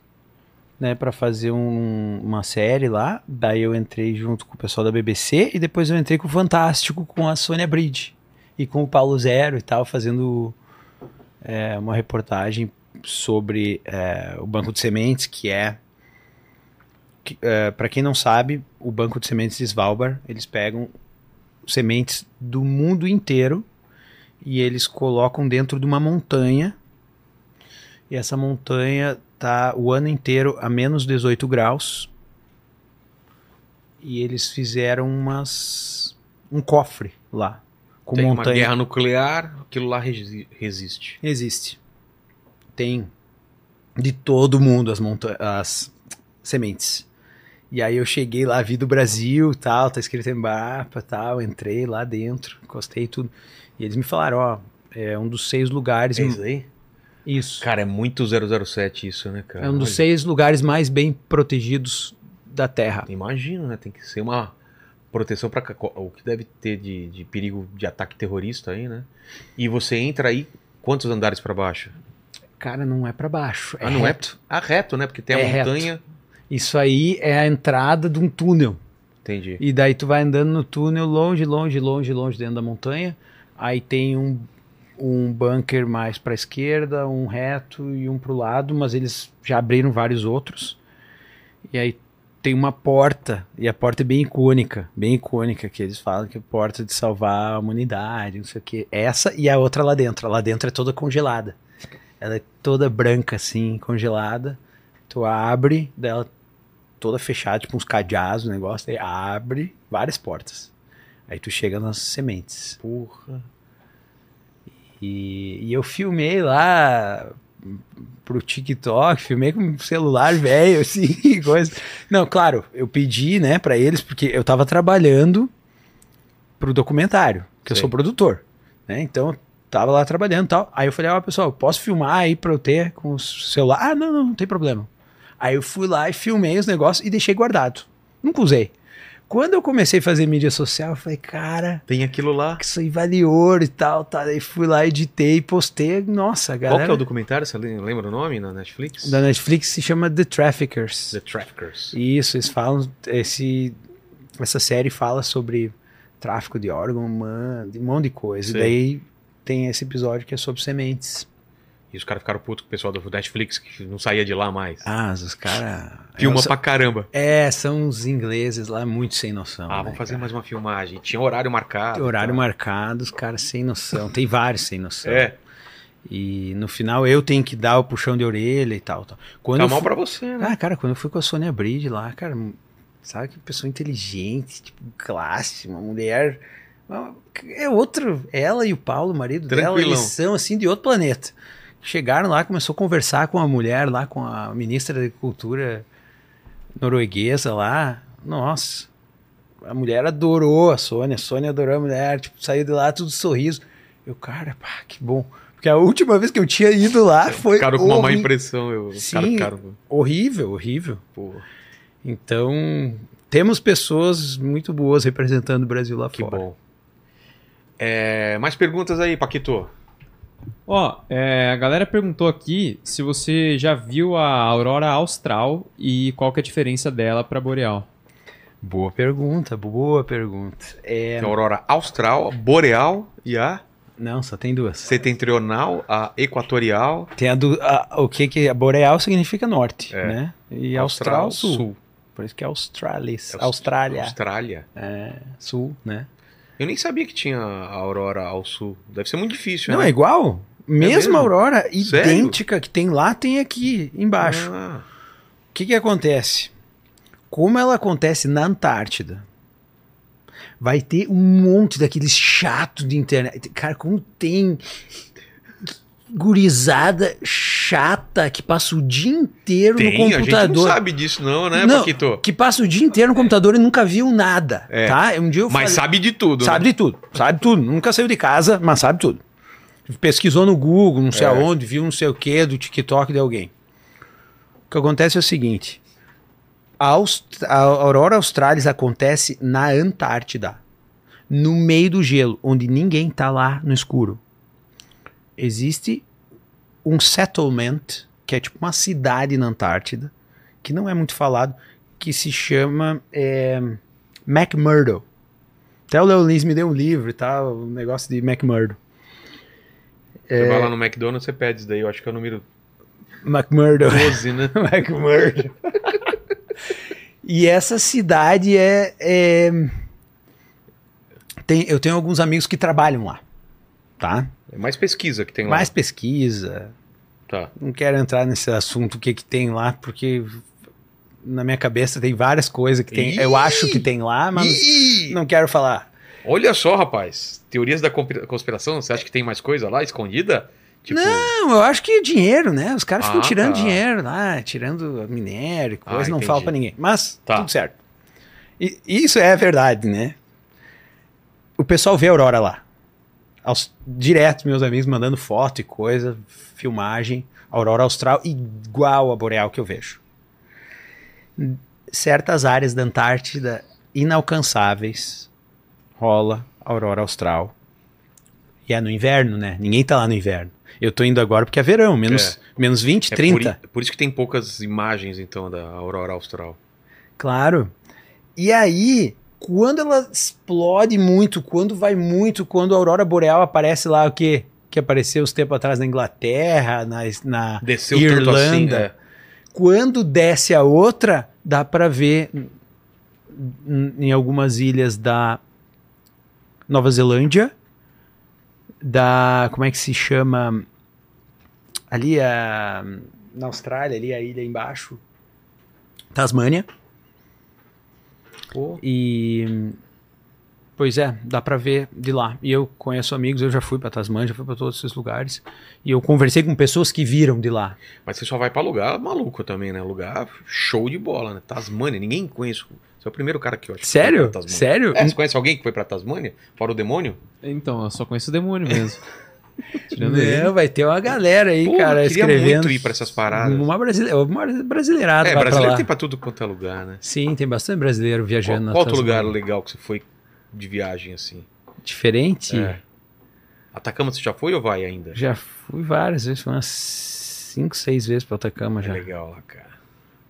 né, pra fazer um- uma série lá. Daí eu entrei junto com o pessoal da BBC e depois eu entrei com o Fantástico, com a Sônia Bridge e com o Paulo Zero e tal, fazendo é, uma reportagem sobre é, o Banco de Sementes, que é, que, é para quem não sabe, o Banco de Sementes de Svalbard, eles pegam sementes do mundo inteiro e eles colocam dentro de uma montanha. E essa montanha tá o ano inteiro a menos 18 graus. E eles fizeram umas um cofre lá com
Tem uma
montanha
guerra nuclear, aquilo lá resi- resiste.
Existe. Tem de todo mundo as, monta as sementes. E aí eu cheguei lá, vi do Brasil, tal, tá escrito Embrapa, tal, entrei lá dentro, encostei tudo. E eles me falaram, ó, é um dos seis lugares...
É aí?
Isso.
Cara, é muito 007 isso, né, cara?
É um dos
Olha,
seis lugares mais bem protegidos da Terra.
Imagino, né? Tem que ser uma proteção para o que deve ter de, de perigo de ataque terrorista aí, né? E você entra aí quantos andares para baixo?
Cara, não é pra baixo, é
Ah, não é?
reto.
Ah, reto, né? Porque tem a
É reto.
montanha.
Isso aí é a entrada de um túnel.
Entendi.
E daí tu vai andando no túnel longe, longe, longe, longe dentro da montanha. Aí tem um, um bunker mais para esquerda, um reto e um pro lado, mas eles já abriram vários outros. E aí tem uma porta, e a porta é bem icônica, bem icônica, que eles falam que é a porta de salvar a humanidade, não sei o que. Essa e a outra lá dentro. A lá dentro é toda congelada. Ela é toda branca, assim, congelada. Tu abre, daí ela toda fechada, tipo uns cadeados, o negócio, aí abre várias portas. Aí tu chega nas sementes.
Porra.
E, e eu filmei lá pro TikTok, filmei com um celular velho, assim, coisa. Não, claro, eu pedi, né, pra eles, porque eu tava trabalhando pro documentário, que eu
Sei.
sou produtor, né, então eu tava lá trabalhando e tal. Aí eu falei, ó, pessoal, posso filmar aí pra eu ter com o celular? Ah, não, não, não tem problema. Aí eu fui lá e filmei os negócios e deixei guardado. Nunca usei. Quando eu comecei a fazer mídia social, eu falei, cara,
Tem aquilo lá.
que isso aí vale ouro e tal, tá? Daí fui lá, editei, postei. Nossa,
Qual
galera.
que é o documentário? Você le- lembra o nome na Netflix?
Da Netflix se chama The Traffickers.
The Traffickers.
Isso, eles falam. Esse, essa série fala sobre tráfico de órgão humano, de um monte de coisa.
Sim.
Daí tem esse episódio que é sobre sementes.
E os caras ficaram putos com o pessoal do Netflix, que não saía de lá mais.
Ah, os caras.
Filma pra caramba.
É, são os ingleses lá muito sem noção.
Ah,
né,
vamos fazer
cara?
mais uma filmagem. Tinha horário marcado.
Horário
tá?
marcado, os caras sem noção. Tem vários sem noção.
É,
E no final eu tenho que dar o puxão de orelha e tal. tal. Quando
tá
eu
mal
fu-
pra você, né?
Ah, cara, quando eu fui com a Sônia Bride lá, cara, hum, sabe que pessoa inteligente, tipo, classe, uma mulher. uma- É outro. Ela e o Paulo, o marido dela,
Tranquilão.
eles são assim de outro planeta. Chegaram lá, começou a conversar com a mulher lá, com a ministra da Cultura norueguesa lá. Nossa. A mulher adorou a Sônia, a Sônia adorou a mulher, tipo, saiu de lá tudo sorriso. Eu, cara, pá, que bom. Porque a última vez que eu tinha ido lá foi
Ficaram com uma má
horri-
impressão. Eu... os caras
Sim.
ficaram,
horrível, horrível.
pô,
Então, temos pessoas muito boas representando o Brasil lá
que
fora.
bom. É, mais perguntas aí, Paquito?
Ó, é, a galera perguntou aqui se você já viu a aurora austral e qual que é a diferença dela pra boreal.
Boa pergunta, boa pergunta. É,
Tem a aurora austral, boreal e a
não, só tem duas.
setentrional, a equatorial,
Tem a do, a- o que que a boreal significa norte,
É.
né? E austral, sul. Por isso que é australis,
É aus-
Austrália,
Austrália.
sul, né?
Eu nem sabia que tinha a aurora ao sul. Deve ser muito difícil,
Não,
né?
é igual.
mesmo?
Mesma aurora
Sério?
idêntica que tem lá, tem aqui embaixo.
Ah,
O que, que acontece? Como ela acontece na Antártida, vai ter um monte daqueles chato de internet. Cara, como tem gurizada chata que passa o dia inteiro
tem,
no
a gente não
computador.
sabe disso não, né,
Não.
Paquito?
Que passa o dia inteiro no computador e nunca viu nada. Tá? Um dia eu
É. Mas
falei-
sabe de tudo,
Sabe
né?
de tudo, sabe tudo. Nunca saiu de casa, mas sabe tudo. Pesquisou no Google, não sei
É.
aonde, viu não sei o que do TikTok de alguém. O que acontece é o seguinte: a, Aust- a Aurora Australis acontece na Antártida, no meio do gelo, onde ninguém tá lá no escuro. Existe um settlement, que é tipo uma cidade na Antártida, que não é muito falado, que se chama é, McMurdo. Até o Léo Lins me deu um livro e tal, um negócio de McMurdo.
Você
É.
vai lá no McDonald's, você pede isso daí. Eu acho que é o número
McMurdo.
12, né?
McMurdo. e essa cidade é. é- Tem, eu tenho alguns amigos que trabalham lá, tá?
É mais pesquisa que tem lá.
Mais pesquisa.
Tá.
Não quero entrar nesse assunto, o que que tem lá, porque na minha cabeça tem várias coisas que tem. Eu
Ih!
acho que tem lá, mas
Ih!
É, não quero falar.
Olha só, rapaz. Teorias da compira- conspiração, você acha que tem mais coisa lá escondida? Tipo,
Não, eu acho que é dinheiro, né? Os caras ficam
Ah,
tirando
tá.
dinheiro lá, tirando minério,
Ah,
coisa, não
entendi.
fala pra ninguém. Mas
Tá.
tudo certo. E isso é verdade, né? O pessoal vê a Aurora lá. Aos- direto, meus amigos mandando foto e coisa, filmagem. Aurora Austral igual a Boreal que eu vejo. Certas áreas da Antártida inalcançáveis rola Aurora Austral. E é no inverno, né? Ninguém tá lá no inverno. Eu tô indo agora porque é verão, menos, menos 20,
é
30.
Por, i- por isso que tem poucas imagens, então, da aurora austral.
Claro. E aí, quando ela explode muito, quando vai muito, quando a aurora boreal aparece lá, o quê? Que apareceu uns tempos atrás na Inglaterra, na, na-
Desceu tanto assim,
Irlanda.
né?
Quando desce a outra, dá pra ver n- n- em algumas ilhas da Nova Zelândia, da... como é que se chama? Ali a... na Austrália, ali a ilha embaixo. Tasmânia.
Pô,
E
Pois é, dá pra ver de lá. E eu conheço amigos, eu já fui pra Tasmânia, já fui pra todos esses lugares. E eu conversei com pessoas que viram de lá.
Mas você só vai pra lugar maluco também, né? Lugar show de bola, né? Tasmânia, ninguém conhece. Você é o primeiro cara que eu acho. que
Sério?
foi pra Tasmânia.
Sério?
É, você conhece alguém que foi pra Tasmânia? Fora o demônio?
Então, eu só conheço o demônio mesmo. Tirando ele.
É.
Não, É, vai ter uma galera aí,
Pô,
cara,
eu queria
escrevendo.
muito ir pra essas paradas.
Uma, brasile... é, uma brasileirada
é,
vai pra
brasileiro
lá.
tem pra tudo quanto é lugar, né?
Sim, tem bastante brasileiro
Qual,
viajando. na
qual outro
Tasmânia.
lugar legal que você foi de viagem, assim?
Diferente?
É. Atacama, você já foi ou vai ainda?
Já fui várias vezes, fui umas 5, 6 vezes pra Atacama
É
já.
legal lá, cara.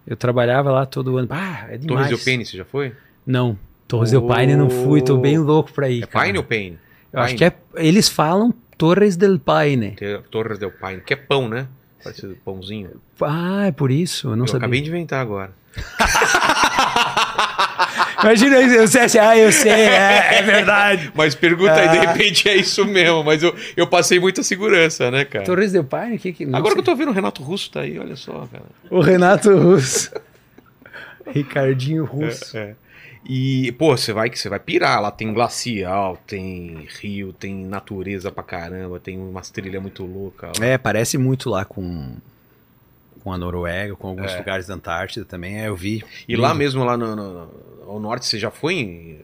Eu trabalhava lá todo ano. Ah, é demais.
Torres del Paine, você já foi?
Não, Torres del Paine não fui, tô bem louco pra ir.
É
cara.
Paine ou Paine?
Eu acho que é, eles falam Torres del Paine.
Te- Torres del Paine, que é pão, né? Parecido pãozinho.
Ah, é por isso, eu não
eu
sabia.
acabei de inventar agora.
Imagina isso, eu sei, assim, ah, eu sei, é, é verdade.
Mas pergunta aí,
Ah.
de repente é isso mesmo. Mas eu, eu passei muita segurança, né, cara?
Torres del Paine, o que que... não
Agora que
sei.
eu tô vendo o Renato Russo tá aí, olha só, cara.
O Renato Russo. Ricardinho Russo.
É. E, pô, você vai que você vai pirar. Lá tem glacial, tem rio, tem natureza pra caramba, tem umas trilhas muito loucas. lá.
É, parece muito lá com, com a Noruega, com
É.
alguns lugares da Antártida também. É, eu vi.
E lá mesmo, lá no, no- ao norte, você já foi em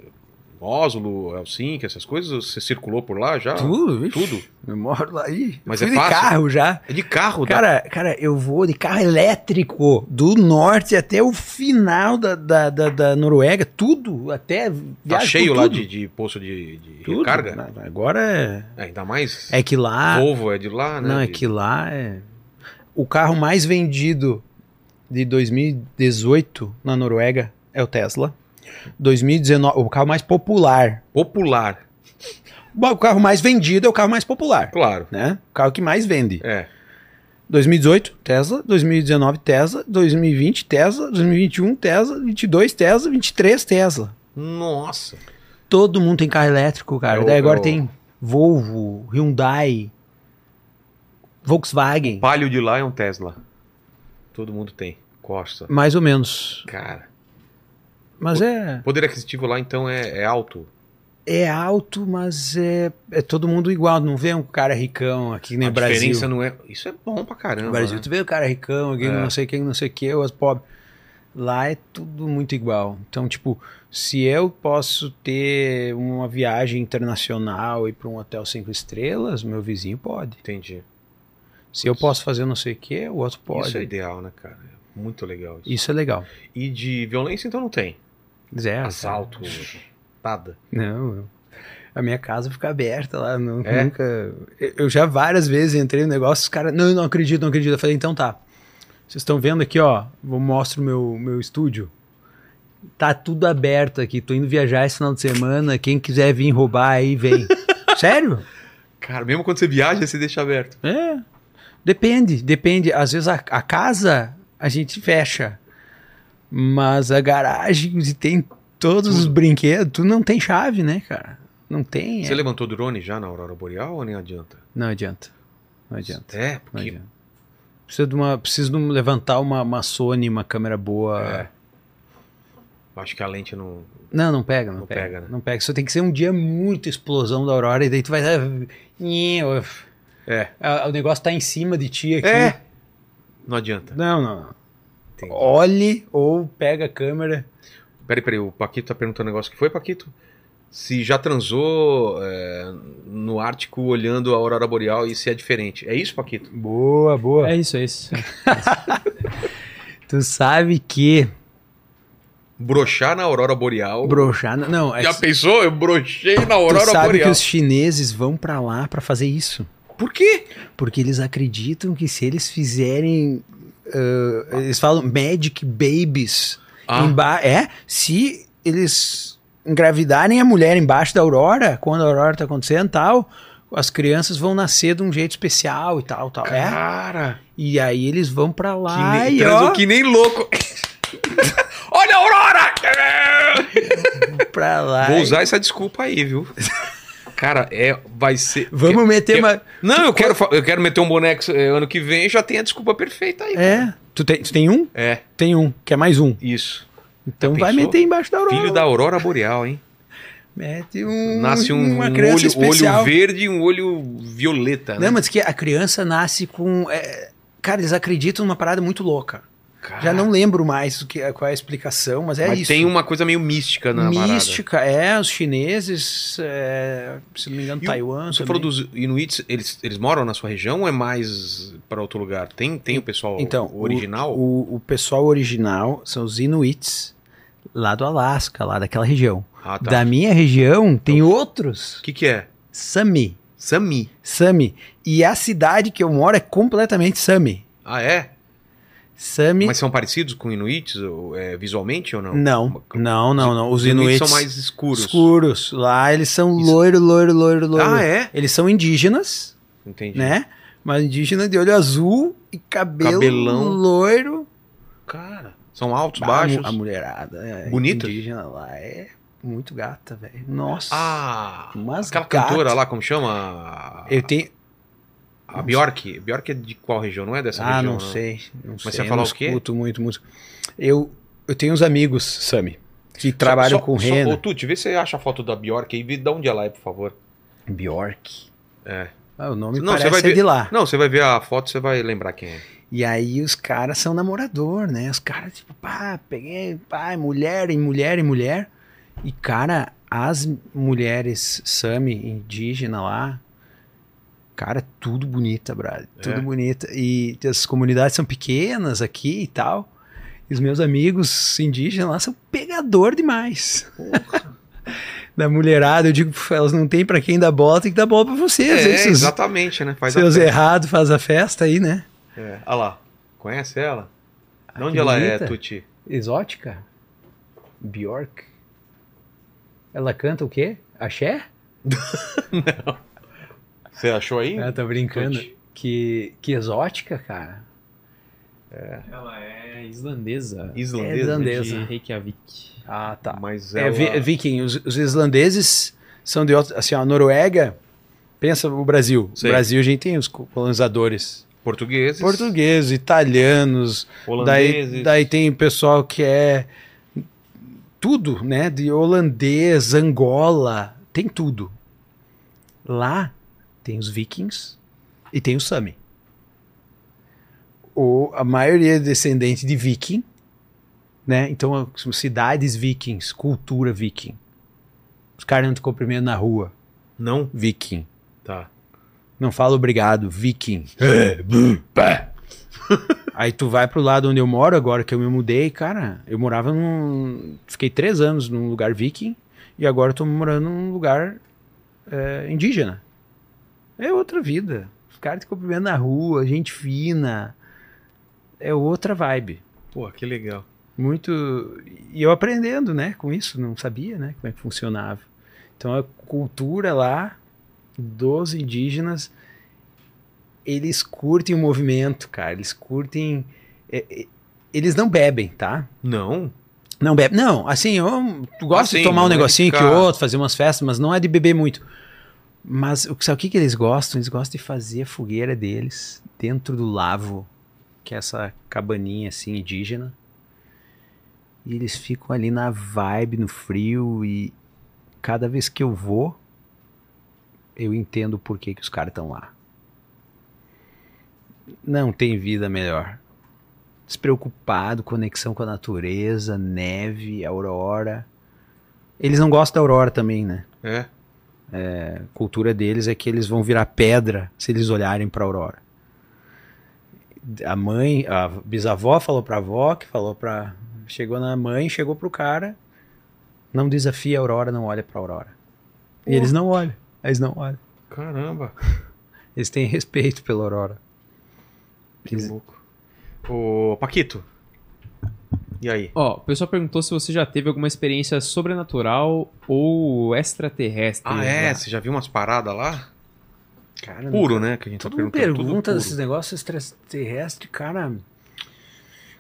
Oslo, Helsinki, essas coisas? Você circulou por lá já?
Tudo, vixe.
Tudo?
Eu moro lá aí.
Mas
Fui
é
de
fácil?
carro já.
É de carro, dá-
Cara, cara, eu vou de carro elétrico do norte até o final da, da, da, da Noruega, tudo, até
Tá
viagem
cheio
por
lá
tudo,
de, de posto de, de
tudo.
recarga?
Na- Agora
É, ainda mais.
é, é que lá,
Volvo é de lá, né?
não é
De-
que lá é o carro mais vendido de 2018 na Noruega é o Tesla. 2019, o carro mais popular.
Popular,
Bom, o carro mais vendido é o carro mais popular,
claro.
né? O carro que mais vende.
É.
2018, Tesla. 2019, Tesla. 2020, Tesla. 2021, Tesla. 22, Tesla. 23, Tesla.
Nossa.
Todo mundo tem carro elétrico, cara.
É o-
Daí agora
é o-
tem Volvo, Hyundai, Volkswagen.
Palio de lá é um Tesla. Todo mundo tem. Costa.
Mais ou menos.
Cara.
Mas é,
Poder aquisitivo lá, então, é, é alto.
é alto, mas é, é todo mundo igual. Não vê um cara ricão aqui nem
a
no Brasil.
diferença não é. Isso é bom pra caramba.
No Brasil,
né? É.
tu vê o cara ricão, aqui, não sei quem, não sei o que, os pobres. Lá é tudo muito igual. Então, tipo, se eu posso ter uma viagem internacional e ir para um hotel cinco estrelas, meu vizinho pode.
Entendi.
Se eu posso fazer não sei o que, o outro pode.
Isso é ideal, né, cara? É Muito legal isso.
legal.
E de violência, então, não tem.
Zero.
Assalto,
é.
nada.
Não, eu- a minha casa fica aberta lá. nu-
É?
Nunca. eu- Eu já várias vezes entrei no negócio, os caras. Não, eu não acredito, não acredito. Eu falei, então tá. Vocês estão vendo aqui, ó. Vou mostrar o meu, meu estúdio. Tá tudo aberto aqui. Tô indo viajar esse final de semana. Quem quiser vir roubar aí, vem. Sério?
Cara, mesmo quando você viaja, você deixa aberto.
É. Depende, depende. Às vezes a, a casa a gente fecha, mas a garagem se tem todos os brinquedos, tu não tem chave, né, cara? Não tem.
Você
é.
levantou drone já na Aurora Boreal ou nem adianta?
Não adianta. Não adianta.
É,
Não
porque.
adianta. Precisa de uma, preciso de um- levantar uma, uma Sony, uma câmera boa.
É. Eu acho que a lente não.
Não, não pega, não,
Não
pega.
pega, né?
Não pega. Só tem que ser um dia muito explosão da aurora e daí tu vai lá, nhe, uf.
É.
Ah, O negócio tá em cima de ti aqui.
É. Não adianta.
Não, não. não.
Entendi.
Olhe ou pega a câmera.
Peraí, peraí, o Paquito tá perguntando um negócio que foi, Paquito? Se já transou é, no Ártico olhando a Aurora Boreal e se é diferente. É isso, Paquito?
Boa, boa.
É isso, é isso.
Tu sabe que
Brochar na Aurora Boreal.
broxar. Não, é
Já
que
pensou? Eu brochei na
tu
Aurora
sabe
Boreal.
que os chineses vão pra lá pra fazer isso.
Por quê?
Porque eles acreditam que se eles fizerem. ah, eles falam Magic Babies.
Ah.
emba- É, se eles engravidarem a mulher embaixo da aurora, quando a aurora tá acontecendo e tal, as crianças vão nascer de um jeito especial e tal, tal. É.
Cara,
E aí eles vão pra
que
lá
nem,
e
transou
ó,
que nem louco. Olha a Aurora!
pra lá.
Vou
e-
usar essa desculpa aí, viu? Cara, é, vai ser.
Vamos meter
que-
uma.
Não, eu quero, fa- eu quero meter um boneco eh, ano que vem e já tem a desculpa perfeita aí.
É. Tu tem, tu tem um?
É,
Tem um. Quer mais um.
isso.
Então
Já
vai
pensou?
meter embaixo da aurora.
Filho da Aurora Boreal, hein?
Mete um.
Nasce um,
uma
um
criança
olho,
especial.
olho verde e um olho violeta. né?
Não, mas diz que a criança nasce com. é, cara, eles acreditam numa parada muito louca.
Cara,
Já não lembro mais o que, qual é a explicação, mas é
Ah. mas
isso.
tem uma coisa meio mística na parada.
Mística, é, os chineses, é, se não me engano,
E o-
Taiwan.
Você
também.
falou dos Inuits, eles, eles moram na sua região ou é mais para outro lugar? Tem, tem o pessoal
Então, o-
original?
O, o pessoal original são os Inuits, lá do Alasca, lá daquela região.
ah, tá.
Da minha região tem outros,
O que, que é?
Sami.
Sami.
Sami. E a cidade que eu moro é completamente Sami.
Ah, é?
Sami.
Mas são parecidos com Inuits ou, é, visualmente ou não?
Não, não, não, não. Os
Os Inuits,
Inuits
são mais escuros.
escuros. Lá eles são
Isso.
loiro, loiro, loiro, loiro.
Ah, é?
Eles são indígenas,
Entendi.
né? Mas indígena de olho azul e cabelo
Cabelão.
loiro.
Cara, são altos,
Ah,
baixos.
A mulherada. É,
Bonita?
Indígena lá é muito gata, velho. Nossa.
Ah,
Umas
aquela
gatas.
cantora lá, como chama?
Eu tenho.
A Bjork. Bjork é de qual região? Não é dessa
ah,
região?
não sei. Não sei.
você
eu
ia falar
não
o quê?
escuto muito música. Eu, eu tenho uns amigos, Sami, que trabalham com
Ô,
rena.
Tuti, vê se você acha a foto da Bjork aí. Vê de onde ela é, por favor.
Bjork.
É.
Ah, o nome
Não, você
parece
vai
ser
ver-
de lá.
Não, você vai ver a foto, você vai lembrar quem é.
E aí os caras são namorador, né? Os caras, tipo, pá, peguei, pá, é mulher e mulher e mulher. E, cara, as mulheres Sami, indígena lá, cara, tudo bonita, brother. Tudo
É.
bonita. E as comunidades são pequenas aqui e tal. E os meus amigos indígenas lá são pegador demais. da mulherada, eu digo, "Pô, elas não têm pra quem dar bola, tem que dar bola pra vocês. hein,
É,
seus
exatamente, né? Faz a
seus
festa.
errados faz a festa aí, né?
É. Olha lá. Conhece ela? De
Ah,
onde
que
ela é,
bonita.
Tuti?
Exótica? Bjork? Ela canta o quê? Axé?
Você achou aí?
É,
Ah, tá brincando. Que, que exótica, cara.
Ela é islandesa.
Islandesa.
É islandesa.
De Reykjavik.
Ah, tá.
Mas ela...
É, vi- viking, os, os islandeses são de outro, assim, a Noruega, pensa o Brasil.
Sei.
O Brasil a gente tem os co- colonizadores.
Portugueses.
Portugueses, italianos, daí,
Holandeses.
daí tem o pessoal que é tudo, né, de holandês, Angola, tem tudo. Lá tem os vikings e tem o Sami. Ou a maioria é descendente de viking, né? Então a- são cidades vikings, cultura viking. Os caras não te cumprimentam na rua,
Não?
viking.
Tá.
Não fala obrigado, viking. Aí tu vai pro lado onde eu moro agora, que eu me mudei, cara. Eu morava num. Fiquei três anos num lugar viking e agora eu tô morando num lugar é, indígena. É outra vida. Os caras te cumprimentam na rua, gente fina. É outra vibe.
Pô, que legal.
Muito. E eu aprendendo, né, com isso, não sabia, né, como é que funcionava. Então a cultura lá dos indígenas, eles curtem o movimento, cara. Eles curtem. é, é, eles não bebem, tá?
Não?
Não bebe. Não, assim, eu gosto
Assim,
de tomar
não
um
é de
negocinho que
ficar-
outro, fazer umas festas, mas não é de beber muito. Mas o que- sabe o que, que eles gostam? Eles gostam de fazer a fogueira deles dentro do lavo, que é essa cabaninha assim indígena. E eles ficam ali na vibe, no frio e cada vez que eu vou, eu entendo por que, que os caras estão lá. Não tem vida melhor despreocupado, conexão com a natureza, neve, aurora. Eles não gostam da aurora também, né?
É.
A cultura deles é que eles vão virar pedra se eles olharem para aurora. A mãe, a bisavó falou para avó, que falou para chegou na mãe, chegou pro cara, não desafia a aurora, não olha para aurora. E eles não olham, eles não olham.
Caramba.
Eles têm respeito pela aurora.
Que
Eles-
louco. Ô, Paquito. E aí?
Ó, o pessoal perguntou se você já teve alguma experiência sobrenatural ou extraterrestre.
Ah, é?
lá.
Você já viu umas paradas lá?
Cara, não
Puro, né? Que a gente
Todo
tá
mundo
perguntando.
pergunta
tudo
desses negócios extraterrestres, cara.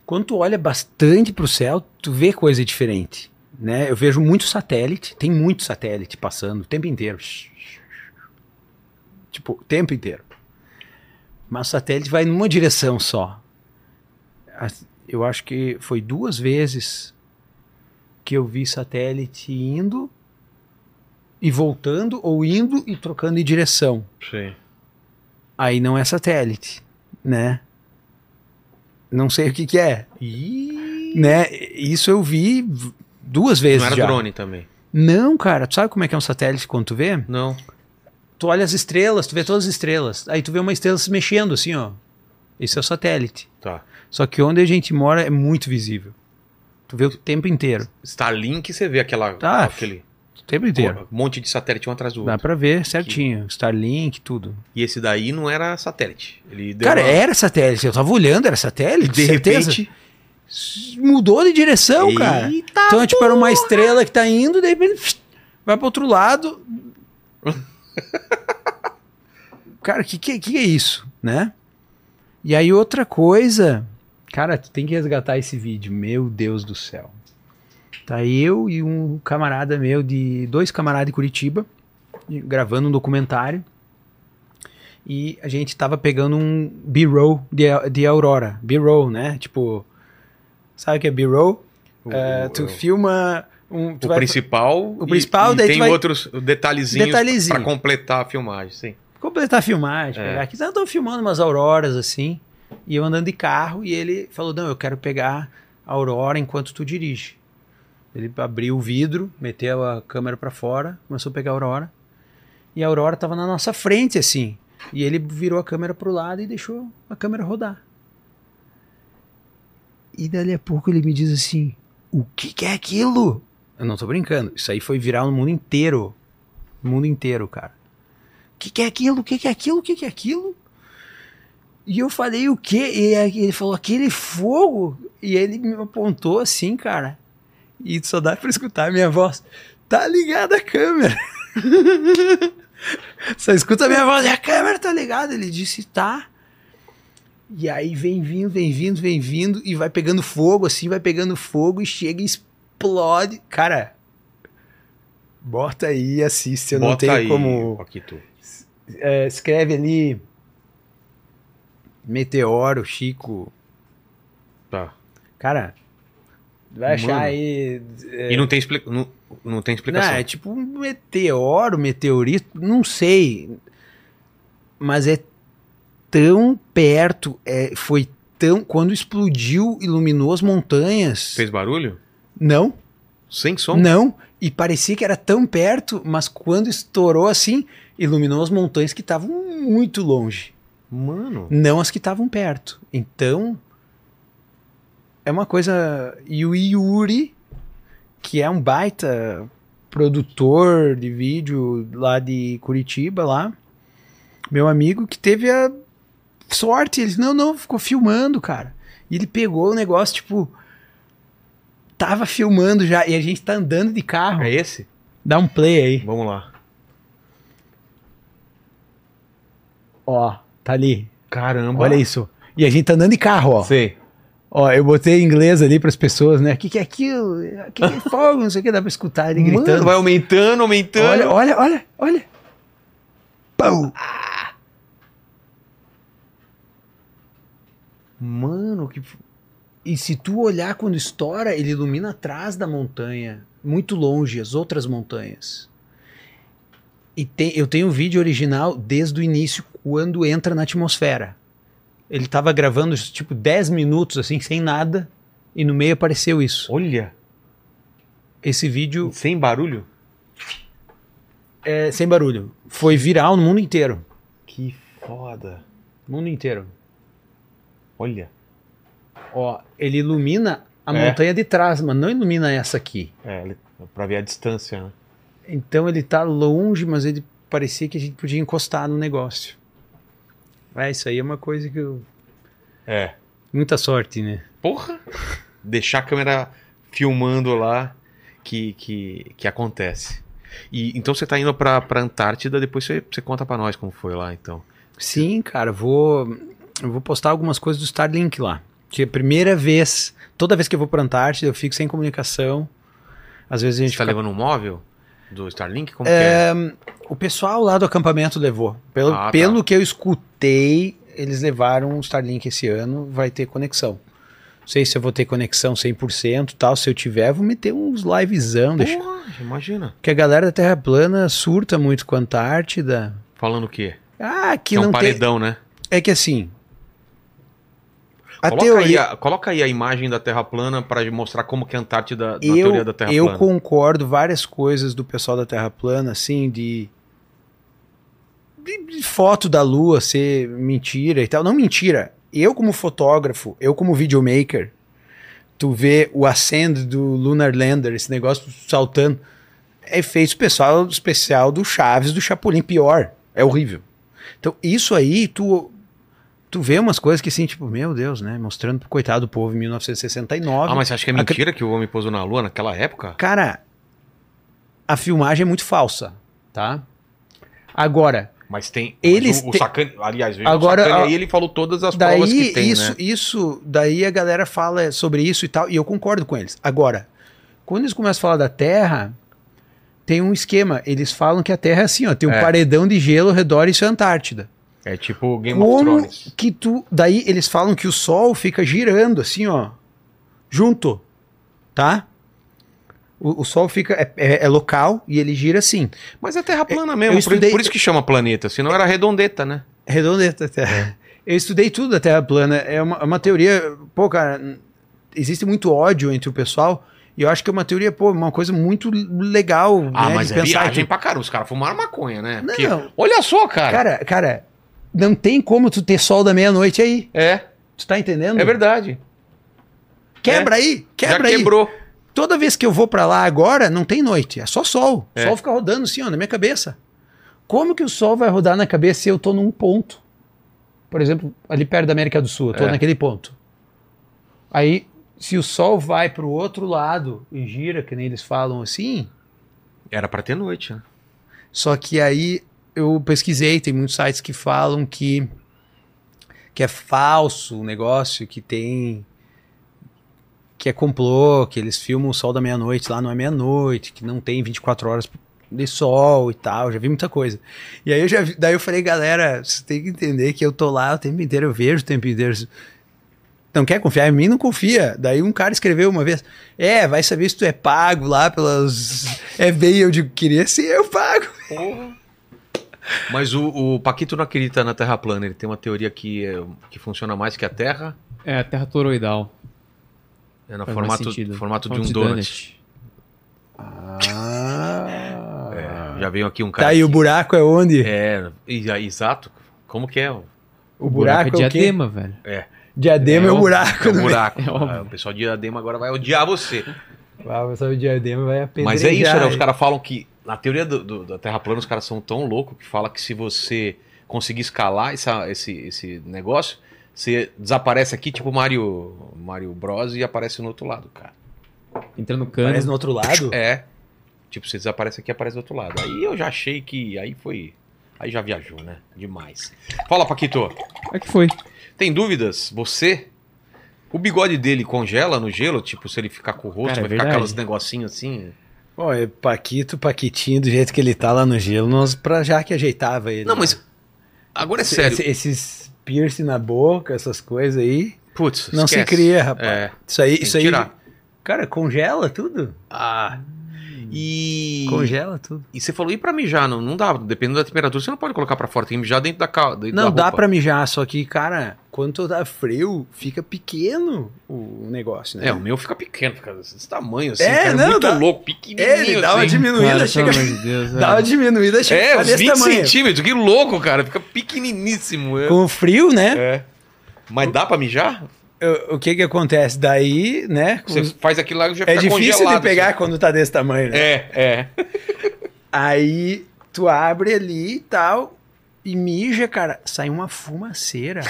Quando tu olha bastante pro céu, tu vê coisa diferente, né? Eu vejo muito satélite, tem muito satélite passando o tempo inteiro. Tipo, o tempo inteiro. Mas o satélite vai numa direção só. As- Eu acho que foi duas vezes que eu vi satélite indo e voltando ou indo e trocando de direção.
Sim.
Aí não é satélite, né? Não sei o que que é,
Ih,
né? Isso eu vi v- duas vezes
não era
já.
drone também.
Não, cara, tu sabe como é que é um satélite quando tu vê?
Não.
Tu olha as estrelas, tu vê todas as estrelas. Aí tu vê uma estrela se mexendo assim, ó. Isso é o satélite.
Tá.
Só que onde a gente mora é muito visível. Tu vê o tempo inteiro.
Starlink, você vê aquela,
Tá.
aquele
O tempo inteiro.
monte de satélite um atrás do outro.
Dá pra ver certinho. Starlink, tudo.
E esse daí não era satélite. Ele deu
Cara,
uma-
era satélite. Eu tava olhando, era satélite.
de
certeza.
repente.
Mudou de direção, cara.
Eita,
Então, tipo, era uma estrela que tá indo, de repente pss, vai pro outro lado. cara, o que, que, que é isso, né? E aí, outra coisa. Cara, tu tem que resgatar esse vídeo. Meu Deus do céu. Tá eu e um camarada meu, de dois camaradas de Curitiba, e- gravando um documentário. E a gente tava pegando um B-roll de, de Aurora. B-roll, né? Tipo. Sabe o que é B-roll?
o-
É,
o-
tu
o-
filma um. Tu
o
vai-
principal.
o principal,
e,
daí
e tem
tu vai-
outros detalhezinhos
Detalhezinho.
pra completar a filmagem, sim.
completar a filmagem,
É.
pegar aqui. Então, Eu tô filmando umas auroras assim, e eu andando de carro, e ele falou: Não, eu quero pegar a aurora enquanto tu dirige. Ele abriu o vidro, meteu a câmera pra fora, começou a pegar a aurora. E a aurora tava na nossa frente, assim. E ele virou a câmera pro lado e deixou a câmera rodar. E dali a pouco ele me diz assim: O que, que é aquilo? Eu não tô brincando. Isso aí foi viral no mundo inteiro. No mundo inteiro, cara. O que, que é aquilo? O que, que é aquilo? O que, que é aquilo? E eu falei: O que? E aí ele falou: Aquele fogo. E ele me apontou assim, cara. E só dá pra escutar a minha voz. Tá ligada a câmera. só escuta a minha voz. E a câmera tá ligada. Ele disse: Tá. E aí vem vindo, vem vindo, vem vindo, e vai pegando fogo, assim, vai pegando fogo, e chega e explode. Cara, bota aí e assiste, eu não
Bota
tenho
aí,
como...
Paquito.
É, escreve ali, Meteoro, Chico,
Tá.
cara, vai achar
Mano.
aí...
E não tem, expli... não, não tem
Não,
explicação.
é tipo um meteoro, meteorito, não sei. Mas é tão perto, é, foi tão. Quando explodiu, iluminou as montanhas.
Fez barulho?
Não,
Sem som?
não. E parecia que era tão perto, mas quando estourou assim, iluminou as montanhas que estavam muito longe.
Mano.
Não as que estavam perto. Então. É uma coisa. E o Yuri, que é um baita produtor de vídeo lá de Curitiba, lá, meu amigo, que teve a sorte. Ele não, não, ficou filmando, cara. E ele pegou o negócio, tipo. Tava filmando já. E a gente tá andando de carro.
É esse?
Dá um play aí.
Vamos lá.
Ó, tá ali.
Caramba.
Olha isso. E a gente tá andando de carro, ó.
Sei.
Ó, eu botei em inglês ali pras pessoas, né? O que, que é aquilo? O que, que é fogo? Não sei o que, dá pra escutar ele
Mano,
gritando.
vai aumentando, aumentando.
olha, olha, olha, olha. Pau!
Mano, que. f-
E se tu olhar quando estoura, ele ilumina atrás da montanha, muito longe, as outras montanhas. E tem- eu tenho o vídeo original desde o início, quando entra na atmosfera. Ele tava gravando, tipo, 10 minutos, assim, sem nada, e no meio apareceu isso.
Olha.
Esse vídeo
Sem barulho?
é sem barulho. Foi viral no mundo inteiro.
Que foda.
Mundo inteiro.
Olha.
Ó, ele ilumina a
É.
montanha de trás, mas não ilumina essa aqui.
É, ele- pra ver a distância, né?
Então ele tá longe, mas ele parecia que a gente podia encostar no negócio. É, isso aí é uma coisa que eu...
É.
Muita sorte, né?
Porra! Deixar a câmera filmando lá que, que, que acontece. E, então você tá indo pra, pra Antártida, depois você, você conta pra nós como foi lá, então.
Sim, cara, vou... Eu vou postar algumas coisas do Starlink lá. Que é a primeira vez, toda vez que eu vou pra Antártida, eu fico sem comunicação. Às vezes a
Você
gente
tá
fica...
levando um móvel do Starlink? Como é... que
O pessoal lá do acampamento levou. Pelo,
Ah, tá.
pelo que eu escutei, eles levaram o Starlink esse ano, vai ter conexão. Não sei se eu vou ter conexão 100% e tal. Se eu tiver, vou meter uns livezão. Deixa...
Porra, imagina.
Porque a galera da Terra Plana surta muito com a Antártida.
Falando o quê?
Ah,
Que
que
é um
não tem...
paredão, né?
É que assim... A
Coloca, aí
teoria...
a, coloca aí a imagem da Terra plana para mostrar como que é a Antártida, na teoria
eu,
da Terra
eu
plana.
concordo várias coisas do pessoal da Terra plana, assim, de, de- de foto da Lua ser mentira e tal. Não mentira. Eu, como fotógrafo, eu como videomaker, tu vê o ascend do Lunar Lander, esse negócio saltando. É efeito especial, especial do Chaves, do Chapolin. Pior. É horrível. Então, isso aí, tu. Tu vê umas coisas que assim, tipo, meu Deus, né? Mostrando pro coitado do povo em 1969.
Ah, mas você acha que é
A-
mentira que o homem pousou na Lua naquela época?
Cara, a filmagem é muito falsa, tá? Agora,
Mas tem.
Eles
mas o, o
te-
Sacani. Aliás, veja,
Agora,
o Sacani
a-
aí ele falou todas as
daí
provas que tem,
isso,
né?
isso, daí a galera fala sobre isso e tal, e eu concordo com eles. Agora, quando eles começam a falar da Terra, tem um esquema, eles falam que a Terra é assim, ó, tem um
É.
paredão de gelo ao redor e isso é Antártida.
É tipo Game of
Como
Thrones.
que tu, daí eles falam que o Sol fica girando assim, ó, junto, tá? O, o Sol fica, é- é- é local e ele gira assim.
Mas é Terra plana
eu
mesmo,
estudei-
por, por isso que chama planeta, senão era redondeta, né?
Redondeta
É.
Terra. Eu estudei tudo da Terra plana. É uma, é uma teoria. Pô, cara, n- existe muito ódio entre o pessoal. E eu acho que é uma teoria, pô, uma coisa muito legal.
Ah,
né,
mas
de
é
pensar
viagem
que-
pra caramba. Os caras fumaram maconha, né?
Não.
olha só, cara.
Cara, cara, não tem como tu ter sol da meia-noite aí.
É,
Tu tá entendendo?
é verdade. é.
Quebra aí, quebra
Já
aí.
quebrou.
Toda vez que eu vou pra lá agora, não tem noite. É só sol. O
É.
sol fica rodando assim, ó, na minha cabeça. Como que o sol vai rodar na cabeça se eu tô num ponto? Por exemplo, ali perto da América do Sul, eu tô
É.
naquele ponto. Aí, se o sol vai pro outro lado e gira, que nem eles falam assim,
Era pra ter noite, né?
só que aí eu pesquisei, tem muitos sites que falam que que é falso o negócio, que tem que é complô, que eles filmam o sol da meia-noite, lá não é meia-noite, que não tem 24 horas de sol e tal, já vi muita coisa. E aí eu já vi- daí eu falei, galera, você tem que entender que eu tô lá o tempo inteiro, eu vejo o tempo inteiro. Não quer confiar em mim? Não confia. Daí um cara escreveu uma vez, é, vai saber se tu é pago lá pelas FBI, eu digo, queria ser eu pago.
Mas o, o Paquito não acredita na Terra plana. Ele tem uma teoria que, é- que funciona mais que a Terra.
É, terra toroidal.
É no
faz mais
formato,
sentido.
formato de
Forma
um donut.
Ah.
É, já veio aqui um cara.
Tá, e o
que-
buraco é onde?
É, e- aí, exato. Como que é? ó?
O buraco, é o quê?
diadema, velho.
Diadema é
É
o
o-
É
buraco.
o
né?
buraco.
É óbvio.
Ah, o pessoal de Diadema agora vai odiar você.
Ah, mas sabe, o diadema vai
Mas é isso,
apedrejar,
né? Os caras falam que, na teoria do- do- da Terra plana, os caras são tão loucos que fala que se você conseguir escalar essa- esse, esse negócio, você desaparece aqui, tipo Mario, Mario Bros, e aparece no outro lado, cara.
Entra no cano.
Parece no outro lado?
É. Tipo, você desaparece aqui, aparece do outro lado. Aí eu já achei que. Aí foi. Aí já viajou, né? Demais. Fala, Paquito.
um
É que foi.
Tem dúvidas? Você. O bigode dele congela no gelo? Tipo, se ele ficar com o rosto,
Cara, é
vai ficar
verdade.
aqueles negocinhos assim?
Bom, é Paquito, Paquitinho, do jeito que ele tá lá no gelo, nós pra já que ajeitava ele. né?
Não, mas. Agora é sério.
Esse- esses piercing na boca, essas coisas aí,
Putz,
não se
esquece.
cria, rapaz.
É.
Isso aí,
que
isso aí.
tirar.
Cara, congela tudo.
Ah. E.
Congela tudo.
E você falou, e pra mijar? Não, não dá. Dependendo da temperatura, você não pode colocar pra fora. Tem que mijar dentro da calda.
Não, dá
roupa.
pra mijar, só que, cara, quando tá frio, fica pequeno o negócio, né?
É, o meu fica pequeno, fica desse tamanho assim.
É,
cara,
não,
muito
dá-
louco, pequenininho. assim.
Cara, pelo amor de Deus. é.
Dá uma
velho.
diminuída, chega
É,
a ficar
uns 20 centímetros, que louco, cara. Fica pequeniníssimo. É.
Com o frio, né?
É. Mas dá pra mijar?
O, o que que acontece? Daí, né? com-
É. Você faz aquilo lá e já
é
fica
difícil de
congelado,
pegar quando tá desse tamanho,
assim.
né?
É, é.
Aí tu abre ali e tal, e mija, cara. Sai uma fumaceira.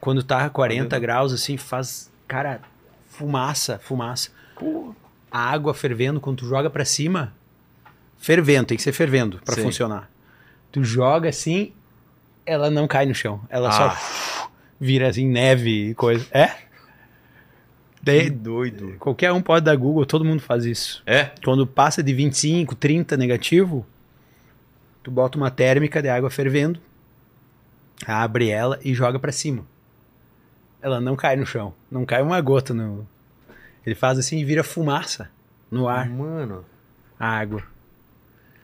quando tá a 40 graus, assim, faz, cara, fumaça, fumaça. A água fervendo, quando tu joga pra cima, fervendo, tem que ser fervendo pra
Sim.
funcionar. Tu joga assim, ela não cai no chão. Ela
Ah.
só vira assim, neve e coisa. É? Daí,
doido.
qualquer um pode dar Google, todo mundo faz isso.
É?
Quando passa de 25, 30 negativo, tu bota uma térmica de água fervendo, abre ela e joga pra cima. Ela não cai no chão. Não cai uma gota no. Ele faz assim e vira fumaça no ar,
Mano.
a água.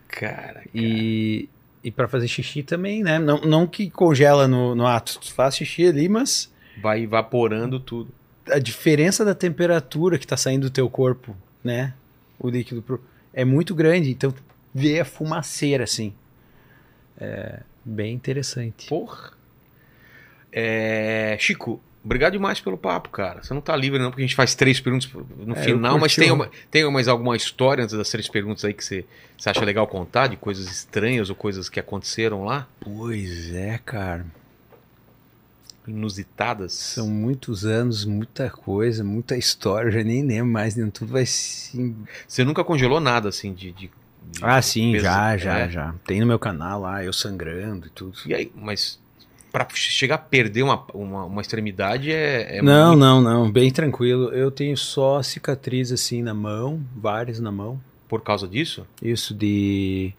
Cara.
E, e para fazer xixi também, né? Não, não que congela no, no ato, tu faz xixi ali, mas
Vai evaporando tudo.
a diferença da temperatura que tá saindo do teu corpo, né? O líquido pro, é muito grande, então tu vê a fumaceira assim. É bem interessante.
Porra. É, Chico, obrigado demais pelo papo, cara. Você não tá livre, não, porque a gente faz três perguntas no
É, eu
final, mas
curti um-
tem,
o-
uma- tem mais alguma história antes das três perguntas aí que você, você acha legal contar, de coisas estranhas ou coisas que aconteceram lá?
Pois é, cara.
Inusitadas?
São muitos anos, muita coisa, muita história, eu já nem lembro mais, nem tudo vai se
Você nunca congelou nada, assim, de. de- de-
Ah, sim,
peso-
já, já,
é.
já. Tem no meu canal lá, eu sangrando e tudo.
E aí, mas pra chegar a perder uma, uma, uma extremidade é. é
não,
muito-
não, não, bem tranquilo. Eu tenho só cicatriz assim na mão, várias na mão.
Por causa disso?
Isso de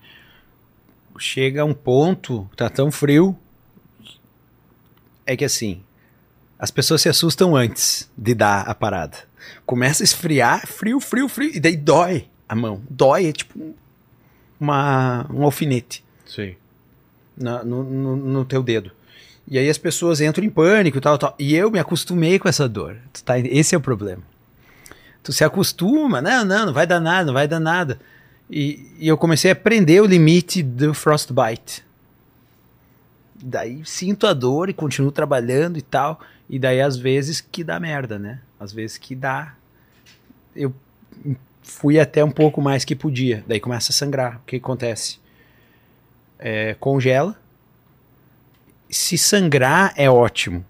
chega a um ponto, tá tão frio é que assim, as pessoas se assustam antes de dar a parada. Começa a esfriar, frio, frio, frio e daí dói a mão. Dói, é tipo um- uma, um alfinete.
Sim.
na- no, no, no teu dedo. E aí as pessoas entram em pânico e tal, tal. E eu me acostumei com essa dor. Tu tá, esse é o problema. Tu se acostuma, não, não, não vai dar nada, não vai dar nada. E, e eu comecei a aprender o limite do frostbite. Daí sinto a dor e continuo trabalhando e tal. E daí às vezes que dá merda, né? Às vezes que dá. Eu fui até um pouco mais que podia. Daí começa a sangrar. O que acontece? É, congela. Se sangrar é ótimo.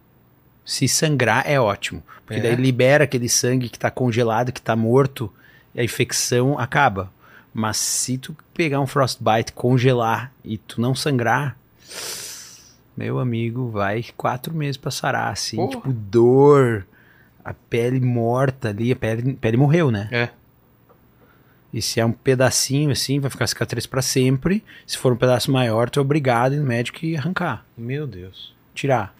Se sangrar é ótimo. Porque
É?
daí libera aquele sangue que tá congelado, que tá morto, e a infecção acaba. Mas se tu pegar um frostbite, congelar e tu não sangrar, meu amigo, vai quatro meses pra sarar, assim,
Porra.
tipo, dor, a pele morta ali, a pele, pele morreu, né?
É.
E se é um pedacinho assim, vai ficar cicatriz pra sempre. Se for um pedaço maior, tu é obrigado a ir no médico e arrancar,
Meu Deus.
tirar.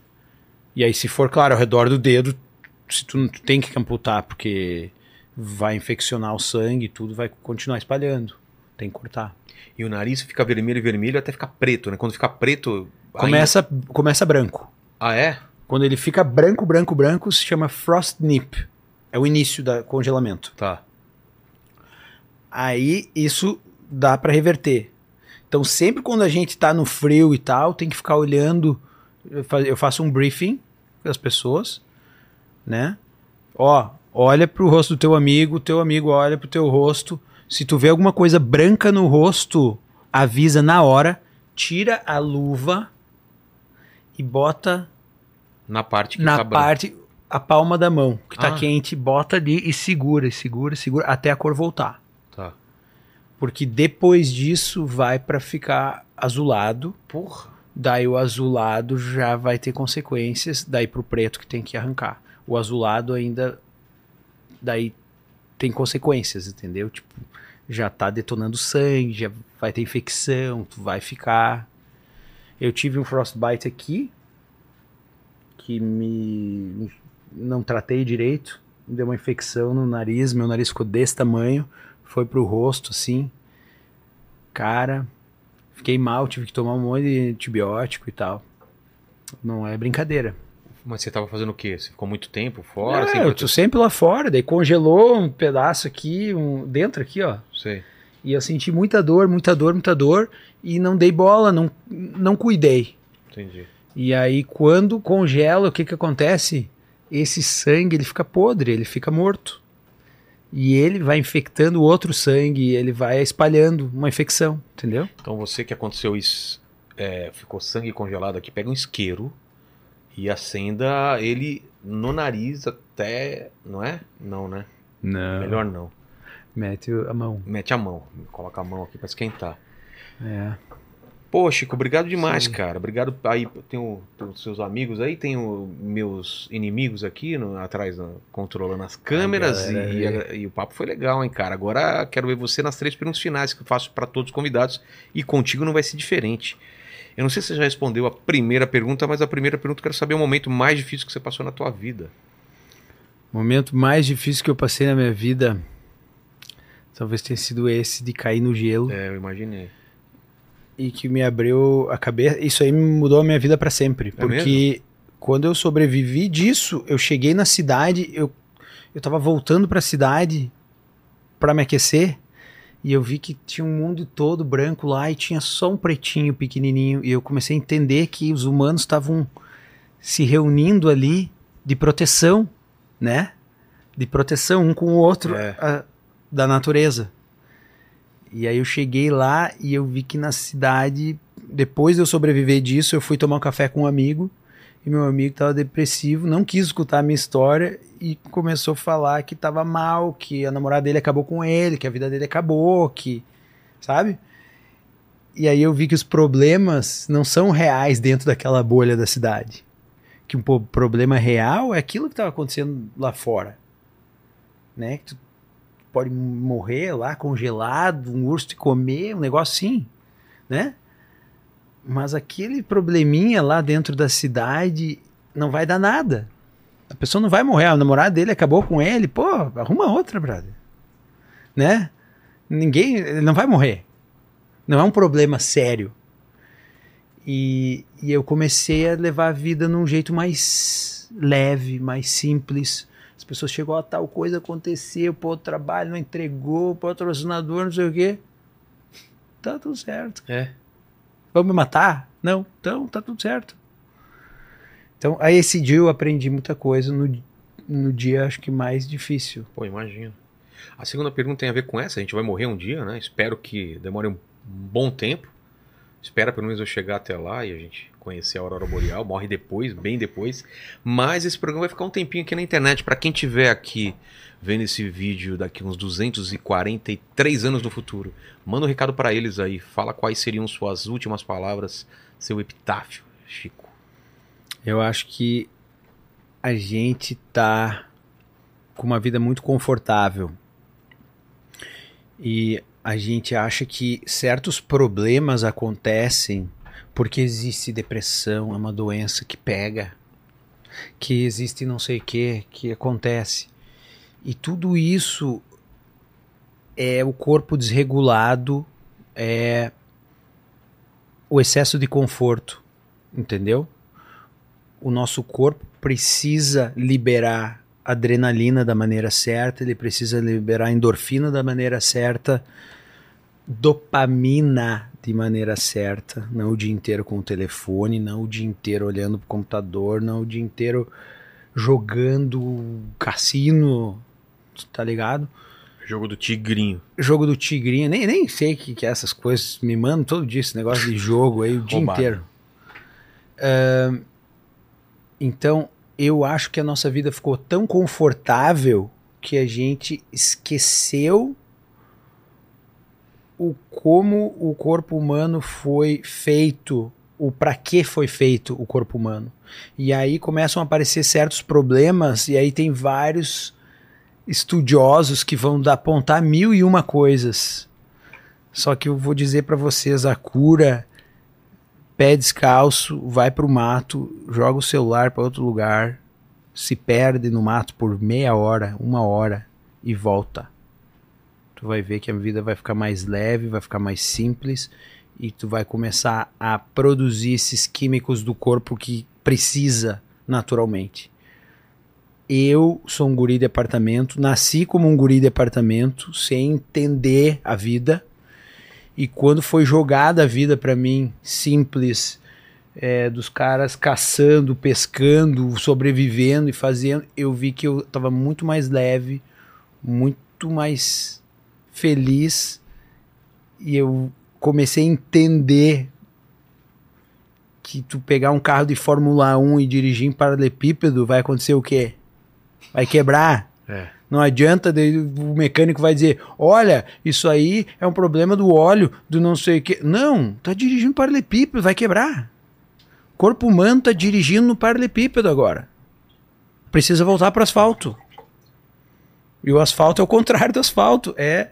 E aí, se for, claro, ao redor do dedo, se tu, tu tem que amputar, porque vai infeccionar o sangue e tudo, vai continuar espalhando. Tem que cortar.
E o nariz fica vermelho, vermelho até ficar preto, né? Quando fica preto.
Começa, começa branco.
ainda- Ah, é?
Quando ele fica branco, branco, branco, se chama frost nip. É o início do congelamento.
Tá.
aí isso dá pra reverter. Então, sempre quando a gente tá no frio e tal, tem que ficar olhando. Eu fa- Eu faço um briefing das pessoas, né? Ó, olha pro rosto do teu amigo, teu amigo olha pro teu rosto. Se tu vê alguma coisa branca no rosto, avisa na hora, tira a luva e bota
Na parte que
na
tá branco.
parte, a palma da mão, que tá
Ah.
quente, bota ali e segura, e segura, e segura, até a cor voltar
Tá.
porque depois disso vai pra ficar azulado,
Porra.
daí o azulado já vai ter consequências, daí pro preto que tem que arrancar. O azulado ainda daí tem consequências, entendeu? Tipo, já tá detonando sangue, já vai ter infecção, tu vai ficar. Eu tive um frostbite aqui que me não tratei direito, deu uma infecção no nariz, meu nariz ficou desse tamanho, foi pro rosto assim. Cara, fiquei mal, tive que tomar um monte de antibiótico e tal. Não é brincadeira.
Mas você tava fazendo o quê? Você ficou muito tempo fora? assim,
é,
sem
eu
prote-
tô sempre lá fora, daí congelou um pedaço aqui, um dentro aqui, ó.
Sei.
E eu senti muita dor, muita dor, muita dor e não dei bola, não não cuidei.
Entendi.
E aí quando congela, o que que acontece? Esse sangue, ele fica podre, ele fica morto. E ele vai infectando outro sangue, ele vai espalhando uma infecção, entendeu?
Então você que aconteceu isso, é, ficou sangue congelado aqui, pega um isqueiro e acenda ele no nariz até. Não é? Não, né?
Não.
Melhor não.
Mete a mão.
Mete a mão. Coloca a mão aqui pra esquentar.
É.
Pô, Chico, obrigado demais,
Sim.
cara. Obrigado. Aí tem o- tem os seus amigos aí, tem os meus inimigos aqui no- atrás, na- controlando as câmeras.
Ai, galera,
e, e o papo foi legal, hein, cara. Agora quero ver você nas três perguntas finais que eu faço pra todos os convidados. E contigo não vai ser diferente. Eu Eu não sei se você já respondeu a primeira pergunta, mas a primeira pergunta eu quero saber o momento mais difícil que você passou na tua vida.
Momento mais difícil que eu passei na minha vida talvez tenha sido esse de cair no gelo
É, eu imaginei.
e que me abriu a cabeça. Isso aí me mudou a minha vida para sempre, porque quando eu sobrevivi disso, eu cheguei na cidade, eu eu tava voltando para a cidade para me aquecer e eu vi que tinha um mundo todo branco lá e tinha só um pretinho pequenininho e eu comecei a entender que os humanos estavam se reunindo ali de proteção, né? De proteção um com o outro
É.
a- da natureza. E aí eu cheguei lá e eu vi que na cidade, depois de eu sobreviver disso, eu fui tomar um café com um amigo e meu amigo estava depressivo, não quis escutar a minha história e começou a falar que estava mal, que a namorada dele acabou com ele, que a vida dele acabou, que. Sabe? E aí eu vi que os problemas não são reais dentro daquela bolha da cidade. Que um po- problema real é aquilo que estava acontecendo lá fora. Né? Que tu pode morrer lá congelado, um urso te comer, um negócio assim, né? Mas aquele probleminha lá dentro da cidade não vai dar nada. A pessoa não vai morrer, a namorada dele acabou com ele, pô, arruma outra, brother. Né? Ninguém, ele não vai morrer. Não é um problema sério. E, e eu comecei a levar a vida num jeito mais leve, mais simples. As pessoas chegam, ó, tal coisa aconteceu, pô, o trabalho não entregou, patrocinador, não sei o quê. Tá tudo certo.
É.
Vão me matar? Não. Então, tá tudo certo. Então, aí esse dia eu aprendi muita coisa no, no dia, acho que mais difícil.
Pô, imagino. A segunda pergunta tem a ver com essa. A gente vai morrer um dia, né? Espero que demore um bom tempo. Espera pelo menos eu chegar até lá e a gente conhecer a Aurora Boreal. Morre depois, bem depois. Mas esse programa vai ficar um tempinho aqui na internet. Pra quem tiver aqui vendo esse vídeo daqui uns 243 anos no futuro, manda um recado pra eles aí. Fala quais seriam suas últimas palavras, seu epitáfio, Chico.
Eu acho que a gente tá com uma vida muito confortável. E a gente acha que certos problemas acontecem porque existe depressão, é uma doença que pega, que existe não sei o que, que acontece. E tudo isso é o corpo desregulado, é o excesso de conforto, entendeu? o nosso corpo precisa liberar adrenalina da maneira certa, ele precisa liberar endorfina da maneira certa, dopamina de maneira certa, não o dia inteiro com o telefone, não o dia inteiro olhando pro computador, não o dia inteiro jogando cassino, tá ligado?
Jogo do Tigrinho.
Jogo do tigrinho, nem, nem sei o que, que é essas coisas, me mandam todo dia esse negócio de jogo aí o dia
Roubado.
inteiro. Ahn, então, eu acho que a nossa vida ficou tão confortável que a gente esqueceu o como o corpo humano foi feito, o para que foi feito o corpo humano. E aí começam a aparecer certos problemas, e aí tem vários estudiosos que vão dar- apontar mil e uma coisas. Só que eu vou dizer para vocês, a cura pé descalço, vai pro mato, joga o celular para outro lugar, se perde no mato por meia hora, uma hora e volta. Tu vai ver que a vida vai ficar mais leve, vai ficar mais simples e tu vai começar a produzir esses químicos do corpo que precisa naturalmente. Eu sou um guri de apartamento, nasci como um guri de apartamento, sem entender a vida. E quando foi jogada a vida pra mim, simples, é, dos caras caçando, pescando, sobrevivendo e fazendo, eu vi que eu tava muito mais leve, muito mais feliz. E eu comecei a entender que tu pegar um carro de Fórmula 1 e dirigir em paralelepípedo, vai acontecer o quê? Vai quebrar.
É.
Não adianta, daí o mecânico vai dizer: olha, isso aí é um problema do óleo, do não sei o quê. Não, tá dirigindo paralelepípedo, vai quebrar. O corpo humano tá dirigindo no paralelepípedo agora. Precisa voltar para asfalto. E o asfalto é o contrário do asfalto: é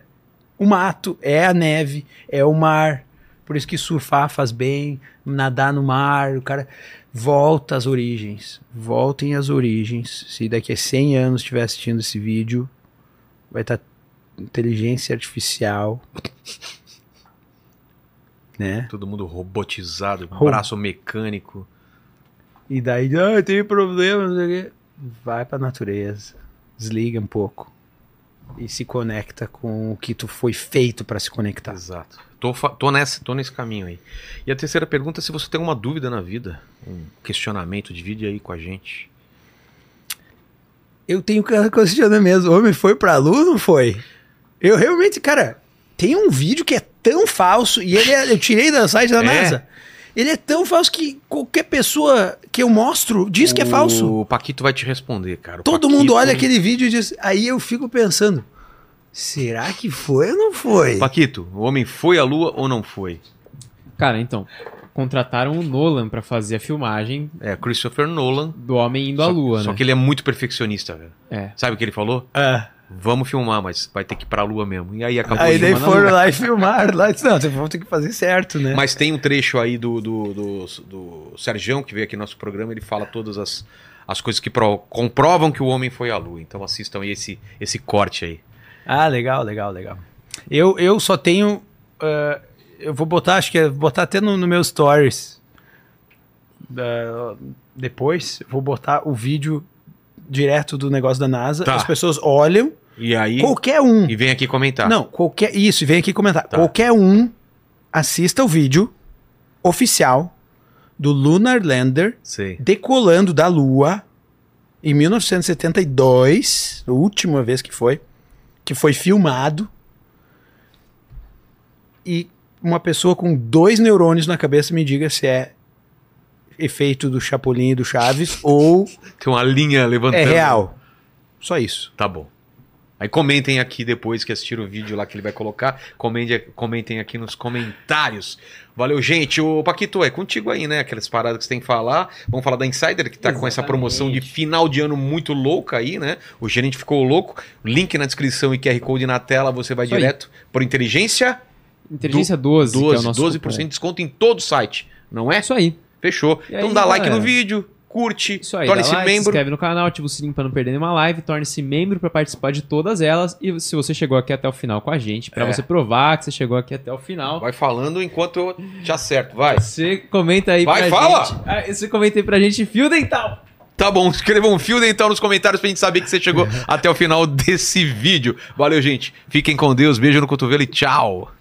o mato, é a neve, é o mar. Por isso que surfar faz bem, nadar no mar, o cara volta às origens. Voltem às origens. Se daqui a 100 anos estiver assistindo esse vídeo, vai estar inteligência artificial. né?
Todo mundo robotizado, com
Ro-
braço mecânico.
E daí, ah, tem problema, não sei o quê. Vai pra natureza. Desliga um pouco. E se conecta com o que tu foi feito pra se conectar.
Exato. Tô, fa- tô, nessa, tô nesse caminho aí. E a terceira pergunta é se você tem alguma dúvida na vida, um questionamento, divide aí com a gente.
Eu tenho que questionar mesmo. Homem, foi pra luz não foi? Eu realmente, cara, tem um vídeo que é tão falso, e ele é- eu tirei da site da
É?
NASA. Ele é tão falso que qualquer pessoa que eu mostro diz que é falso.
O Paquito vai te responder, cara. O
Todo
Paquito-
mundo olha aquele vídeo e diz. Aí eu fico pensando: será que foi ou não foi?
Paquito, o homem foi à lua ou não foi?
Cara, então, contrataram o Nolan pra fazer a filmagem
É, Christopher Nolan.
do Homem indo à
só,
Lua,
Só
né?
que ele é muito perfeccionista, velho.
É.
Sabe o que ele falou?
Ah,
Vamos filmar, mas vai ter que ir pra lua mesmo. E aí É, acabou
aí
de
daí
mandar um
foram
lua.
lá e filmaram. Lá, e disse, não, vocês vão ter que fazer certo, né?
Mas tem um trecho aí do, do, do, do Sergião, que veio aqui no nosso programa, ele fala todas as, as coisas que pro- comprovam que o homem foi à lua. Então assistam aí esse, esse corte aí.
Ah, legal, legal, legal. Eu, eu só tenho. ah, eu vou botar, acho que é, vou botar até no, no meu stories. da- depois, eu vou botar o vídeo direto do negócio da NASA.
Tá.
As pessoas olham.
E aí.
Qualquer um.
é? E vem aqui comentar.
Não, qualquer. Isso, vem aqui comentar.
Tá.
Qualquer um assista o vídeo oficial do Lunar Lander
Sei.
decolando da Lua em 1972, a última vez que foi, que foi filmado. E uma pessoa com dois neurônios na cabeça me diga se é efeito do Chapolin e do Chaves ou
Tem uma linha levantando.
é real. Só isso.
Tá bom. Aí comentem aqui depois que assistiram o vídeo lá que ele vai colocar. Comente, comentem aqui nos comentários. Valeu, gente. Ô, Paquito, é contigo aí, né? Aquelas paradas que você tem que falar. Vamos falar da Insider, que tá com essa
Exatamente.
promoção de final de ano muito louca aí, né? O gerente ficou louco. Link na descrição e QR Code na tela. Você vai
Isso aí.
direto por inteligência.
Inteligência 12, que
12,
é o nosso
12% de
cupom.
desconto em todo o site, não é?
É isso aí.
Fechou.
E aí,
então dá like no
galera?
vídeo, curte,
Isso aí,
torne-se
dá like, se
membro.
inscreve no canal, ativa o sininho pra não perder nenhuma live, torne-se membro pra participar de todas elas. E se você chegou aqui até o final com a gente, pra
É.
você provar que você chegou aqui até o final,
Vai falando enquanto eu te acerto, vai.
você comenta aí
Vai,
pra
fala!
gente. Ah, Você comenta aí pra gente, fio dental.
Tá bom, escreva um fio dental nos comentários pra gente saber que você chegou até o final desse vídeo. Valeu, gente. Fiquem com Deus, beijo no cotovelo e tchau.